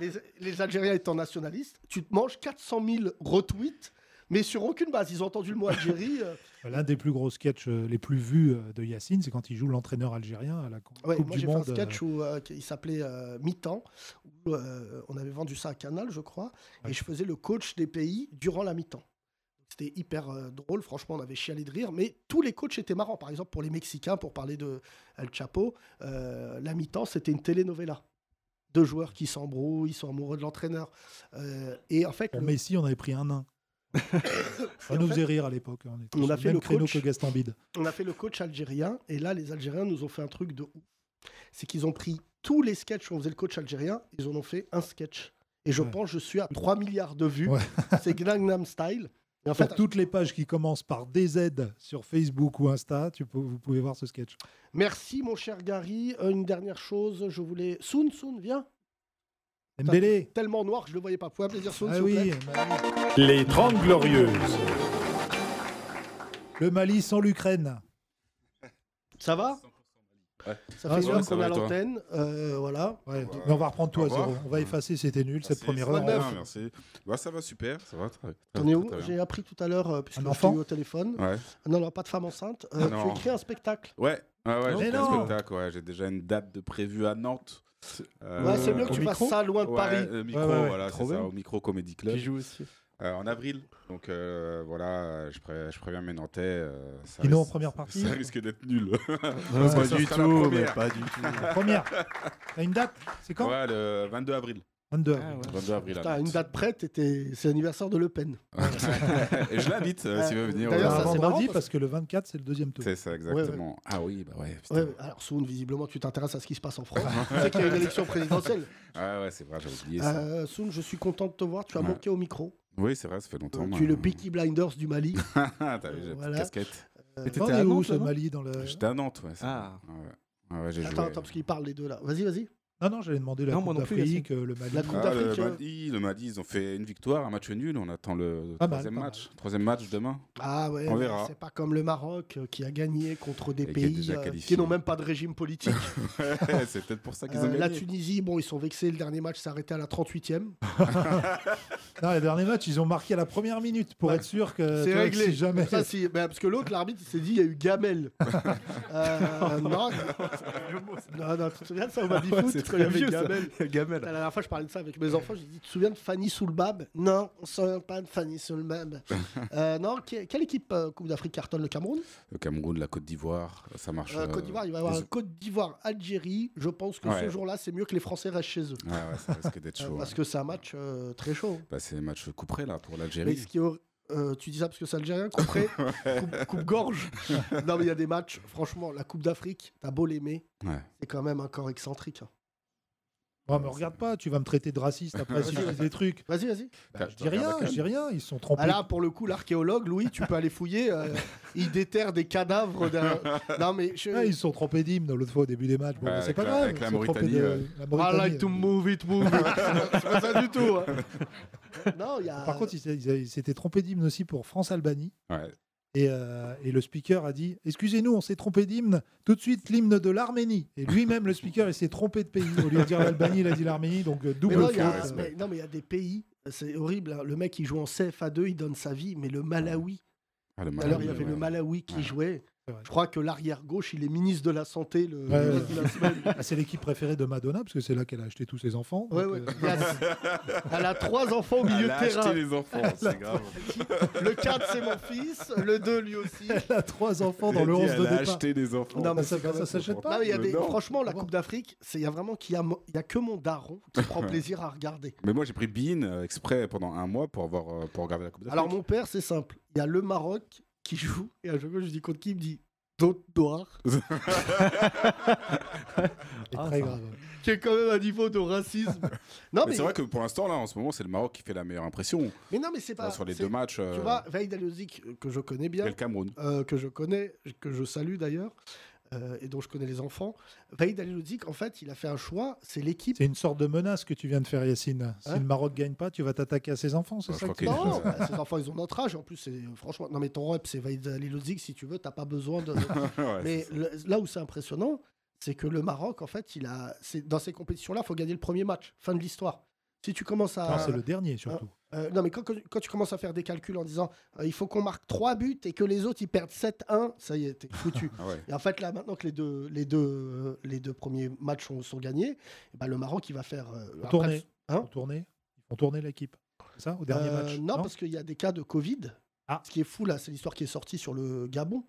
Speaker 3: les, les Algériens étant nationalistes, tu te manges 400 000 retweets, mais sur aucune base. Ils ont entendu le mot Algérie. euh,
Speaker 4: L'un des plus gros sketchs euh, les plus vus euh, de Yacine, c'est quand il joue l'entraîneur algérien à la cou-
Speaker 3: Ouais,
Speaker 4: Coupe
Speaker 3: moi
Speaker 4: du
Speaker 3: j'ai fait un
Speaker 4: Monde.
Speaker 3: sketch où euh, qui- il s'appelait euh, Mi-temps, où euh, on avait vendu ça à Canal, je crois,
Speaker 4: Ouais.
Speaker 3: et je faisais le coach des pays durant la mi-temps. C'était hyper euh, drôle, franchement, on avait chialé de rire, mais tous les coachs étaient marrants. Par exemple, pour les Mexicains, pour parler de El Chapo, euh, la mi-temps, c'était une telenovela. Deux joueurs qui s'embrouillent, ils sont amoureux de l'entraîneur. Euh, et en fait,
Speaker 4: Pour
Speaker 3: le-
Speaker 4: Messi, on avait pris un nain. Ça nous faisait rire à l'époque. hein, On, était
Speaker 3: on
Speaker 4: sur
Speaker 3: a fait
Speaker 4: même
Speaker 3: le
Speaker 4: créneau
Speaker 3: coach.
Speaker 4: que Gaston Bide.
Speaker 3: on a fait le coach algérien et là les Algériens nous ont fait un truc de ouf. C'est qu'ils ont pris tous les sketchs où on faisait le coach algérien, ils en ont fait un sketch. Et je
Speaker 4: Ouais.
Speaker 3: pense je suis à 3 milliards de vues.
Speaker 4: Ouais.
Speaker 3: C'est Gangnam Style. Et en
Speaker 4: Sur
Speaker 3: fait,
Speaker 4: toutes les pages qui commencent par DZ sur Facebook ou Insta, tu peux, vous pouvez voir ce sketch.
Speaker 3: merci mon cher Gary. Euh, une dernière chose, je voulais Soun Soun viens.
Speaker 4: Mbélé
Speaker 3: Tellement noir que je le voyais pas. Vous pouvez appeler dire Soun
Speaker 4: Ah
Speaker 3: s'il vous
Speaker 4: oui,
Speaker 3: plaît
Speaker 4: Mali.
Speaker 10: Les 30 Glorieuses.
Speaker 4: le Mali sans l'Ukraine.
Speaker 3: Ça va Ça
Speaker 4: Ah,
Speaker 3: fait
Speaker 4: ça
Speaker 3: une
Speaker 4: va,
Speaker 3: heure
Speaker 4: ça
Speaker 3: qu'on est
Speaker 10: va,
Speaker 3: à
Speaker 10: et toi
Speaker 3: l'antenne. Euh, voilà.
Speaker 4: Ouais,
Speaker 10: Bah,
Speaker 4: mais on va reprendre tout
Speaker 10: au
Speaker 4: à zéro.
Speaker 10: revoir.
Speaker 4: On va effacer, c'était nul cette
Speaker 10: Merci,
Speaker 4: première
Speaker 10: Oh, c'est
Speaker 4: heure.
Speaker 10: bien,
Speaker 4: on-
Speaker 10: Merci. Bah, ça va super, ça va très, très,
Speaker 3: T'en es
Speaker 10: très,
Speaker 3: où
Speaker 10: très bien.
Speaker 3: J'ai appris tout à l'heure, euh, puisque
Speaker 4: Un
Speaker 3: je t'ai
Speaker 4: enfant
Speaker 3: eu au téléphone. Euh,
Speaker 10: Ouais,
Speaker 3: Non, non, pas de femme enceinte. Euh, tu
Speaker 10: Non.
Speaker 3: écris un spectacle.
Speaker 10: ouais, ouais, Ah ouais,
Speaker 4: Mais
Speaker 10: j'ai fait
Speaker 4: non.
Speaker 10: un spectacle. ouais, j'ai déjà une date de prévue à Nantes. Euh,
Speaker 3: ouais, c'est mieux que
Speaker 10: au
Speaker 3: tu
Speaker 10: micro.
Speaker 3: fasses ça loin de
Speaker 10: Ouais, euh,
Speaker 3: Paris.
Speaker 10: le micro,
Speaker 4: Ouais, ouais, ouais.
Speaker 10: voilà,
Speaker 5: Trop
Speaker 10: c'est ça,
Speaker 5: bien.
Speaker 10: au micro Comedy Club.
Speaker 5: J'y joue aussi.
Speaker 10: Euh, en avril. Donc euh, voilà, euh, je, pré- je préviens mes Nantais. euh, ça
Speaker 4: Kino en
Speaker 10: risque-
Speaker 4: première partie.
Speaker 10: Ça risque d'être nul.
Speaker 5: Non,
Speaker 10: que
Speaker 5: pas
Speaker 10: ça
Speaker 5: du
Speaker 10: sera la
Speaker 5: tout, mais
Speaker 10: première.
Speaker 5: pas du tout.
Speaker 4: La première. T'as une date C'est quand
Speaker 10: ouais, le 22 avril.
Speaker 4: 22
Speaker 5: Ah ouais.
Speaker 10: 22 avril à
Speaker 3: Putain, une
Speaker 10: Nantes.
Speaker 3: date prête, était... c'est l'anniversaire de Le Pen.
Speaker 10: Et je l'invite euh, s'il veut venir.
Speaker 3: D'ailleurs,
Speaker 10: euh,
Speaker 3: ça,
Speaker 4: Un
Speaker 3: c'est marrant
Speaker 4: vendredi
Speaker 3: parce-
Speaker 4: parce que le 24 c'est le deuxième tour.
Speaker 10: C'est ça, exactement. Ah oui, bah ouais. putain.
Speaker 3: Ouais, ouais. alors Soun, visiblement, tu t'intéresses à ce qui se passe en France. tu sais qu'il y a une élection présidentielle.
Speaker 10: Ah ouais, c'est vrai, j'ai oublié ça.
Speaker 3: Euh, Soun, je suis content de te voir. Tu as
Speaker 10: Ouais.
Speaker 3: manqué au micro. Euh,
Speaker 10: Oui, c'est vrai, ça fait longtemps.
Speaker 3: tu es le
Speaker 10: pic.
Speaker 3: Peaky Blinders du Mali. Euh,
Speaker 10: T'as vu, j'ai la petite
Speaker 3: Voilà.
Speaker 10: casquette.
Speaker 3: Euh,
Speaker 5: Et t'étais
Speaker 4: On
Speaker 5: à
Speaker 4: est où
Speaker 5: Nantes,
Speaker 4: ce
Speaker 5: là-bas
Speaker 4: Mali dans le
Speaker 10: J'étais à Nantes, ouais. c'est
Speaker 5: Ah.
Speaker 10: vrai. Ouais, ouais, ouais, j'ai joué.
Speaker 3: Attends, attends, parce qu'ils parlent les deux là. Vas-y, vas-y.
Speaker 4: Non, non, j'allais demander la
Speaker 10: Non, moi
Speaker 4: Coupe
Speaker 10: non plus,
Speaker 4: d'Afrique,
Speaker 10: Yacine.
Speaker 4: euh, le Mali.
Speaker 10: Ah, le, Mali, le Mali, ils ont fait une victoire, un match nul. On attend le
Speaker 4: Pas mal,
Speaker 10: troisième
Speaker 4: pas
Speaker 10: match. Troisième match demain.
Speaker 3: Ah ouais,
Speaker 10: on
Speaker 3: mais
Speaker 10: verra.
Speaker 3: c'est pas comme le Maroc euh, qui a gagné contre des
Speaker 10: Et qui est
Speaker 3: pays
Speaker 10: déjà
Speaker 3: euh, qui
Speaker 10: qualifié.
Speaker 3: n'ont même pas de régime politique.
Speaker 10: Ouais, c'est peut-être pour ça qu'ils ont
Speaker 3: Euh,
Speaker 10: gagné.
Speaker 3: la Tunisie, bon, ils sont vexés. Le dernier match s'est arrêté à la 38e.
Speaker 4: Non, les derniers matchs, ils ont marqué à la première minute pour être sûr que
Speaker 3: C'est
Speaker 4: tu vois,
Speaker 3: réglé.
Speaker 4: si jamais.
Speaker 3: Ça, si- bah, parce que l'autre, l'arbitre, il s'est dit, il y a eu Gamel. Euh, non, non, non, tu te souviens de ça au baby
Speaker 5: Ah ouais,
Speaker 3: foot quand
Speaker 5: c'est
Speaker 3: il y
Speaker 5: très
Speaker 3: avait
Speaker 5: vieux, ça.
Speaker 3: Gamel.
Speaker 5: Gamel.
Speaker 3: La dernière fois, je parlais de ça avec mes enfants. Je dis, tu te souviens de Fanny Soulbab Non, on ne se souvient pas de Fanny Soulbab. Euh, non, que- quelle équipe euh, Coupe d'Afrique cartonne le Cameroun
Speaker 10: Le Cameroun, la Côte d'Ivoire, ça marche.
Speaker 3: Euh, Côte
Speaker 10: euh,
Speaker 3: d'Ivoire, il va y avoir
Speaker 10: les-
Speaker 3: un Côte d'Ivoire, Algérie. Je pense que ce
Speaker 10: Ouais.
Speaker 3: jour-là, c'est mieux que les Français restent chez eux.
Speaker 10: Ouais, ouais, ça risque d'être
Speaker 3: Euh,
Speaker 10: chaud.
Speaker 3: parce
Speaker 10: ouais.
Speaker 3: que c'est un match euh, très chaud.
Speaker 10: Bah, c'est match couperé là pour
Speaker 3: Mais ce
Speaker 10: l'Algérie.
Speaker 3: qui est hor- euh, tu dis ça parce que c'est algérien, couperé, coupe, coupe-gorge. non, mais il y a des matchs, franchement, la Coupe d'Afrique, t'as beau l'aimer,
Speaker 10: Ouais.
Speaker 3: c'est quand même un corps excentrique. hein.
Speaker 4: Ouais, mais regarde pas, tu vas me traiter de raciste après si je dis des trucs.
Speaker 3: Vas-y, vas-y.
Speaker 4: Bah, je dis rien, je dis rien, ils se sont trompés.
Speaker 3: Ah là, pour le coup, l'archéologue, Louis, tu peux aller fouiller, euh, il déterre des cadavres d'un. Non, mais. je-
Speaker 4: Ah, ils se sont trompés d'hymne l'autre fois au début des matchs. Bon,
Speaker 10: Ouais,
Speaker 4: mais c'est
Speaker 10: avec
Speaker 4: pas
Speaker 10: la-
Speaker 4: grave.
Speaker 10: avec
Speaker 4: ils
Speaker 10: la
Speaker 4: se sont trompés
Speaker 10: Mauritanie,
Speaker 4: de-
Speaker 10: ouais.
Speaker 4: la
Speaker 3: I
Speaker 4: Mauritanie,
Speaker 3: like to
Speaker 4: euh,
Speaker 3: move it, move it. c'est pas ça du tout. hein. Non, il y a.
Speaker 4: Par contre, ils ils- ils s'étaient trompés d'hymne aussi pour France-Albanie.
Speaker 10: Ouais.
Speaker 4: Et, euh, et le speaker a dit Excusez-nous, on s'est trompé d'hymne. Tout de suite, l'hymne de l'Arménie. Et lui-même, le speaker, il s'est trompé de pays. Au lieu de dire l'Albanie, il a dit l'Arménie. Donc, euh,
Speaker 3: Mais
Speaker 4: double
Speaker 3: non, il y a-
Speaker 4: faute.
Speaker 3: mais- non, mais il y a des pays, c'est horrible. hein. Le mec, il joue en CFA2, il donne sa vie, mais le Malawi.
Speaker 10: Ah, le
Speaker 3: Tout à l'heure, il y
Speaker 10: Malawi,
Speaker 3: avait le
Speaker 10: ouais.
Speaker 3: Malawi qui
Speaker 10: Ouais.
Speaker 3: jouait.
Speaker 4: C'est vrai.
Speaker 3: Je crois que l'arrière-gauche, il est ministre de la Santé le
Speaker 4: Ouais,
Speaker 3: le
Speaker 4: ouais.
Speaker 3: reste de la semaine.
Speaker 4: Ah, c'est l'équipe préférée de Madonna, parce que c'est là qu'elle a acheté tous ses enfants.
Speaker 3: Ouais,
Speaker 4: Donc,
Speaker 3: ouais.
Speaker 4: euh,
Speaker 3: Il y a- Elle a trois enfants au milieu
Speaker 10: Elle
Speaker 3: de
Speaker 10: a
Speaker 3: terrain.
Speaker 10: acheté les enfants, c'est grave.
Speaker 3: Le 4, c'est mon fils. Le 2, lui aussi.
Speaker 4: Elle a trois enfants dans
Speaker 10: Elle
Speaker 4: le
Speaker 10: a dit,
Speaker 4: 11 de
Speaker 10: Elle a
Speaker 4: départ.
Speaker 10: acheté Ah des enfants.
Speaker 3: Non, mais
Speaker 4: ça
Speaker 3: c'est quand
Speaker 4: ça
Speaker 3: même-
Speaker 4: s'achète
Speaker 3: Non,
Speaker 4: pas
Speaker 3: mais il y a des...
Speaker 10: Non.
Speaker 3: Franchement, la
Speaker 4: Comment
Speaker 3: Coupe d'Afrique, c'est- il y a vraiment qu'il y a... mo- il y a que mon daron qui prend plaisir à regarder.
Speaker 10: Mais moi, j'ai pris Bean euh, exprès pendant un mois pour, avoir, euh, pour regarder la Coupe d'Afrique.
Speaker 3: Alors mon père, c'est simple. Il y a le Maroc qui joue et à chaque fois je dis contre qui il me dit d'autres noirs,
Speaker 4: C'est
Speaker 3: Ah,
Speaker 4: très grave.
Speaker 3: qui est quand même un niveau de racisme. non
Speaker 10: mais
Speaker 3: mais,
Speaker 10: c'est vrai que pour l'instant, là, en ce moment, c'est le Maroc qui fait la meilleure impression.
Speaker 3: mais non mais c'est
Speaker 10: Là,
Speaker 3: pas
Speaker 10: sur les
Speaker 3: Bah, c'est-
Speaker 10: deux matchs, euh,
Speaker 3: Tu vois, Veid Aliozic, euh, que je connais
Speaker 10: et
Speaker 3: bien,
Speaker 10: le Cameroun.
Speaker 3: euh, que je connais, que je salue d'ailleurs, euh, et dont je connais les enfants. Veid Aliozic, en fait, il a fait un choix. C'est l'équipe.
Speaker 4: C'est une sorte de menace que tu viens de faire, Yacine. Si
Speaker 3: Hein
Speaker 4: le Maroc gagne pas, tu vas t'attaquer à ses enfants, c'est
Speaker 10: Ouais, je
Speaker 4: ça
Speaker 10: crois
Speaker 4: que tu
Speaker 10: qu'il-
Speaker 3: Non, bah, ces enfants, ils ont notre âge. En plus, c'est franchement. Non, mais ton rep, c'est Veid Aliozic. Si tu veux, t'as pas besoin de.
Speaker 10: Ouais, c'est
Speaker 3: mais
Speaker 10: ça.
Speaker 3: le- là où c'est impressionnant, c'est que le Maroc, en fait, il a. c'est- Dans ces compétitions-là, il faut gagner le premier match. Fin de l'histoire. Si tu commences à.
Speaker 4: Non, c'est le dernier surtout.
Speaker 3: Euh, non, mais quand, quand- quand tu commences à faire des calculs en disant euh, il faut qu'on marque 3 buts et que les autres ils perdent 7-1, ça y est, t'es foutu.
Speaker 10: Ah ouais.
Speaker 3: et en fait, là, maintenant que les deux, les deux, euh, les deux premiers matchs sont, sont gagnés, eh ben, le Maroc il va faire. euh, après-
Speaker 4: Tourner.
Speaker 3: Hein
Speaker 4: Ils font tourner. Ils font tourner l'équipe. C'est ça, au dernier
Speaker 3: Euh,
Speaker 4: match
Speaker 3: Non, parce qu'il y a des cas de Covid.
Speaker 4: Ah.
Speaker 3: Ce qui est fou là, c'est l'histoire qui est sortie sur le Gabon,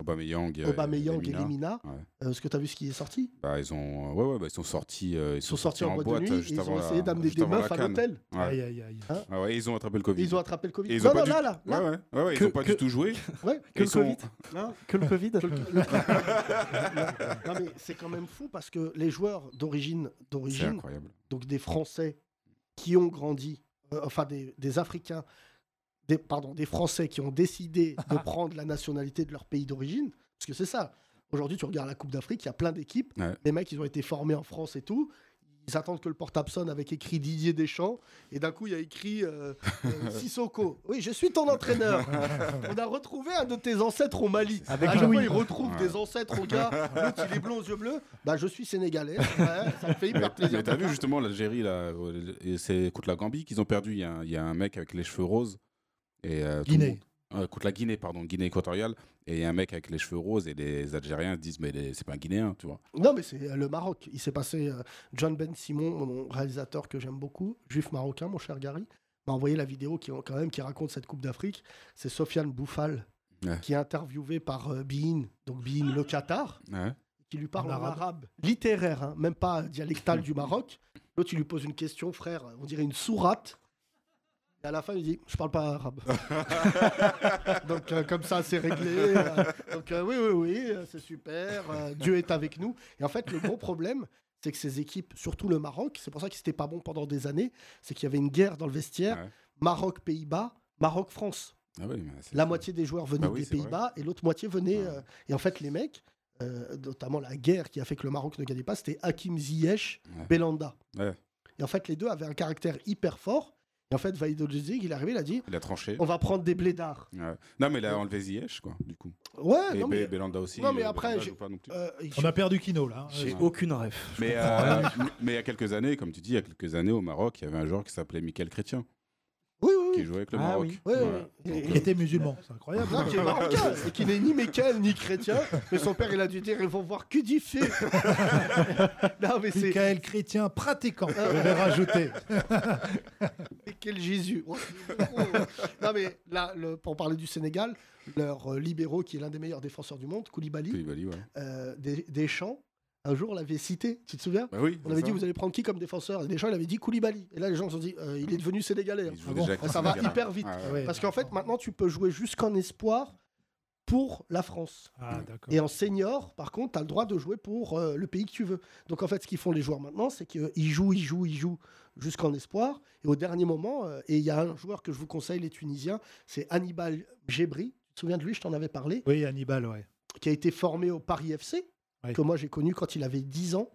Speaker 10: Aubameyang, euh,
Speaker 3: Aubameyang et
Speaker 10: Lemina.
Speaker 3: Lemina.
Speaker 10: Ouais.
Speaker 3: Euh, Est-ce que tu as vu ce qui est sorti
Speaker 10: Bah, ils ont, ouais, ouais, bah, ils sont sortis, euh, ils
Speaker 3: Ils sont sortis en, boîte de nuit,
Speaker 10: juste
Speaker 3: et ils
Speaker 10: avant
Speaker 3: ont
Speaker 10: la-
Speaker 3: essayé d'amener
Speaker 10: juste
Speaker 3: des
Speaker 10: avant la
Speaker 3: meufs à
Speaker 10: Cannes.
Speaker 3: l'hôtel.
Speaker 10: Ouais.
Speaker 4: Aïe, aïe, aïe.
Speaker 10: Ah ouais, ils ont attrapé le Covid.
Speaker 3: Ils ont attrapé le Covid.
Speaker 10: Et ils
Speaker 3: non,
Speaker 10: ont pas
Speaker 3: non,
Speaker 10: du-
Speaker 3: là, là,
Speaker 10: Ouais,
Speaker 3: là.
Speaker 10: ouais, ouais, ouais,
Speaker 5: Que-
Speaker 10: ils ont pas
Speaker 5: que-
Speaker 10: du tout joué.
Speaker 3: Ouais.
Speaker 10: Et
Speaker 5: Que
Speaker 10: ils
Speaker 5: le
Speaker 10: sont-
Speaker 5: Covid Que le Covid
Speaker 3: Non, mais c'est quand même fou parce que les joueurs d'origine,
Speaker 10: C'est
Speaker 3: d'origine,
Speaker 10: incroyable.
Speaker 3: donc des Français qui ont grandi, euh, enfin des, des Africains, des, pardon, des Français qui ont décidé de prendre la nationalité de leur pays d'origine, parce que c'est ça. Aujourd'hui, tu regardes la Coupe d'Afrique, il y a plein d'équipes.
Speaker 10: Ouais.
Speaker 3: Les mecs, ils ont été formés en France et tout. Ils attendent que le portable sonne avec écrit Didier Deschamps. Et d'un coup, il y a écrit euh, euh, Sissoko. Oui, je suis ton entraîneur. On a retrouvé un de tes ancêtres au Mali.
Speaker 5: Avec
Speaker 3: à chaque
Speaker 5: Louis.
Speaker 3: fois, ils retrouvent
Speaker 10: Ouais.
Speaker 3: des ancêtres au gars. L'autre, il est blond aux yeux bleus. Bah, je suis sénégalais. Ouais, ça me fait hyper
Speaker 10: Mais,
Speaker 3: plaisir.
Speaker 10: mais t'as vu justement l'Algérie là, euh, et c'est contre la Gambie qu'ils ont perdu. Il y, a un- il y a un mec avec les cheveux roses et euh, tout le
Speaker 4: Guinée.
Speaker 10: monde- euh, contre la Guinée, pardon, Guinée équatoriale. Et il y a un mec avec les cheveux roses et les Algériens se disent mais les- c'est pas un Guinéen, tu vois.
Speaker 3: Non, mais c'est euh, le Maroc. Il s'est passé. euh, John Ben Simon, mon réalisateur que j'aime beaucoup, juif marocain, mon cher Gary, m'a envoyé la vidéo qui, quand même, qui raconte cette Coupe d'Afrique. C'est Sofiane Bouffal
Speaker 10: Ouais.
Speaker 3: qui est interviewé par euh, Bein, donc Bein le Qatar,
Speaker 10: Ouais.
Speaker 3: qui lui parle en
Speaker 4: En
Speaker 3: arabe,
Speaker 4: arabe.
Speaker 3: littéraire, hein, même pas dialectal du Maroc. L'autre, il lui pose une question, frère, on dirait une sourate. Et à la fin, il dit Je parle pas arabe. donc, euh, comme ça, c'est réglé. euh, donc, euh, oui, oui, oui, euh, c'est super. euh, Dieu est avec nous. Et en fait, le gros problème, c'est que ces équipes, surtout le Maroc, c'est pour ça que c'était pas bon pendant des années, c'est qu'il y avait une guerre dans le vestiaire
Speaker 10: Ouais.
Speaker 3: Maroc-Pays-Bas, Maroc-France.
Speaker 10: Ah oui, mais c'est-
Speaker 3: La moitié des joueurs venaient
Speaker 10: Bah oui,
Speaker 3: des
Speaker 10: c'est vrai.
Speaker 3: Pays-Bas et l'autre moitié venait.
Speaker 10: Ouais.
Speaker 3: euh, et en fait, les mecs, euh, notamment la guerre qui a fait que le Maroc ne gagnait pas, c'était Hakim Ziyech, Belanda.
Speaker 10: Ouais.
Speaker 3: Et en fait, les deux avaient un caractère hyper fort. Et en fait, Vaïd Odjidig, il est arrivé, il a dit
Speaker 10: Il a tranché.
Speaker 3: On va prendre des blédards.
Speaker 10: Ouais. Non, mais il a enlevé Ziyech, quoi, du coup.
Speaker 3: Ouais,
Speaker 10: Et
Speaker 3: Ah, non, mais-
Speaker 10: Be- Belanda aussi.
Speaker 3: non, mais
Speaker 10: euh,
Speaker 3: après,
Speaker 10: Belanda
Speaker 3: j'ai-
Speaker 10: joue pas non plus.
Speaker 3: euh,
Speaker 4: On a perdu Kino là. hein.
Speaker 10: J'ai
Speaker 5: aucune ref.
Speaker 10: Mais,
Speaker 4: Je comprends
Speaker 3: Ah,
Speaker 10: euh,
Speaker 4: rien.
Speaker 10: m- mais il y a quelques années, comme tu dis, il y a quelques années au Maroc, il y avait un joueur qui s'appelait Michael Chrétien. Qui jouait avec le
Speaker 4: Ah
Speaker 10: Maroc.
Speaker 4: oui.
Speaker 3: Ouais,
Speaker 10: Voilà.
Speaker 3: ouais.
Speaker 10: Donc, euh,
Speaker 4: Qui était musulman, c'est incroyable.
Speaker 3: Non, Hein, qui est marocain, et qui n'est ni mécal ni chrétien. Mais son père, il a dû dire ils vont voir Cudifier. non, mais c'est. Ah.
Speaker 4: Michael Chrétien pratiquant, je vais rajouter.
Speaker 3: Mais quel Jésus Oh, oh. Non, mais là, le- pour parler du Sénégal, leur euh, libéraux, qui est l'un des meilleurs défenseurs du monde, Koulibaly,
Speaker 10: Koulibaly, ouais.
Speaker 3: euh, des, Deschamps, un jour l'avait cité, tu te souviens
Speaker 10: Bah oui,
Speaker 3: On
Speaker 10: c'est
Speaker 3: avait
Speaker 10: ça.
Speaker 3: dit, vous allez prendre qui comme défenseur Et Deschamps, il avait dit Koulibaly. Et là, les gens se sont dit, Euh, il est devenu Sénégalais.
Speaker 10: joue Ah bon déjà avec le
Speaker 3: ça va
Speaker 10: Sénégal.
Speaker 3: hyper vite.
Speaker 10: Ah ouais.
Speaker 3: Parce qu'en fait, maintenant, tu peux jouer jusqu'en espoir pour la France.
Speaker 4: Ah, d'accord.
Speaker 3: Et en senior, par contre, tu as le droit de jouer pour euh, le pays que tu veux. Donc en fait, ce qu'ils font les joueurs maintenant, c'est qu'ils jouent, ils jouent, ils jouent jusqu'en espoir. Et au dernier moment, euh, et il y a un joueur que je vous conseille, les Tunisiens, c'est Hannibal Gebri. Tu te souviens de lui, je t'en avais parlé.
Speaker 4: Oui, Hannibal, ouais.
Speaker 3: Qui a été formé au Paris FC,
Speaker 4: Ouais.
Speaker 3: que moi j'ai connu quand il avait 10 ans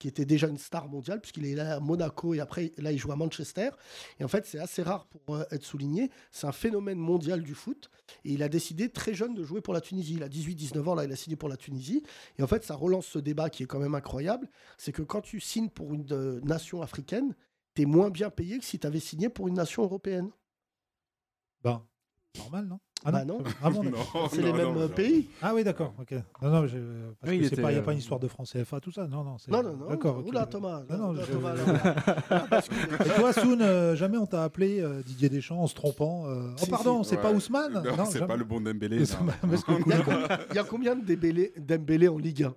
Speaker 3: qui était déjà une star mondiale, puisqu'il est là à Monaco et après, là, il joue à Manchester. Et en fait, c'est assez rare pour euh, être souligné. C'est un phénomène mondial du foot. Et il a décidé très jeune de jouer pour la Tunisie. Il a 18-19 ans, là, il a signé pour la Tunisie. Et en fait, ça relance ce débat qui est quand même incroyable. C'est que quand tu signes pour une euh, nation africaine, tu es moins bien payé que si tu avais signé pour une nation européenne.
Speaker 4: Ben, normal, non
Speaker 3: Bah non.
Speaker 4: Ah bon, d'accord.
Speaker 3: Non, C'est les non, mêmes, non, euh, non. pays.
Speaker 4: Ah oui, d'accord. Ok. Non, non, je, euh, parce
Speaker 5: Oui,
Speaker 4: que
Speaker 5: il
Speaker 4: c'est
Speaker 5: était,
Speaker 4: pas, il n'y a
Speaker 5: euh,
Speaker 4: pas une histoire de francs CFA, tout ça. Non, non. c'est-
Speaker 3: Non, non, non.
Speaker 4: D'accord. ok.
Speaker 3: Oula, Thomas.
Speaker 4: Non, non,
Speaker 3: Oula,
Speaker 4: je-
Speaker 3: Thomas, là.
Speaker 4: Et toi, Soun, euh, jamais on t'a appelé euh, Didier Deschamps en se trompant. euh, Oh,
Speaker 3: Si,
Speaker 4: pardon,
Speaker 3: si.
Speaker 4: c'est pas
Speaker 3: Ouais.
Speaker 4: Ousmane
Speaker 10: Non, c'est
Speaker 4: jamais.
Speaker 10: pas le bon Dembélé.
Speaker 4: Parce
Speaker 10: non.
Speaker 4: que- bah, parce que
Speaker 3: Il y a combien- il y a combien de Dembélé, Dembélé en Ligue 1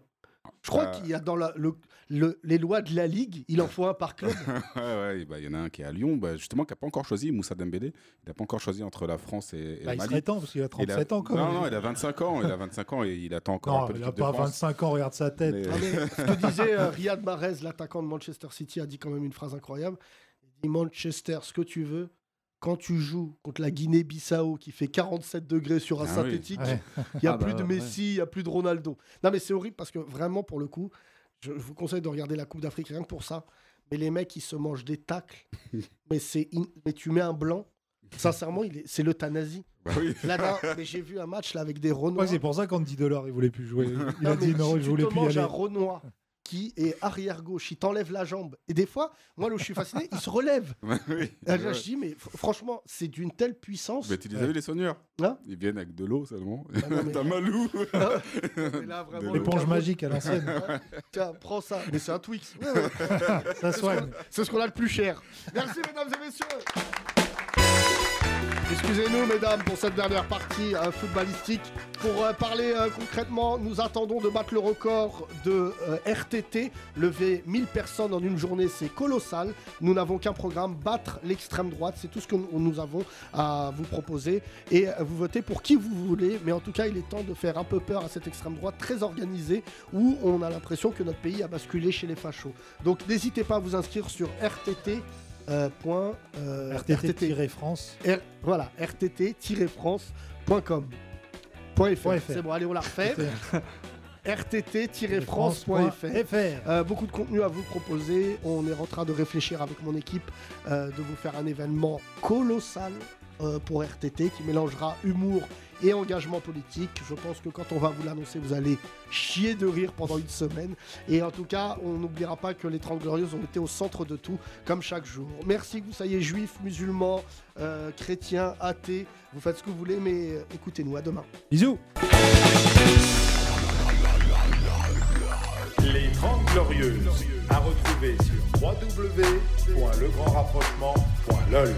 Speaker 3: Je crois
Speaker 10: Euh.
Speaker 3: qu'il y a dans la- le- le- les lois de la Ligue, il en faut un par club.
Speaker 10: ouais, ouais, et bah, il y en a un qui est à Lyon, bah, justement, qui n'a pas encore choisi, Moussa Dembélé. Il n'a pas encore choisi entre la France et, et
Speaker 4: Bah,
Speaker 10: le
Speaker 4: il
Speaker 10: Mali.
Speaker 4: serait temps, parce qu'il a 37 ans, quand
Speaker 10: non,
Speaker 4: même.
Speaker 10: Non, il a 25 ans. Il a 25 ans et il attend encore un
Speaker 4: Non,
Speaker 10: peu
Speaker 4: il
Speaker 10: l'équipe
Speaker 4: a
Speaker 10: de
Speaker 4: pas
Speaker 10: France.
Speaker 4: 25 ans, regarde sa tête.
Speaker 10: Mais-
Speaker 3: Je te disais, euh, Riyad Mahrez, l'attaquant de Manchester City, a dit quand même une phrase incroyable. Il dit Manchester, ce que tu veux, quand tu joues contre la Guinée-Bissau qui fait 47 degrés sur un
Speaker 10: Ah oui.
Speaker 3: synthétique, il
Speaker 10: Ouais.
Speaker 3: n'y a
Speaker 10: Ah
Speaker 3: plus
Speaker 10: bah
Speaker 3: de
Speaker 10: ouais.
Speaker 3: Messi, il n'y a plus de Ronaldo. Non mais c'est horrible parce que vraiment pour le coup, je, je vous conseille de regarder la Coupe d'Afrique rien que pour ça. Mais les mecs, ils se mangent des tacles. mais, c'est in- mais tu mets un blanc. Sincèrement, il est- c'est l'euthanasie.
Speaker 10: Bah oui.
Speaker 3: Là, non, mais j'ai vu un match là avec des
Speaker 10: euh,
Speaker 4: Je crois
Speaker 3: Renois.
Speaker 4: que c'est pour ça qu'Andy Delors, il voulait plus jouer. Il a
Speaker 3: Non, mais
Speaker 4: dit non,
Speaker 3: si
Speaker 4: je
Speaker 3: tu
Speaker 4: voulais
Speaker 3: te
Speaker 4: plus y
Speaker 3: manges
Speaker 4: aller.
Speaker 3: un Renoir qui est arrière gauche, il t'enlève la jambe. Et des fois, moi, là où je suis fasciné, il se relève.
Speaker 10: Ouais, oui.
Speaker 3: Et là, je dis, mais fr- franchement, c'est d'une telle puissance.
Speaker 10: Mais tu les as vu, les soigneurs
Speaker 3: Hein Ah
Speaker 10: Ils viennent avec de l'eau seulement.
Speaker 3: mais-
Speaker 10: T'as mal où
Speaker 3: Mais là,
Speaker 10: De
Speaker 3: vraiment,
Speaker 10: l'eau.
Speaker 3: le
Speaker 4: L'éponge
Speaker 3: capot-
Speaker 4: magique à l'ancienne.
Speaker 3: Tiens, prends ça. Mais c'est un Twix. Ouais, ouais.
Speaker 4: Ça
Speaker 3: C'est ce
Speaker 4: soigne.
Speaker 3: qu'on- C'est ce qu'on a le plus cher. Merci, mesdames et messieurs. Excusez-nous, mesdames, pour cette dernière partie euh, footballistique. Pour euh, parler euh, concrètement, nous attendons de battre le record de euh, RTT. Lever 1000 personnes en une journée, c'est colossal. Nous n'avons qu'un programme, battre l'extrême droite. C'est tout ce que nous- nous avons à vous proposer. Et euh, vous votez pour qui vous voulez. Mais en tout cas, il est temps de faire un peu peur à cette extrême droite très organisée où on a l'impression que notre pays a basculé chez les fachos. Donc n'hésitez pas à vous inscrire sur RTT. euh, point, euh,
Speaker 4: RTT-France.
Speaker 3: R- voilà, rtt-france.com. Point .fr.
Speaker 4: Point fr.
Speaker 3: C'est bon, allez, on la refait. rtt-france.fr.
Speaker 4: FR.
Speaker 3: Euh, beaucoup de contenu à vous proposer. On est en train de réfléchir avec mon équipe euh, de vous faire un événement colossal euh, pour RTT qui mélangera humour et engagement politique. Je pense que quand on va vous l'annoncer, vous allez chier de rire pendant une semaine. Et en tout cas, on n'oubliera pas que les 30 Glorieuses ont été au centre de tout, comme chaque jour. Merci que vous soyez juifs, musulmans, euh, chrétiens, athées. Vous faites ce que vous voulez, mais euh, écoutez-nous. À demain.
Speaker 4: Bisous.
Speaker 11: Les 30 Glorieuses, à retrouver sur www.legrandrapprochement.lol.